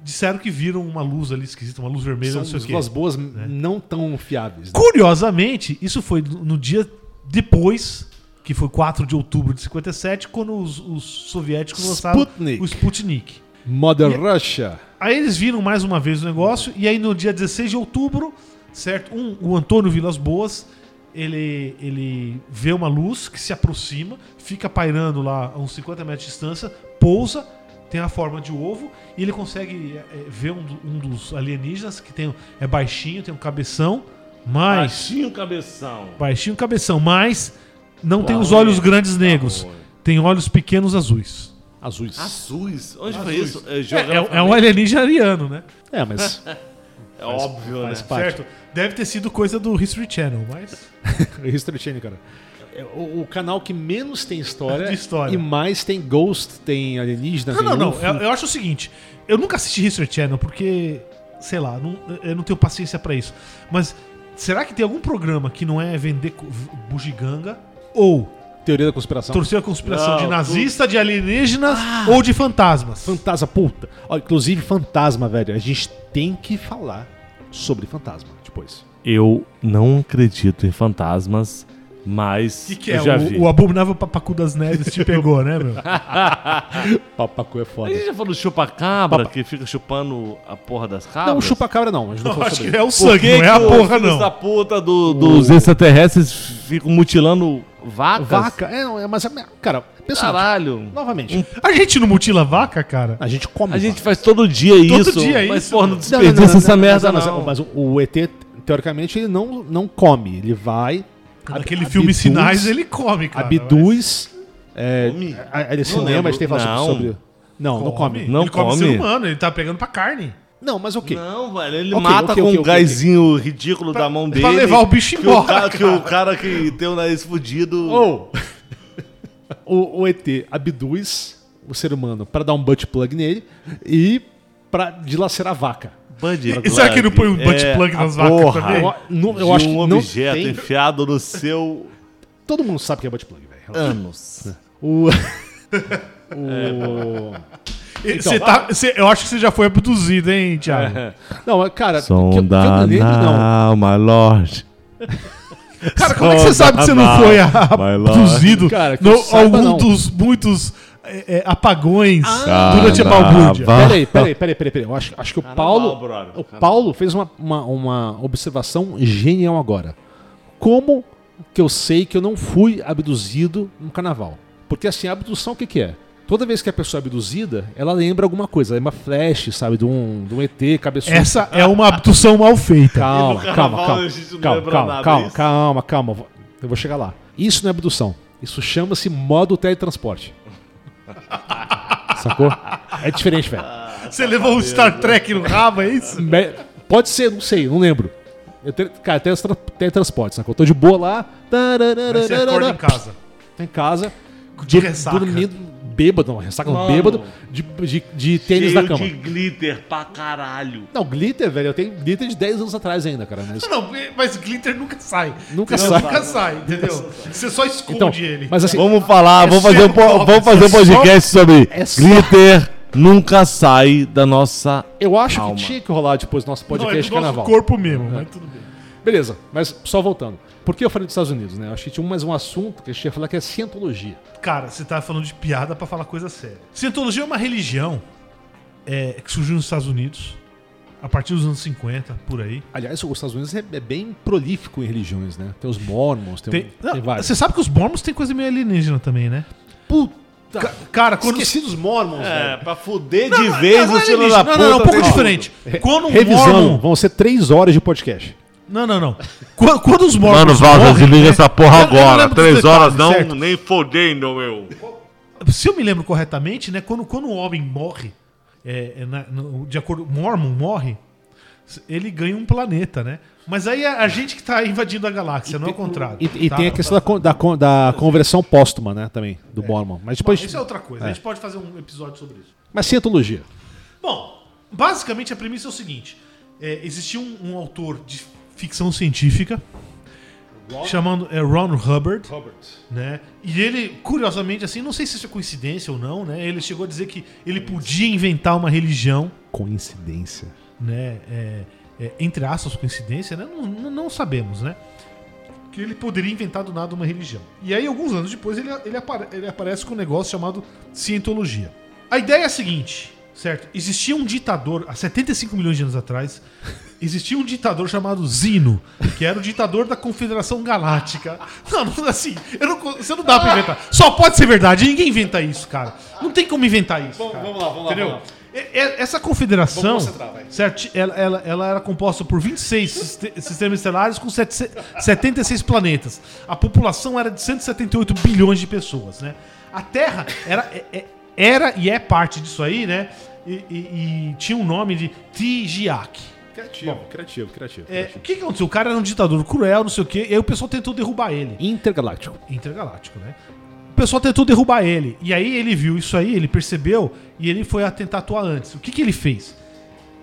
[SPEAKER 2] disseram que viram uma luz ali esquisita, uma luz vermelha,
[SPEAKER 1] São
[SPEAKER 2] não sei o quê. É.
[SPEAKER 1] Vilas Boas não tão fiáveis. né?
[SPEAKER 2] Curiosamente, isso foi no dia depois, que foi 4 de outubro de 57, quando os, os soviéticos lançaram
[SPEAKER 1] Sputnik.
[SPEAKER 2] o Sputnik.
[SPEAKER 1] Mother Russia.
[SPEAKER 2] Aí eles viram mais uma vez o negócio, e aí no dia 16 de outubro, certo? Um, o Antônio Vilas Boas, ele, ele vê uma luz que se aproxima, fica pairando lá a uns 50 metros de distância, pousa, tem a forma de ovo, e ele consegue é, é, ver um, do- um dos alienígenas, que tem, é baixinho, tem um cabeção, mas...
[SPEAKER 3] Baixinho cabeção.
[SPEAKER 2] Baixinho cabeção, mas não tem os
[SPEAKER 3] Marrom.
[SPEAKER 2] olhos grandes negros.
[SPEAKER 3] Marrom.
[SPEAKER 2] Tem olhos pequenos azuis.
[SPEAKER 1] Azuis.
[SPEAKER 3] Azuis. Onde foi
[SPEAKER 2] Azuis.
[SPEAKER 3] isso? É,
[SPEAKER 2] É, é- é
[SPEAKER 3] geograficamente.
[SPEAKER 2] um alienígena ariano, né?
[SPEAKER 1] É, mas [laughs]
[SPEAKER 3] É óbvio,
[SPEAKER 1] faz
[SPEAKER 3] né?
[SPEAKER 1] parte.
[SPEAKER 2] Certo. Deve ter sido coisa do History Channel, mas.
[SPEAKER 1] History Channel, cara. É o, o canal que menos tem história,
[SPEAKER 2] [laughs] De história.
[SPEAKER 1] e mais tem ghost, tem alienígena,
[SPEAKER 2] Não,
[SPEAKER 1] tem
[SPEAKER 2] Ah, não, não.
[SPEAKER 3] um
[SPEAKER 2] É,
[SPEAKER 1] UFO.
[SPEAKER 2] Eu, eu acho o seguinte: eu nunca assisti History Channel porque, sei lá, não- eu não tenho paciência pra isso. Mas será que tem algum programa que não é vender co- v- bugiganga ou
[SPEAKER 1] Teoria da conspiração.
[SPEAKER 2] torcer a conspiração
[SPEAKER 3] Tá. Não, Ah!
[SPEAKER 2] de
[SPEAKER 3] tu-
[SPEAKER 2] nazista, de alienígenas ou de fantasmas?
[SPEAKER 1] Fantasma, puta. Ó, inclusive, fantasma, velho. A gente tem que falar sobre fantasma depois.
[SPEAKER 3] Eu não acredito em fantasmas, mas
[SPEAKER 2] O que, que é?
[SPEAKER 3] eu já
[SPEAKER 2] o,
[SPEAKER 3] vi.
[SPEAKER 2] o abominável papacu das neves te pegou, né, meu?
[SPEAKER 1] Papacu é foda.
[SPEAKER 3] A gente já falou do chupacabra, que fica chupando a porra das cabras.
[SPEAKER 1] Não, o chupa-cabra não. A gente não
[SPEAKER 2] Não,
[SPEAKER 1] falou
[SPEAKER 2] acho
[SPEAKER 1] sobre ele.
[SPEAKER 2] que é o
[SPEAKER 3] Por
[SPEAKER 2] sangue,
[SPEAKER 3] que
[SPEAKER 2] não é a
[SPEAKER 3] que
[SPEAKER 2] porra,
[SPEAKER 3] os filhos da
[SPEAKER 2] não.
[SPEAKER 3] puta do- dos extraterrestres ficam mutilando vacas?
[SPEAKER 1] Vaca, é, não, é, mas, é- cara,
[SPEAKER 3] Ah,
[SPEAKER 1] pensa
[SPEAKER 3] Caralho.
[SPEAKER 1] novamente.
[SPEAKER 2] A gente não mutila vaca, cara?
[SPEAKER 1] A gente come
[SPEAKER 3] Um A gente
[SPEAKER 1] vaca.
[SPEAKER 3] faz todo dia é isso.
[SPEAKER 2] dia
[SPEAKER 3] mas,
[SPEAKER 2] isso,
[SPEAKER 3] porra, não
[SPEAKER 2] mano.
[SPEAKER 1] Não, não, não,
[SPEAKER 3] desperdiça
[SPEAKER 1] não,
[SPEAKER 3] essa
[SPEAKER 1] não,
[SPEAKER 3] merda,
[SPEAKER 1] mas,
[SPEAKER 3] não.
[SPEAKER 1] Mas o, o ET, teoricamente, ele não, não come. Ele vai...
[SPEAKER 2] Naquele
[SPEAKER 1] ab-
[SPEAKER 2] filme
[SPEAKER 1] abduz-
[SPEAKER 2] Sinais ele come, cara.
[SPEAKER 1] abduz. É,
[SPEAKER 3] Come?
[SPEAKER 1] a- a- ele se
[SPEAKER 3] Não
[SPEAKER 1] lembra
[SPEAKER 3] lembro.
[SPEAKER 1] de ter falado
[SPEAKER 3] Não.
[SPEAKER 1] sobre. Não, não come.
[SPEAKER 3] Não
[SPEAKER 2] ele come,
[SPEAKER 3] come.
[SPEAKER 2] ser humano, ele tá pegando pra carne.
[SPEAKER 1] Não, mas o quê?
[SPEAKER 3] Não, velho, ele
[SPEAKER 1] Ok,
[SPEAKER 3] mata
[SPEAKER 1] ok,
[SPEAKER 3] com
[SPEAKER 1] ok,
[SPEAKER 3] um
[SPEAKER 1] ok,
[SPEAKER 3] gásinho ridículo da mão dele.
[SPEAKER 2] pra levar o bicho
[SPEAKER 3] que
[SPEAKER 2] embora, [laughs]
[SPEAKER 3] O cara, Que
[SPEAKER 2] cara.
[SPEAKER 3] o cara que tem o nariz fudido.
[SPEAKER 1] Ou [laughs] o, o ET abduz o ser humano pra dar um butt plug nele e pra dilacerar a vaca.
[SPEAKER 3] Bud
[SPEAKER 2] E será que não põe um
[SPEAKER 3] plug,
[SPEAKER 2] butt
[SPEAKER 3] é
[SPEAKER 2] plug nas
[SPEAKER 3] a
[SPEAKER 2] vacas
[SPEAKER 3] porra
[SPEAKER 2] também?
[SPEAKER 1] Eu, não- eu
[SPEAKER 3] de
[SPEAKER 1] acho
[SPEAKER 3] um
[SPEAKER 1] que não
[SPEAKER 3] objeto
[SPEAKER 1] tem-
[SPEAKER 3] enfiado no seu
[SPEAKER 1] Todo mundo sabe que é butt plug,
[SPEAKER 3] [laughs]
[SPEAKER 1] velho.
[SPEAKER 3] ânus.
[SPEAKER 1] O... [laughs]
[SPEAKER 3] É,
[SPEAKER 1] o...
[SPEAKER 2] E cê tá- cê- eu acho que você já foi abduzido, hein, Thiago?
[SPEAKER 1] Não, mas, cara, que eu- que eu não lembro, não.
[SPEAKER 3] um my lord.
[SPEAKER 2] Cara, como é que você sabe que você não foi a-
[SPEAKER 3] Vai lá.
[SPEAKER 2] abduzido
[SPEAKER 1] Cara, que eu
[SPEAKER 2] no
[SPEAKER 1] saiba,
[SPEAKER 2] algum
[SPEAKER 1] não.
[SPEAKER 2] dos muitos é, é, apagões
[SPEAKER 1] Ah.
[SPEAKER 2] durante a balbúrdia?
[SPEAKER 3] Carnaval.
[SPEAKER 1] Peraí, peraí, peraí, peraí, peraí. Eu acho, acho que o
[SPEAKER 3] Carnaval,
[SPEAKER 1] Paulo.
[SPEAKER 3] brother.
[SPEAKER 1] O
[SPEAKER 3] Carnaval.
[SPEAKER 1] Paulo fez uma, uma, uma observação genial agora. Como que eu sei que eu não fui abduzido no carnaval? Porque assim, a abdução o que, que é? Toda vez que a pessoa é abduzida, ela lembra alguma coisa, lembra flash, sabe, de um, de um ET, cabeçudo.
[SPEAKER 2] Essa é uma abdução mal feita.
[SPEAKER 1] Calma,
[SPEAKER 3] E no carnaval
[SPEAKER 1] calma,
[SPEAKER 3] a
[SPEAKER 1] calma.
[SPEAKER 3] gente não
[SPEAKER 1] Calma,
[SPEAKER 3] lembra
[SPEAKER 1] calma,
[SPEAKER 3] nada, é
[SPEAKER 1] calma,
[SPEAKER 3] isso?
[SPEAKER 1] calma, calma. Eu vou chegar lá. Isso não é abdução. Isso chama-se modo
[SPEAKER 3] [laughs]
[SPEAKER 1] teletransporte. Sacou? É diferente, velho.
[SPEAKER 2] Você levou um Star Trek no rabo, é isso?
[SPEAKER 1] Me- Pode ser, não sei, não lembro. Eu te... Cara, teletran- teletransporte, sacou? Tô de boa lá.
[SPEAKER 2] Aí Você acorda é em casa.
[SPEAKER 1] Tô em casa.
[SPEAKER 2] De ressaca.
[SPEAKER 1] Dormindo bêbado, não, ressaca não,
[SPEAKER 3] Mano.
[SPEAKER 1] bêbado. De, de, de tênis
[SPEAKER 3] Cheio
[SPEAKER 1] na cama.
[SPEAKER 3] de glitter pra caralho.
[SPEAKER 1] Não, glitter, velho, eu tenho glitter de 10 anos atrás ainda, cara. mas-
[SPEAKER 2] Não, mas glitter nunca sai.
[SPEAKER 1] Nunca
[SPEAKER 2] Você
[SPEAKER 1] sai.
[SPEAKER 2] Nunca sai, entendeu? Você só esconde
[SPEAKER 1] Então,
[SPEAKER 2] ele.
[SPEAKER 1] mas assim,
[SPEAKER 3] Vamos falar, vamos fazer, um, po-
[SPEAKER 2] Sherlock,
[SPEAKER 3] vamos fazer um
[SPEAKER 2] é só-
[SPEAKER 3] podcast sobre
[SPEAKER 1] é só-
[SPEAKER 3] glitter nunca sai da nossa.
[SPEAKER 1] eu acho
[SPEAKER 3] Calma.
[SPEAKER 1] que tinha que rolar depois do nosso
[SPEAKER 2] não, é Uhum.
[SPEAKER 1] podcast
[SPEAKER 2] do
[SPEAKER 1] de
[SPEAKER 2] nosso
[SPEAKER 1] carnaval.
[SPEAKER 2] corpo mesmo, mas tudo bem.
[SPEAKER 1] Beleza, mas só voltando. Por que eu falei dos Estados Unidos, né? Eu achei que tinha mais um assunto que a gente ia falar que é cientologia.
[SPEAKER 2] Cara, você tá falando de piada pra falar coisa séria. Cientologia é uma religião é, que surgiu nos Estados Unidos a partir dos anos 50, por aí.
[SPEAKER 1] Aliás, os Estados Unidos é, é bem prolífico em religiões, né? Tem os mormons, tem,
[SPEAKER 2] Então,
[SPEAKER 1] um-
[SPEAKER 2] Tem-
[SPEAKER 1] tem,
[SPEAKER 2] Não,
[SPEAKER 1] vários.
[SPEAKER 2] você sabe que os mormons tem coisa meio alienígena também, né?
[SPEAKER 1] Puta!
[SPEAKER 2] Ca- cara, quando...
[SPEAKER 1] Esqueci dos Mormons,
[SPEAKER 3] É,
[SPEAKER 1] velho.
[SPEAKER 3] pra fuder de vez
[SPEAKER 2] não,
[SPEAKER 3] o
[SPEAKER 2] não,
[SPEAKER 3] filho
[SPEAKER 2] alienígena. não,
[SPEAKER 3] da puta.
[SPEAKER 2] não, não, um pouco
[SPEAKER 3] tem
[SPEAKER 2] diferente. Quando um
[SPEAKER 1] Revisando,
[SPEAKER 2] mormon...
[SPEAKER 1] vão ser três horas de podcast.
[SPEAKER 2] Não, não, não. Qu- Quando os mormons
[SPEAKER 3] Mano, Valda,
[SPEAKER 2] morrem,
[SPEAKER 3] desliga
[SPEAKER 2] né?
[SPEAKER 3] essa porra
[SPEAKER 2] Eu- eu não
[SPEAKER 3] agora.
[SPEAKER 2] lembro dos
[SPEAKER 3] Três
[SPEAKER 2] detalhes,
[SPEAKER 3] horas não,
[SPEAKER 2] certo?
[SPEAKER 3] nem fodendo, meu.
[SPEAKER 2] se eu me lembro corretamente, né, quando, quando o homem morre, é, é na- no- de acordo, Mormon morre, Ele ganha um planeta, né? Mas aí é a gente que tá invadindo a galáxia, não é o contrário.
[SPEAKER 1] E, e
[SPEAKER 2] tá?
[SPEAKER 1] tem a questão da, con- da, con- da conversão póstuma, né, também, do Borman. Mas
[SPEAKER 2] Bom,
[SPEAKER 1] depois.
[SPEAKER 2] isso é outra coisa.
[SPEAKER 1] É.
[SPEAKER 2] A gente pode fazer um episódio sobre isso.
[SPEAKER 1] Mas cientologia.
[SPEAKER 2] Bom, basicamente a premissa é o seguinte: É, existia um, um autor de ficção científica chamando é, Ron Hubbard, né? E ele, curiosamente, assim, não sei se isso é coincidência ou não, né? Ele chegou a dizer que ele podia inventar uma religião,
[SPEAKER 1] Coincidência.
[SPEAKER 2] né? É, é, entre aspas, coincidência, né? Não, não- não sabemos, né? Que ele poderia inventar do nada uma religião. E aí, alguns anos depois, ele, ele, apare- ele aparece com um negócio chamado cientologia. A ideia é a seguinte, certo? Existia um ditador, há 75 milhões de anos atrás, existia um ditador chamado Zino, que era o ditador da Confederação Galáctica. Não, não assim, eu não, con- você não dá pra inventar. Só pode ser verdade, ninguém inventa isso, cara. Não tem como inventar isso. cara.
[SPEAKER 3] vamos lá, vamos lá,
[SPEAKER 2] Entendeu?
[SPEAKER 3] vamos
[SPEAKER 2] E- e- Essa confederação,
[SPEAKER 3] Vamos concentrar, vai.
[SPEAKER 2] certo? Ela, ela- ela era composta por 26 siste- sistemas estelares com 7 76 planetas. A população era de 178 bilhões de pessoas, né? A Terra era, é- é- era e é parte disso aí, né? E, e- e tinha um nome de Tigiak.
[SPEAKER 1] Criativo, criativo, criativo.
[SPEAKER 2] É, o que, que aconteceu? O cara era um ditador cruel, não sei o quê, e aí o pessoal tentou derrubar ele
[SPEAKER 1] Intergaláctico.
[SPEAKER 2] intergaláctico, né? O pessoal tentou derrubar ele. E aí ele viu isso aí, ele percebeu e ele foi a- tentar atuar antes. O que, que ele fez?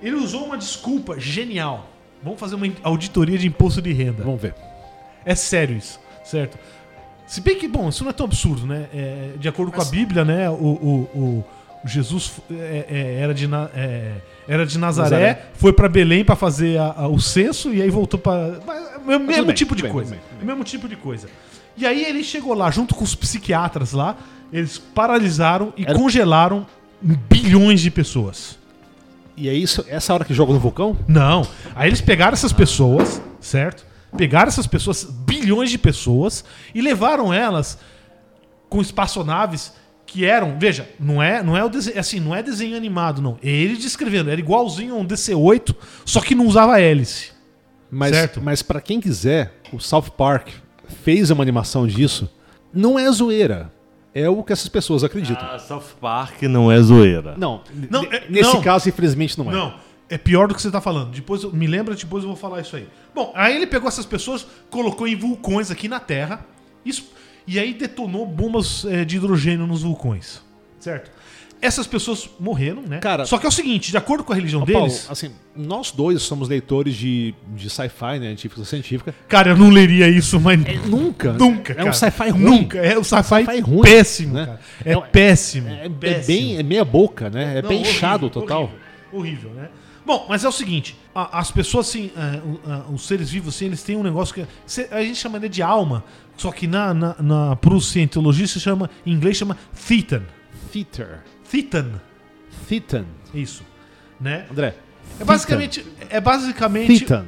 [SPEAKER 2] Ele usou uma desculpa genial. Vamos fazer uma in- auditoria de imposto de renda.
[SPEAKER 1] Vamos ver.
[SPEAKER 2] É sério isso, certo? Se bem que, bom, isso não é tão absurdo, né? É, de acordo com a Bíblia, né? O, o- o Jesus f- é, é, era, de Na- é, era de Nazaré,
[SPEAKER 1] Nazaré.
[SPEAKER 2] foi pra Belém pra fazer a- a- o censo e aí voltou pra. Mas, é o mesmo,
[SPEAKER 1] bem,
[SPEAKER 2] tipo
[SPEAKER 1] tudo
[SPEAKER 2] de
[SPEAKER 1] bem,
[SPEAKER 2] coisa.
[SPEAKER 1] tudo bem,
[SPEAKER 2] o mesmo tipo de coisa. E aí ele chegou lá, junto com os psiquiatras lá, eles paralisaram e congelaram bilhões de pessoas.
[SPEAKER 1] E é isso, essa hora que joga no vulcão?
[SPEAKER 2] Não. Aí eles pegaram essas pessoas, certo? Pegaram essas pessoas, bilhões de pessoas, e levaram elas com espaçonaves que eram, veja, não é, não é o desenho, assim, não é desenho animado não. Ele descrevendo, era igualzinho a um DC-8, só que não usava hélice.
[SPEAKER 1] Mas,
[SPEAKER 2] Certo.
[SPEAKER 1] mas para quem quiser, o South Park fez uma animação disso. Não é zoeira. É o que essas pessoas acreditam.
[SPEAKER 3] Ah, South Park não é zoeira.
[SPEAKER 1] Não,
[SPEAKER 2] Não,
[SPEAKER 1] n-
[SPEAKER 2] é-
[SPEAKER 1] nesse
[SPEAKER 2] não.
[SPEAKER 1] caso, infelizmente, não é.
[SPEAKER 2] Não, é pior do que você tá falando. Depois eu- me lembra, depois eu vou falar isso aí. Bom, aí ele pegou essas pessoas, colocou em vulcões aqui na Terra, isso, e aí detonou bombas eh, de hidrogênio nos vulcões. Certo? Essas pessoas morreram, né?
[SPEAKER 1] Cara-
[SPEAKER 2] Só que é o seguinte, de acordo com a religião
[SPEAKER 1] Paulo,
[SPEAKER 2] deles.
[SPEAKER 1] assim, nós dois somos leitores de, de sci-fi, né? De ficção científica.
[SPEAKER 2] Cara, eu não leria isso, mas.
[SPEAKER 1] Nunca.
[SPEAKER 2] Nunca,
[SPEAKER 1] É
[SPEAKER 2] cara.
[SPEAKER 1] um sci-fi ruim.
[SPEAKER 2] Nunca. É um sci-fi,
[SPEAKER 1] Sci-fi ruim,
[SPEAKER 2] péssimo,
[SPEAKER 1] né?
[SPEAKER 2] cara. É,
[SPEAKER 1] Não, é-
[SPEAKER 2] péssimo.
[SPEAKER 1] É, é
[SPEAKER 2] péssimo.
[SPEAKER 1] bem é meia boca, né? É
[SPEAKER 2] Não,
[SPEAKER 1] bem
[SPEAKER 2] horrível,
[SPEAKER 1] inchado total.
[SPEAKER 2] Horrível, horrível, né? Bom, mas é o seguinte, a- as pessoas assim, ah, o- ah, os seres vivos assim, eles têm um negócio que se- a gente chama né, de alma, só que na, na, na pro cientologista chama, em inglês chama thetan.
[SPEAKER 1] Theater.
[SPEAKER 2] Thetan, é
[SPEAKER 1] Thetan.
[SPEAKER 2] isso, né?
[SPEAKER 1] André.
[SPEAKER 2] É basicamente, é basicamente
[SPEAKER 1] Thetan.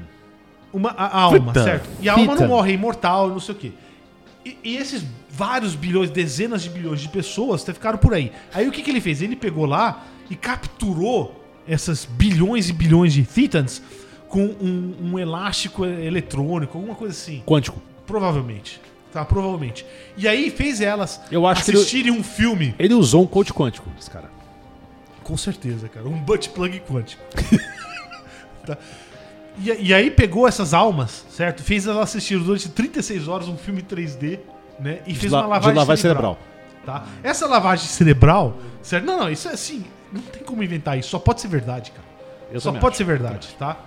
[SPEAKER 2] uma, a, a alma,
[SPEAKER 3] Thetan.
[SPEAKER 2] certo? E a alma
[SPEAKER 1] Thetan.
[SPEAKER 2] não morre, é imortal, não sei o quê. E, e esses vários bilhões, dezenas de bilhões de pessoas até ficaram por aí. Aí o que, que ele fez? Ele pegou lá e capturou essas bilhões e bilhões de Titans com um, um elástico e- eletrônico, alguma coisa assim.
[SPEAKER 1] Quântico.
[SPEAKER 2] Provavelmente. Tá, provavelmente. E aí fez elas
[SPEAKER 1] Eu acho que ele-
[SPEAKER 2] assistirem um filme.
[SPEAKER 1] Ele usou um coach quântico, esse cara.
[SPEAKER 2] Com certeza, cara. Um butt plug quântico. [laughs] Tá. e, e aí pegou essas almas, certo? Fez ela assistir durante 36 horas um filme 3D, né? E fez
[SPEAKER 1] la-
[SPEAKER 2] uma lavagem,
[SPEAKER 1] de lavagem
[SPEAKER 2] Tá? Essa lavagem cerebral, certo? Não, não, isso é assim. Não tem como inventar isso. Só pode ser verdade, cara.
[SPEAKER 1] Eu
[SPEAKER 2] Só
[SPEAKER 1] também
[SPEAKER 2] pode
[SPEAKER 1] acho.
[SPEAKER 2] ser verdade, tá?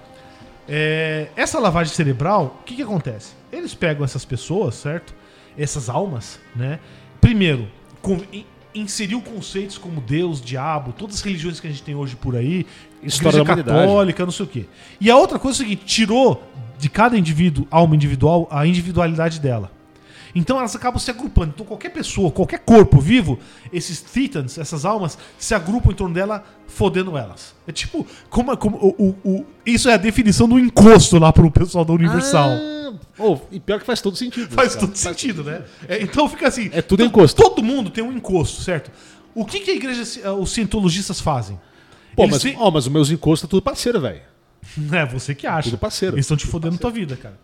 [SPEAKER 2] É, essa lavagem cerebral, o que, que acontece? Eles pegam essas pessoas, certo? Essas almas, né? Primeiro, com, in- inseriu conceitos como Deus, diabo, todas as religiões que a gente tem hoje por aí,
[SPEAKER 1] História da
[SPEAKER 2] igreja
[SPEAKER 1] humanidade.
[SPEAKER 2] católica, não sei o quê. E a outra coisa é o seguinte: tirou de cada indivíduo, alma individual, a individualidade dela. Então elas acabam se agrupando. Então qualquer pessoa, qualquer corpo vivo, esses titans, essas almas, se agrupam em torno dela, fodendo elas. É tipo, como, como o, o- o- isso é a definição do encosto lá pro pessoal da Universal.
[SPEAKER 1] Ah, oh, e pior que faz todo sentido.
[SPEAKER 2] Faz
[SPEAKER 1] cara.
[SPEAKER 2] todo sentido, né? É, então fica assim.
[SPEAKER 1] É tudo
[SPEAKER 2] to-
[SPEAKER 1] encosto.
[SPEAKER 2] Todo mundo tem um encosto, certo? O que, que a igreja, ci- ah, os cientologistas fazem?
[SPEAKER 1] Pô,
[SPEAKER 2] Eles
[SPEAKER 1] mas,
[SPEAKER 2] têm-
[SPEAKER 1] ó, mas os meus encostos tá tudo parceiro, velho.
[SPEAKER 2] É você que acha.
[SPEAKER 1] Tudo parceiro.
[SPEAKER 2] Eles estão te fodendo tua vida, cara.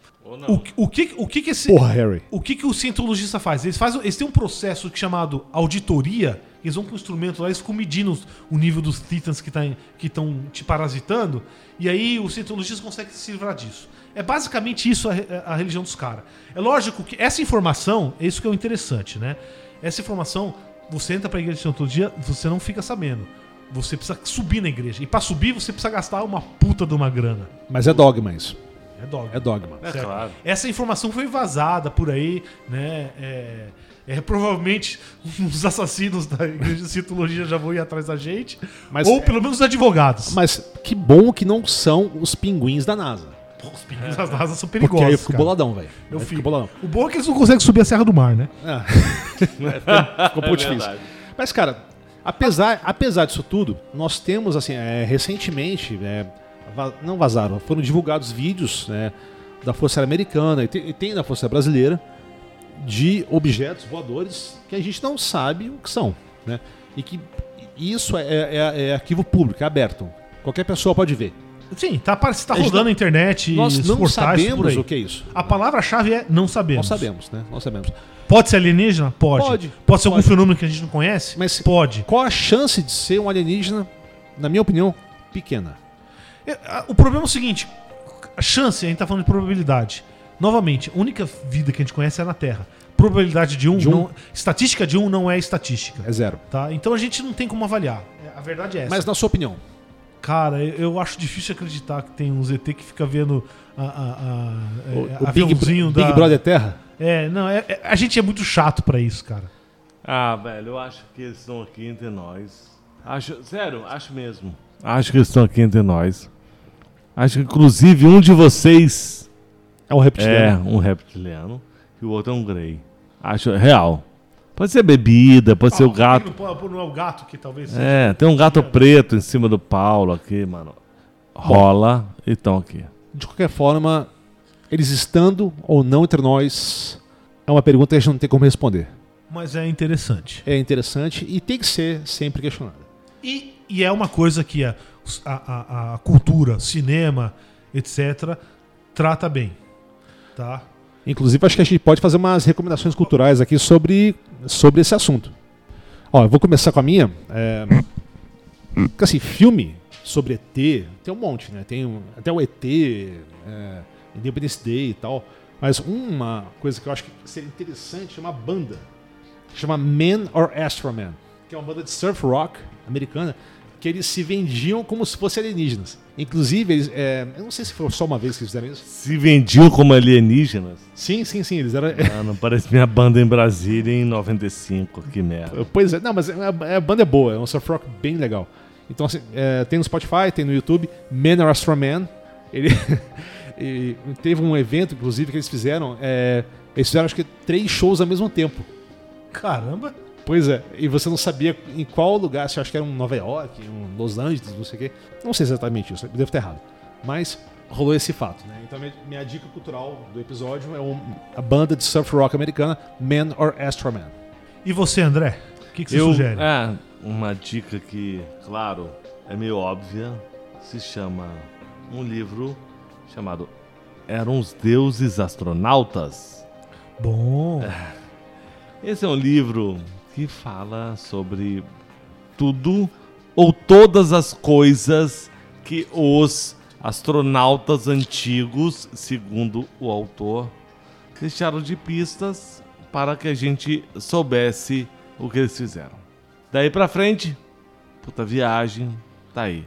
[SPEAKER 2] O, que- o que o que que esse
[SPEAKER 1] Porra, Harry.
[SPEAKER 2] o que que o cientologista faz? Eles fazem eles têm um processo que chamado auditoria Eles vão com o instrumento lá, eles ficam medindo os- o nível dos titãs que tá em- que estão te parasitando. E aí os cientologistas conseguem se livrar disso. É basicamente isso a, re- a religião dos caras. É lógico que essa informação, é isso que é o interessante, né? Essa informação, você entra pra igreja de cientologia, você não fica sabendo. Você precisa subir na igreja. E pra subir, você precisa gastar uma puta de uma grana.
[SPEAKER 1] Mas é dogma isso.
[SPEAKER 2] É dogma.
[SPEAKER 1] É dogma.
[SPEAKER 3] É
[SPEAKER 2] Certo.
[SPEAKER 3] claro.
[SPEAKER 2] Essa informação foi vazada por aí, né? É, é, provavelmente [laughs] os assassinos da igreja de cientologia já vão ir atrás da gente.
[SPEAKER 1] Mas- é-
[SPEAKER 2] ou pelo menos os advogados.
[SPEAKER 1] Mas que bom que não são os pinguins da NASA.
[SPEAKER 2] Pô, os pinguins das asas são
[SPEAKER 1] Porque
[SPEAKER 2] perigosos.
[SPEAKER 1] aí eu fico
[SPEAKER 2] cara.
[SPEAKER 1] boladão, velho.
[SPEAKER 2] Eu
[SPEAKER 1] Aí
[SPEAKER 2] fico. [laughs]
[SPEAKER 1] boladão.
[SPEAKER 2] O bom é que eles não conseguem subir a Serra do Mar, né?
[SPEAKER 1] [laughs] Ficou um pouco
[SPEAKER 3] É
[SPEAKER 1] difícil.
[SPEAKER 3] verdade.
[SPEAKER 1] Mas, cara, apesar, apesar disso tudo, nós temos, assim, é, recentemente, é, va- não vazaram, foram divulgados vídeos né, da Força Aérea Americana e te- e tem, da Força Aérea Brasileira de objetos voadores que a gente não sabe o que são. Né? E que isso é, é- é arquivo público, é aberto. Qualquer pessoa pode ver.
[SPEAKER 2] Sim, tá, apare- tá
[SPEAKER 1] A gente
[SPEAKER 2] rodando na internet
[SPEAKER 1] Nós
[SPEAKER 2] e
[SPEAKER 1] não
[SPEAKER 2] portais por
[SPEAKER 1] sabemos
[SPEAKER 2] aí.
[SPEAKER 1] o que é isso.
[SPEAKER 2] A palavra-chave é não
[SPEAKER 1] Nós
[SPEAKER 2] sabemos.
[SPEAKER 1] sabemos, né? Nós sabemos.
[SPEAKER 2] Pode ser alienígena? Pode.
[SPEAKER 1] Pode.
[SPEAKER 2] Pode ser algum
[SPEAKER 1] Pode.
[SPEAKER 2] fenômeno que a gente não conhece?
[SPEAKER 1] Mas-
[SPEAKER 2] Pode.
[SPEAKER 1] Qual a chance de ser um alienígena, na minha opinião, pequena?
[SPEAKER 2] É, a- O problema é o seguinte: a chance, a gente tá falando de probabilidade. Novamente, a única vida que a gente conhece é na Terra. Probabilidade de um,
[SPEAKER 1] De um.
[SPEAKER 2] não- estatística de um não é estatística.
[SPEAKER 1] É zero.
[SPEAKER 2] Tá? Então a gente não tem como avaliar. É, A verdade é essa.
[SPEAKER 1] Mas na sua opinião,
[SPEAKER 2] Cara, eu- eu acho difícil acreditar que tem um ZT que fica vendo a, a- a-
[SPEAKER 1] o,
[SPEAKER 2] é,
[SPEAKER 1] o Big,
[SPEAKER 2] aviãozinho
[SPEAKER 1] Bro-
[SPEAKER 2] da.
[SPEAKER 1] Big Brother Terra?
[SPEAKER 2] É, não, é- é- a gente é muito chato pra isso, cara.
[SPEAKER 3] Ah, velho, eu acho que eles estão aqui entre nós. Acho, sério, acho mesmo. Acho que eles estão aqui entre nós. Acho que, inclusive, um de vocês
[SPEAKER 1] É um
[SPEAKER 3] é
[SPEAKER 1] reptiliano.
[SPEAKER 3] um reptiliano e o outro é um grey. Acho real. Pode ser bebida, pode
[SPEAKER 2] Ah,
[SPEAKER 3] ser o gato.
[SPEAKER 2] Não, pô, não é o gato que talvez seja.
[SPEAKER 3] É, tem um gato preto em cima do Paulo aqui, mano. Rola e estão aqui.
[SPEAKER 2] É.
[SPEAKER 1] De qualquer forma, eles estando ou não entre nós é uma pergunta que a gente não tem como responder.
[SPEAKER 2] Mas é interessante.
[SPEAKER 1] É interessante e tem que ser sempre questionada.
[SPEAKER 2] E, e é uma coisa que a, a, a- a cultura, cinema, etc., trata bem. Tá?
[SPEAKER 1] Inclusive, acho que a gente pode fazer umas recomendações culturais aqui sobre, sobre esse assunto. Ó, eu vou começar com a minha. É... porque, Assim, filme sobre ET tem um monte, né? Tem um- até o ET, é, Independence Day e tal. Mas uma coisa que eu acho que seria interessante é uma banda que chama Man or Astroman, que é uma banda de surf rock americana que eles se vendiam como se fossem alienígenas. Inclusive, eles, é, eu não sei se foi só uma vez que eles fizeram isso.
[SPEAKER 3] Se vendiam como alienígenas.
[SPEAKER 1] Sim, sim, sim, eles eram.
[SPEAKER 3] Mano, Ah, parece minha banda em Brasília em 95. Que merda.
[SPEAKER 1] Pois é, não, mas a, a banda é boa, é um surf rock bem legal. Então, assim, é, tem no Spotify, tem no YouTube, Man or Astro Man. Ele [laughs] e teve um evento, inclusive, que eles fizeram. é, eles fizeram acho que três shows ao mesmo tempo.
[SPEAKER 2] Caramba!
[SPEAKER 1] Pois é, e você não sabia em qual lugar, se eu acho que era um Nova York, um Los Angeles, não sei o quê. Não sei exatamente isso, eu devo estar errado. Mas rolou esse fato, né? Então minha, minha dica cultural do episódio é um- a banda de surf rock americana Man or Astro Man.
[SPEAKER 2] E você, André? O que, que você
[SPEAKER 3] eu,
[SPEAKER 2] sugere?
[SPEAKER 3] É, uma dica que, claro, é meio óbvia, se chama um livro chamado Eram os Deuses Astronautas.
[SPEAKER 2] Bom.
[SPEAKER 3] Esse é um livro que fala sobre tudo ou todas as coisas que os astronautas antigos, segundo o autor, deixaram de pistas para que a gente soubesse o que eles fizeram. Daí pra frente, puta viagem, tá aí.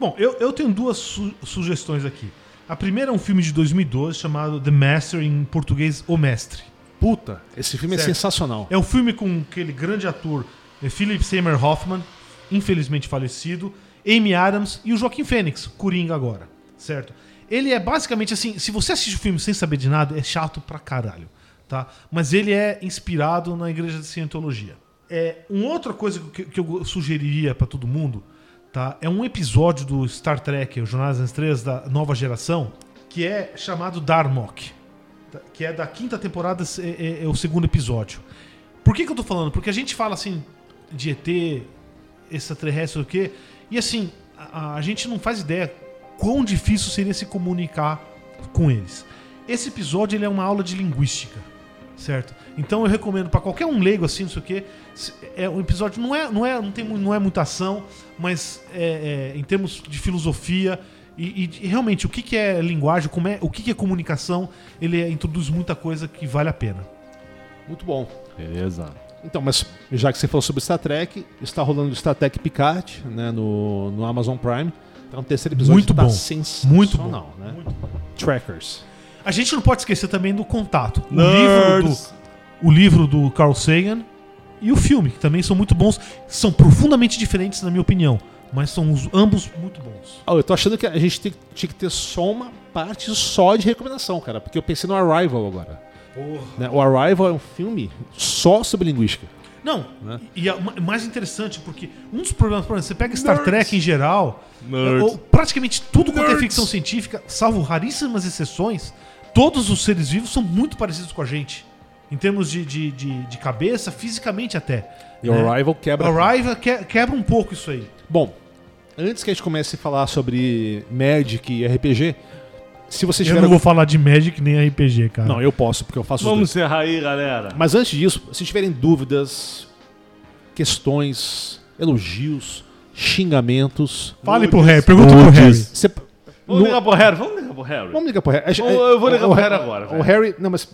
[SPEAKER 2] Bom, eu, eu tenho duas su- sugestões aqui. A primeira é um filme de 2012 chamado The Master, em português O Mestre.
[SPEAKER 1] Puta, esse filme
[SPEAKER 2] Certo.
[SPEAKER 1] é sensacional.
[SPEAKER 2] É um filme com aquele grande ator eh, Philip Seymour Hoffman, infelizmente falecido, Amy Adams e o Joaquim Fênix, Coringa agora, certo? Ele é basicamente assim, se você assiste o filme sem saber de nada, é chato pra caralho, tá? Mas ele é inspirado na Igreja de Cientologia. É, uma outra coisa que, que eu sugeriria pra todo mundo, tá? É um episódio do Star Trek, o Jornada das Estrelas da nova geração, que é chamado Darmok tá? que é da quinta temporada, se- é, é- é o segundo episódio. Por que, que eu tô falando? Porque a gente fala assim de ET, extraterrestre, o quê? E assim, a, a gente não faz ideia quão difícil seria se comunicar com eles. Esse episódio ele é uma aula de linguística. Certo. Então eu recomendo pra qualquer um leigo assim, não sei o quê. se- É, o episódio não é, não é, não tem, mu- não é muita ação, mas é, é, em termos de filosofia e, e de- realmente o que, que é linguagem, como é, o que, que é comunicação, ele é, introduz muita coisa que vale a pena.
[SPEAKER 1] Muito bom.
[SPEAKER 3] Beleza.
[SPEAKER 1] Então, mas já que você falou sobre Star Trek, está rolando Star Trek Picard, né, no, no Amazon Prime. Então, o terceiro episódio
[SPEAKER 2] Muito
[SPEAKER 1] tá
[SPEAKER 2] bom.
[SPEAKER 1] sensacional,
[SPEAKER 2] Muito bom.
[SPEAKER 1] né? Trackers.
[SPEAKER 2] A gente não pode esquecer também do contato. O livro do,
[SPEAKER 3] Nerds.
[SPEAKER 2] o livro do Carl Sagan e o filme, que também são muito bons, são profundamente diferentes na minha opinião, mas são os- ambos muito bons.
[SPEAKER 1] Ah, eu tô achando que a gente tem- tinha que ter só uma parte só de recomendação, cara, porque eu pensei no Arrival agora. né? O Arrival é um filme só sobre linguística.
[SPEAKER 2] Não,
[SPEAKER 1] Né?
[SPEAKER 2] e é ma- mais interessante porque um dos problemas, por exemplo, você pega Star Trek em geral,
[SPEAKER 3] Nerds.
[SPEAKER 2] ou praticamente tudo quanto é
[SPEAKER 3] Nerds.
[SPEAKER 2] ficção científica, salvo raríssimas exceções, todos os seres vivos são muito parecidos com a gente. Em termos de, de, de, de cabeça, fisicamente até.
[SPEAKER 1] E o
[SPEAKER 2] né?
[SPEAKER 1] Arrival quebra.
[SPEAKER 2] Arrival que- quebra um pouco isso aí.
[SPEAKER 1] Bom, antes que a gente comece a falar sobre Magic e RPG, se vocês
[SPEAKER 2] Eu
[SPEAKER 1] tiveram.
[SPEAKER 2] não vou falar de Magic nem RPG, cara.
[SPEAKER 1] Não, eu posso, porque eu faço os
[SPEAKER 3] Vamos encerrar aí, galera.
[SPEAKER 1] Mas antes disso, se tiverem dúvidas, questões, elogios, xingamentos,
[SPEAKER 2] Fale
[SPEAKER 3] Nudes,
[SPEAKER 2] pro Harry, pergunta pro Harry.
[SPEAKER 1] você-
[SPEAKER 3] Vamos
[SPEAKER 1] no-
[SPEAKER 3] ligar pro Harry. Vamos ligar pro Harry.
[SPEAKER 1] vamos ligar pro Harry.
[SPEAKER 3] Eu- eu vou ligar
[SPEAKER 1] O-
[SPEAKER 3] pro
[SPEAKER 1] o-
[SPEAKER 3] Harry agora,
[SPEAKER 1] O
[SPEAKER 3] velho.
[SPEAKER 1] Harry, não, mas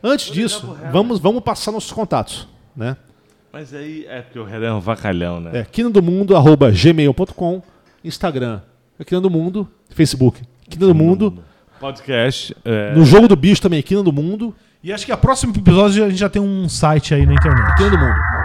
[SPEAKER 1] antes disso, vamos, vamos passar nossos contatos, né?
[SPEAKER 3] Mas aí é porque o Harry é um vacalhão, né?
[SPEAKER 1] É, quina do mundo, arroba gmail.com, Instagram, é quina do mundo, Facebook, quina do mundo,
[SPEAKER 3] Podcast. É...
[SPEAKER 1] no jogo do bicho também, quina do mundo,
[SPEAKER 2] E acho que a próximo episódio a gente já tem um site aí na internet.
[SPEAKER 1] quina do mundo.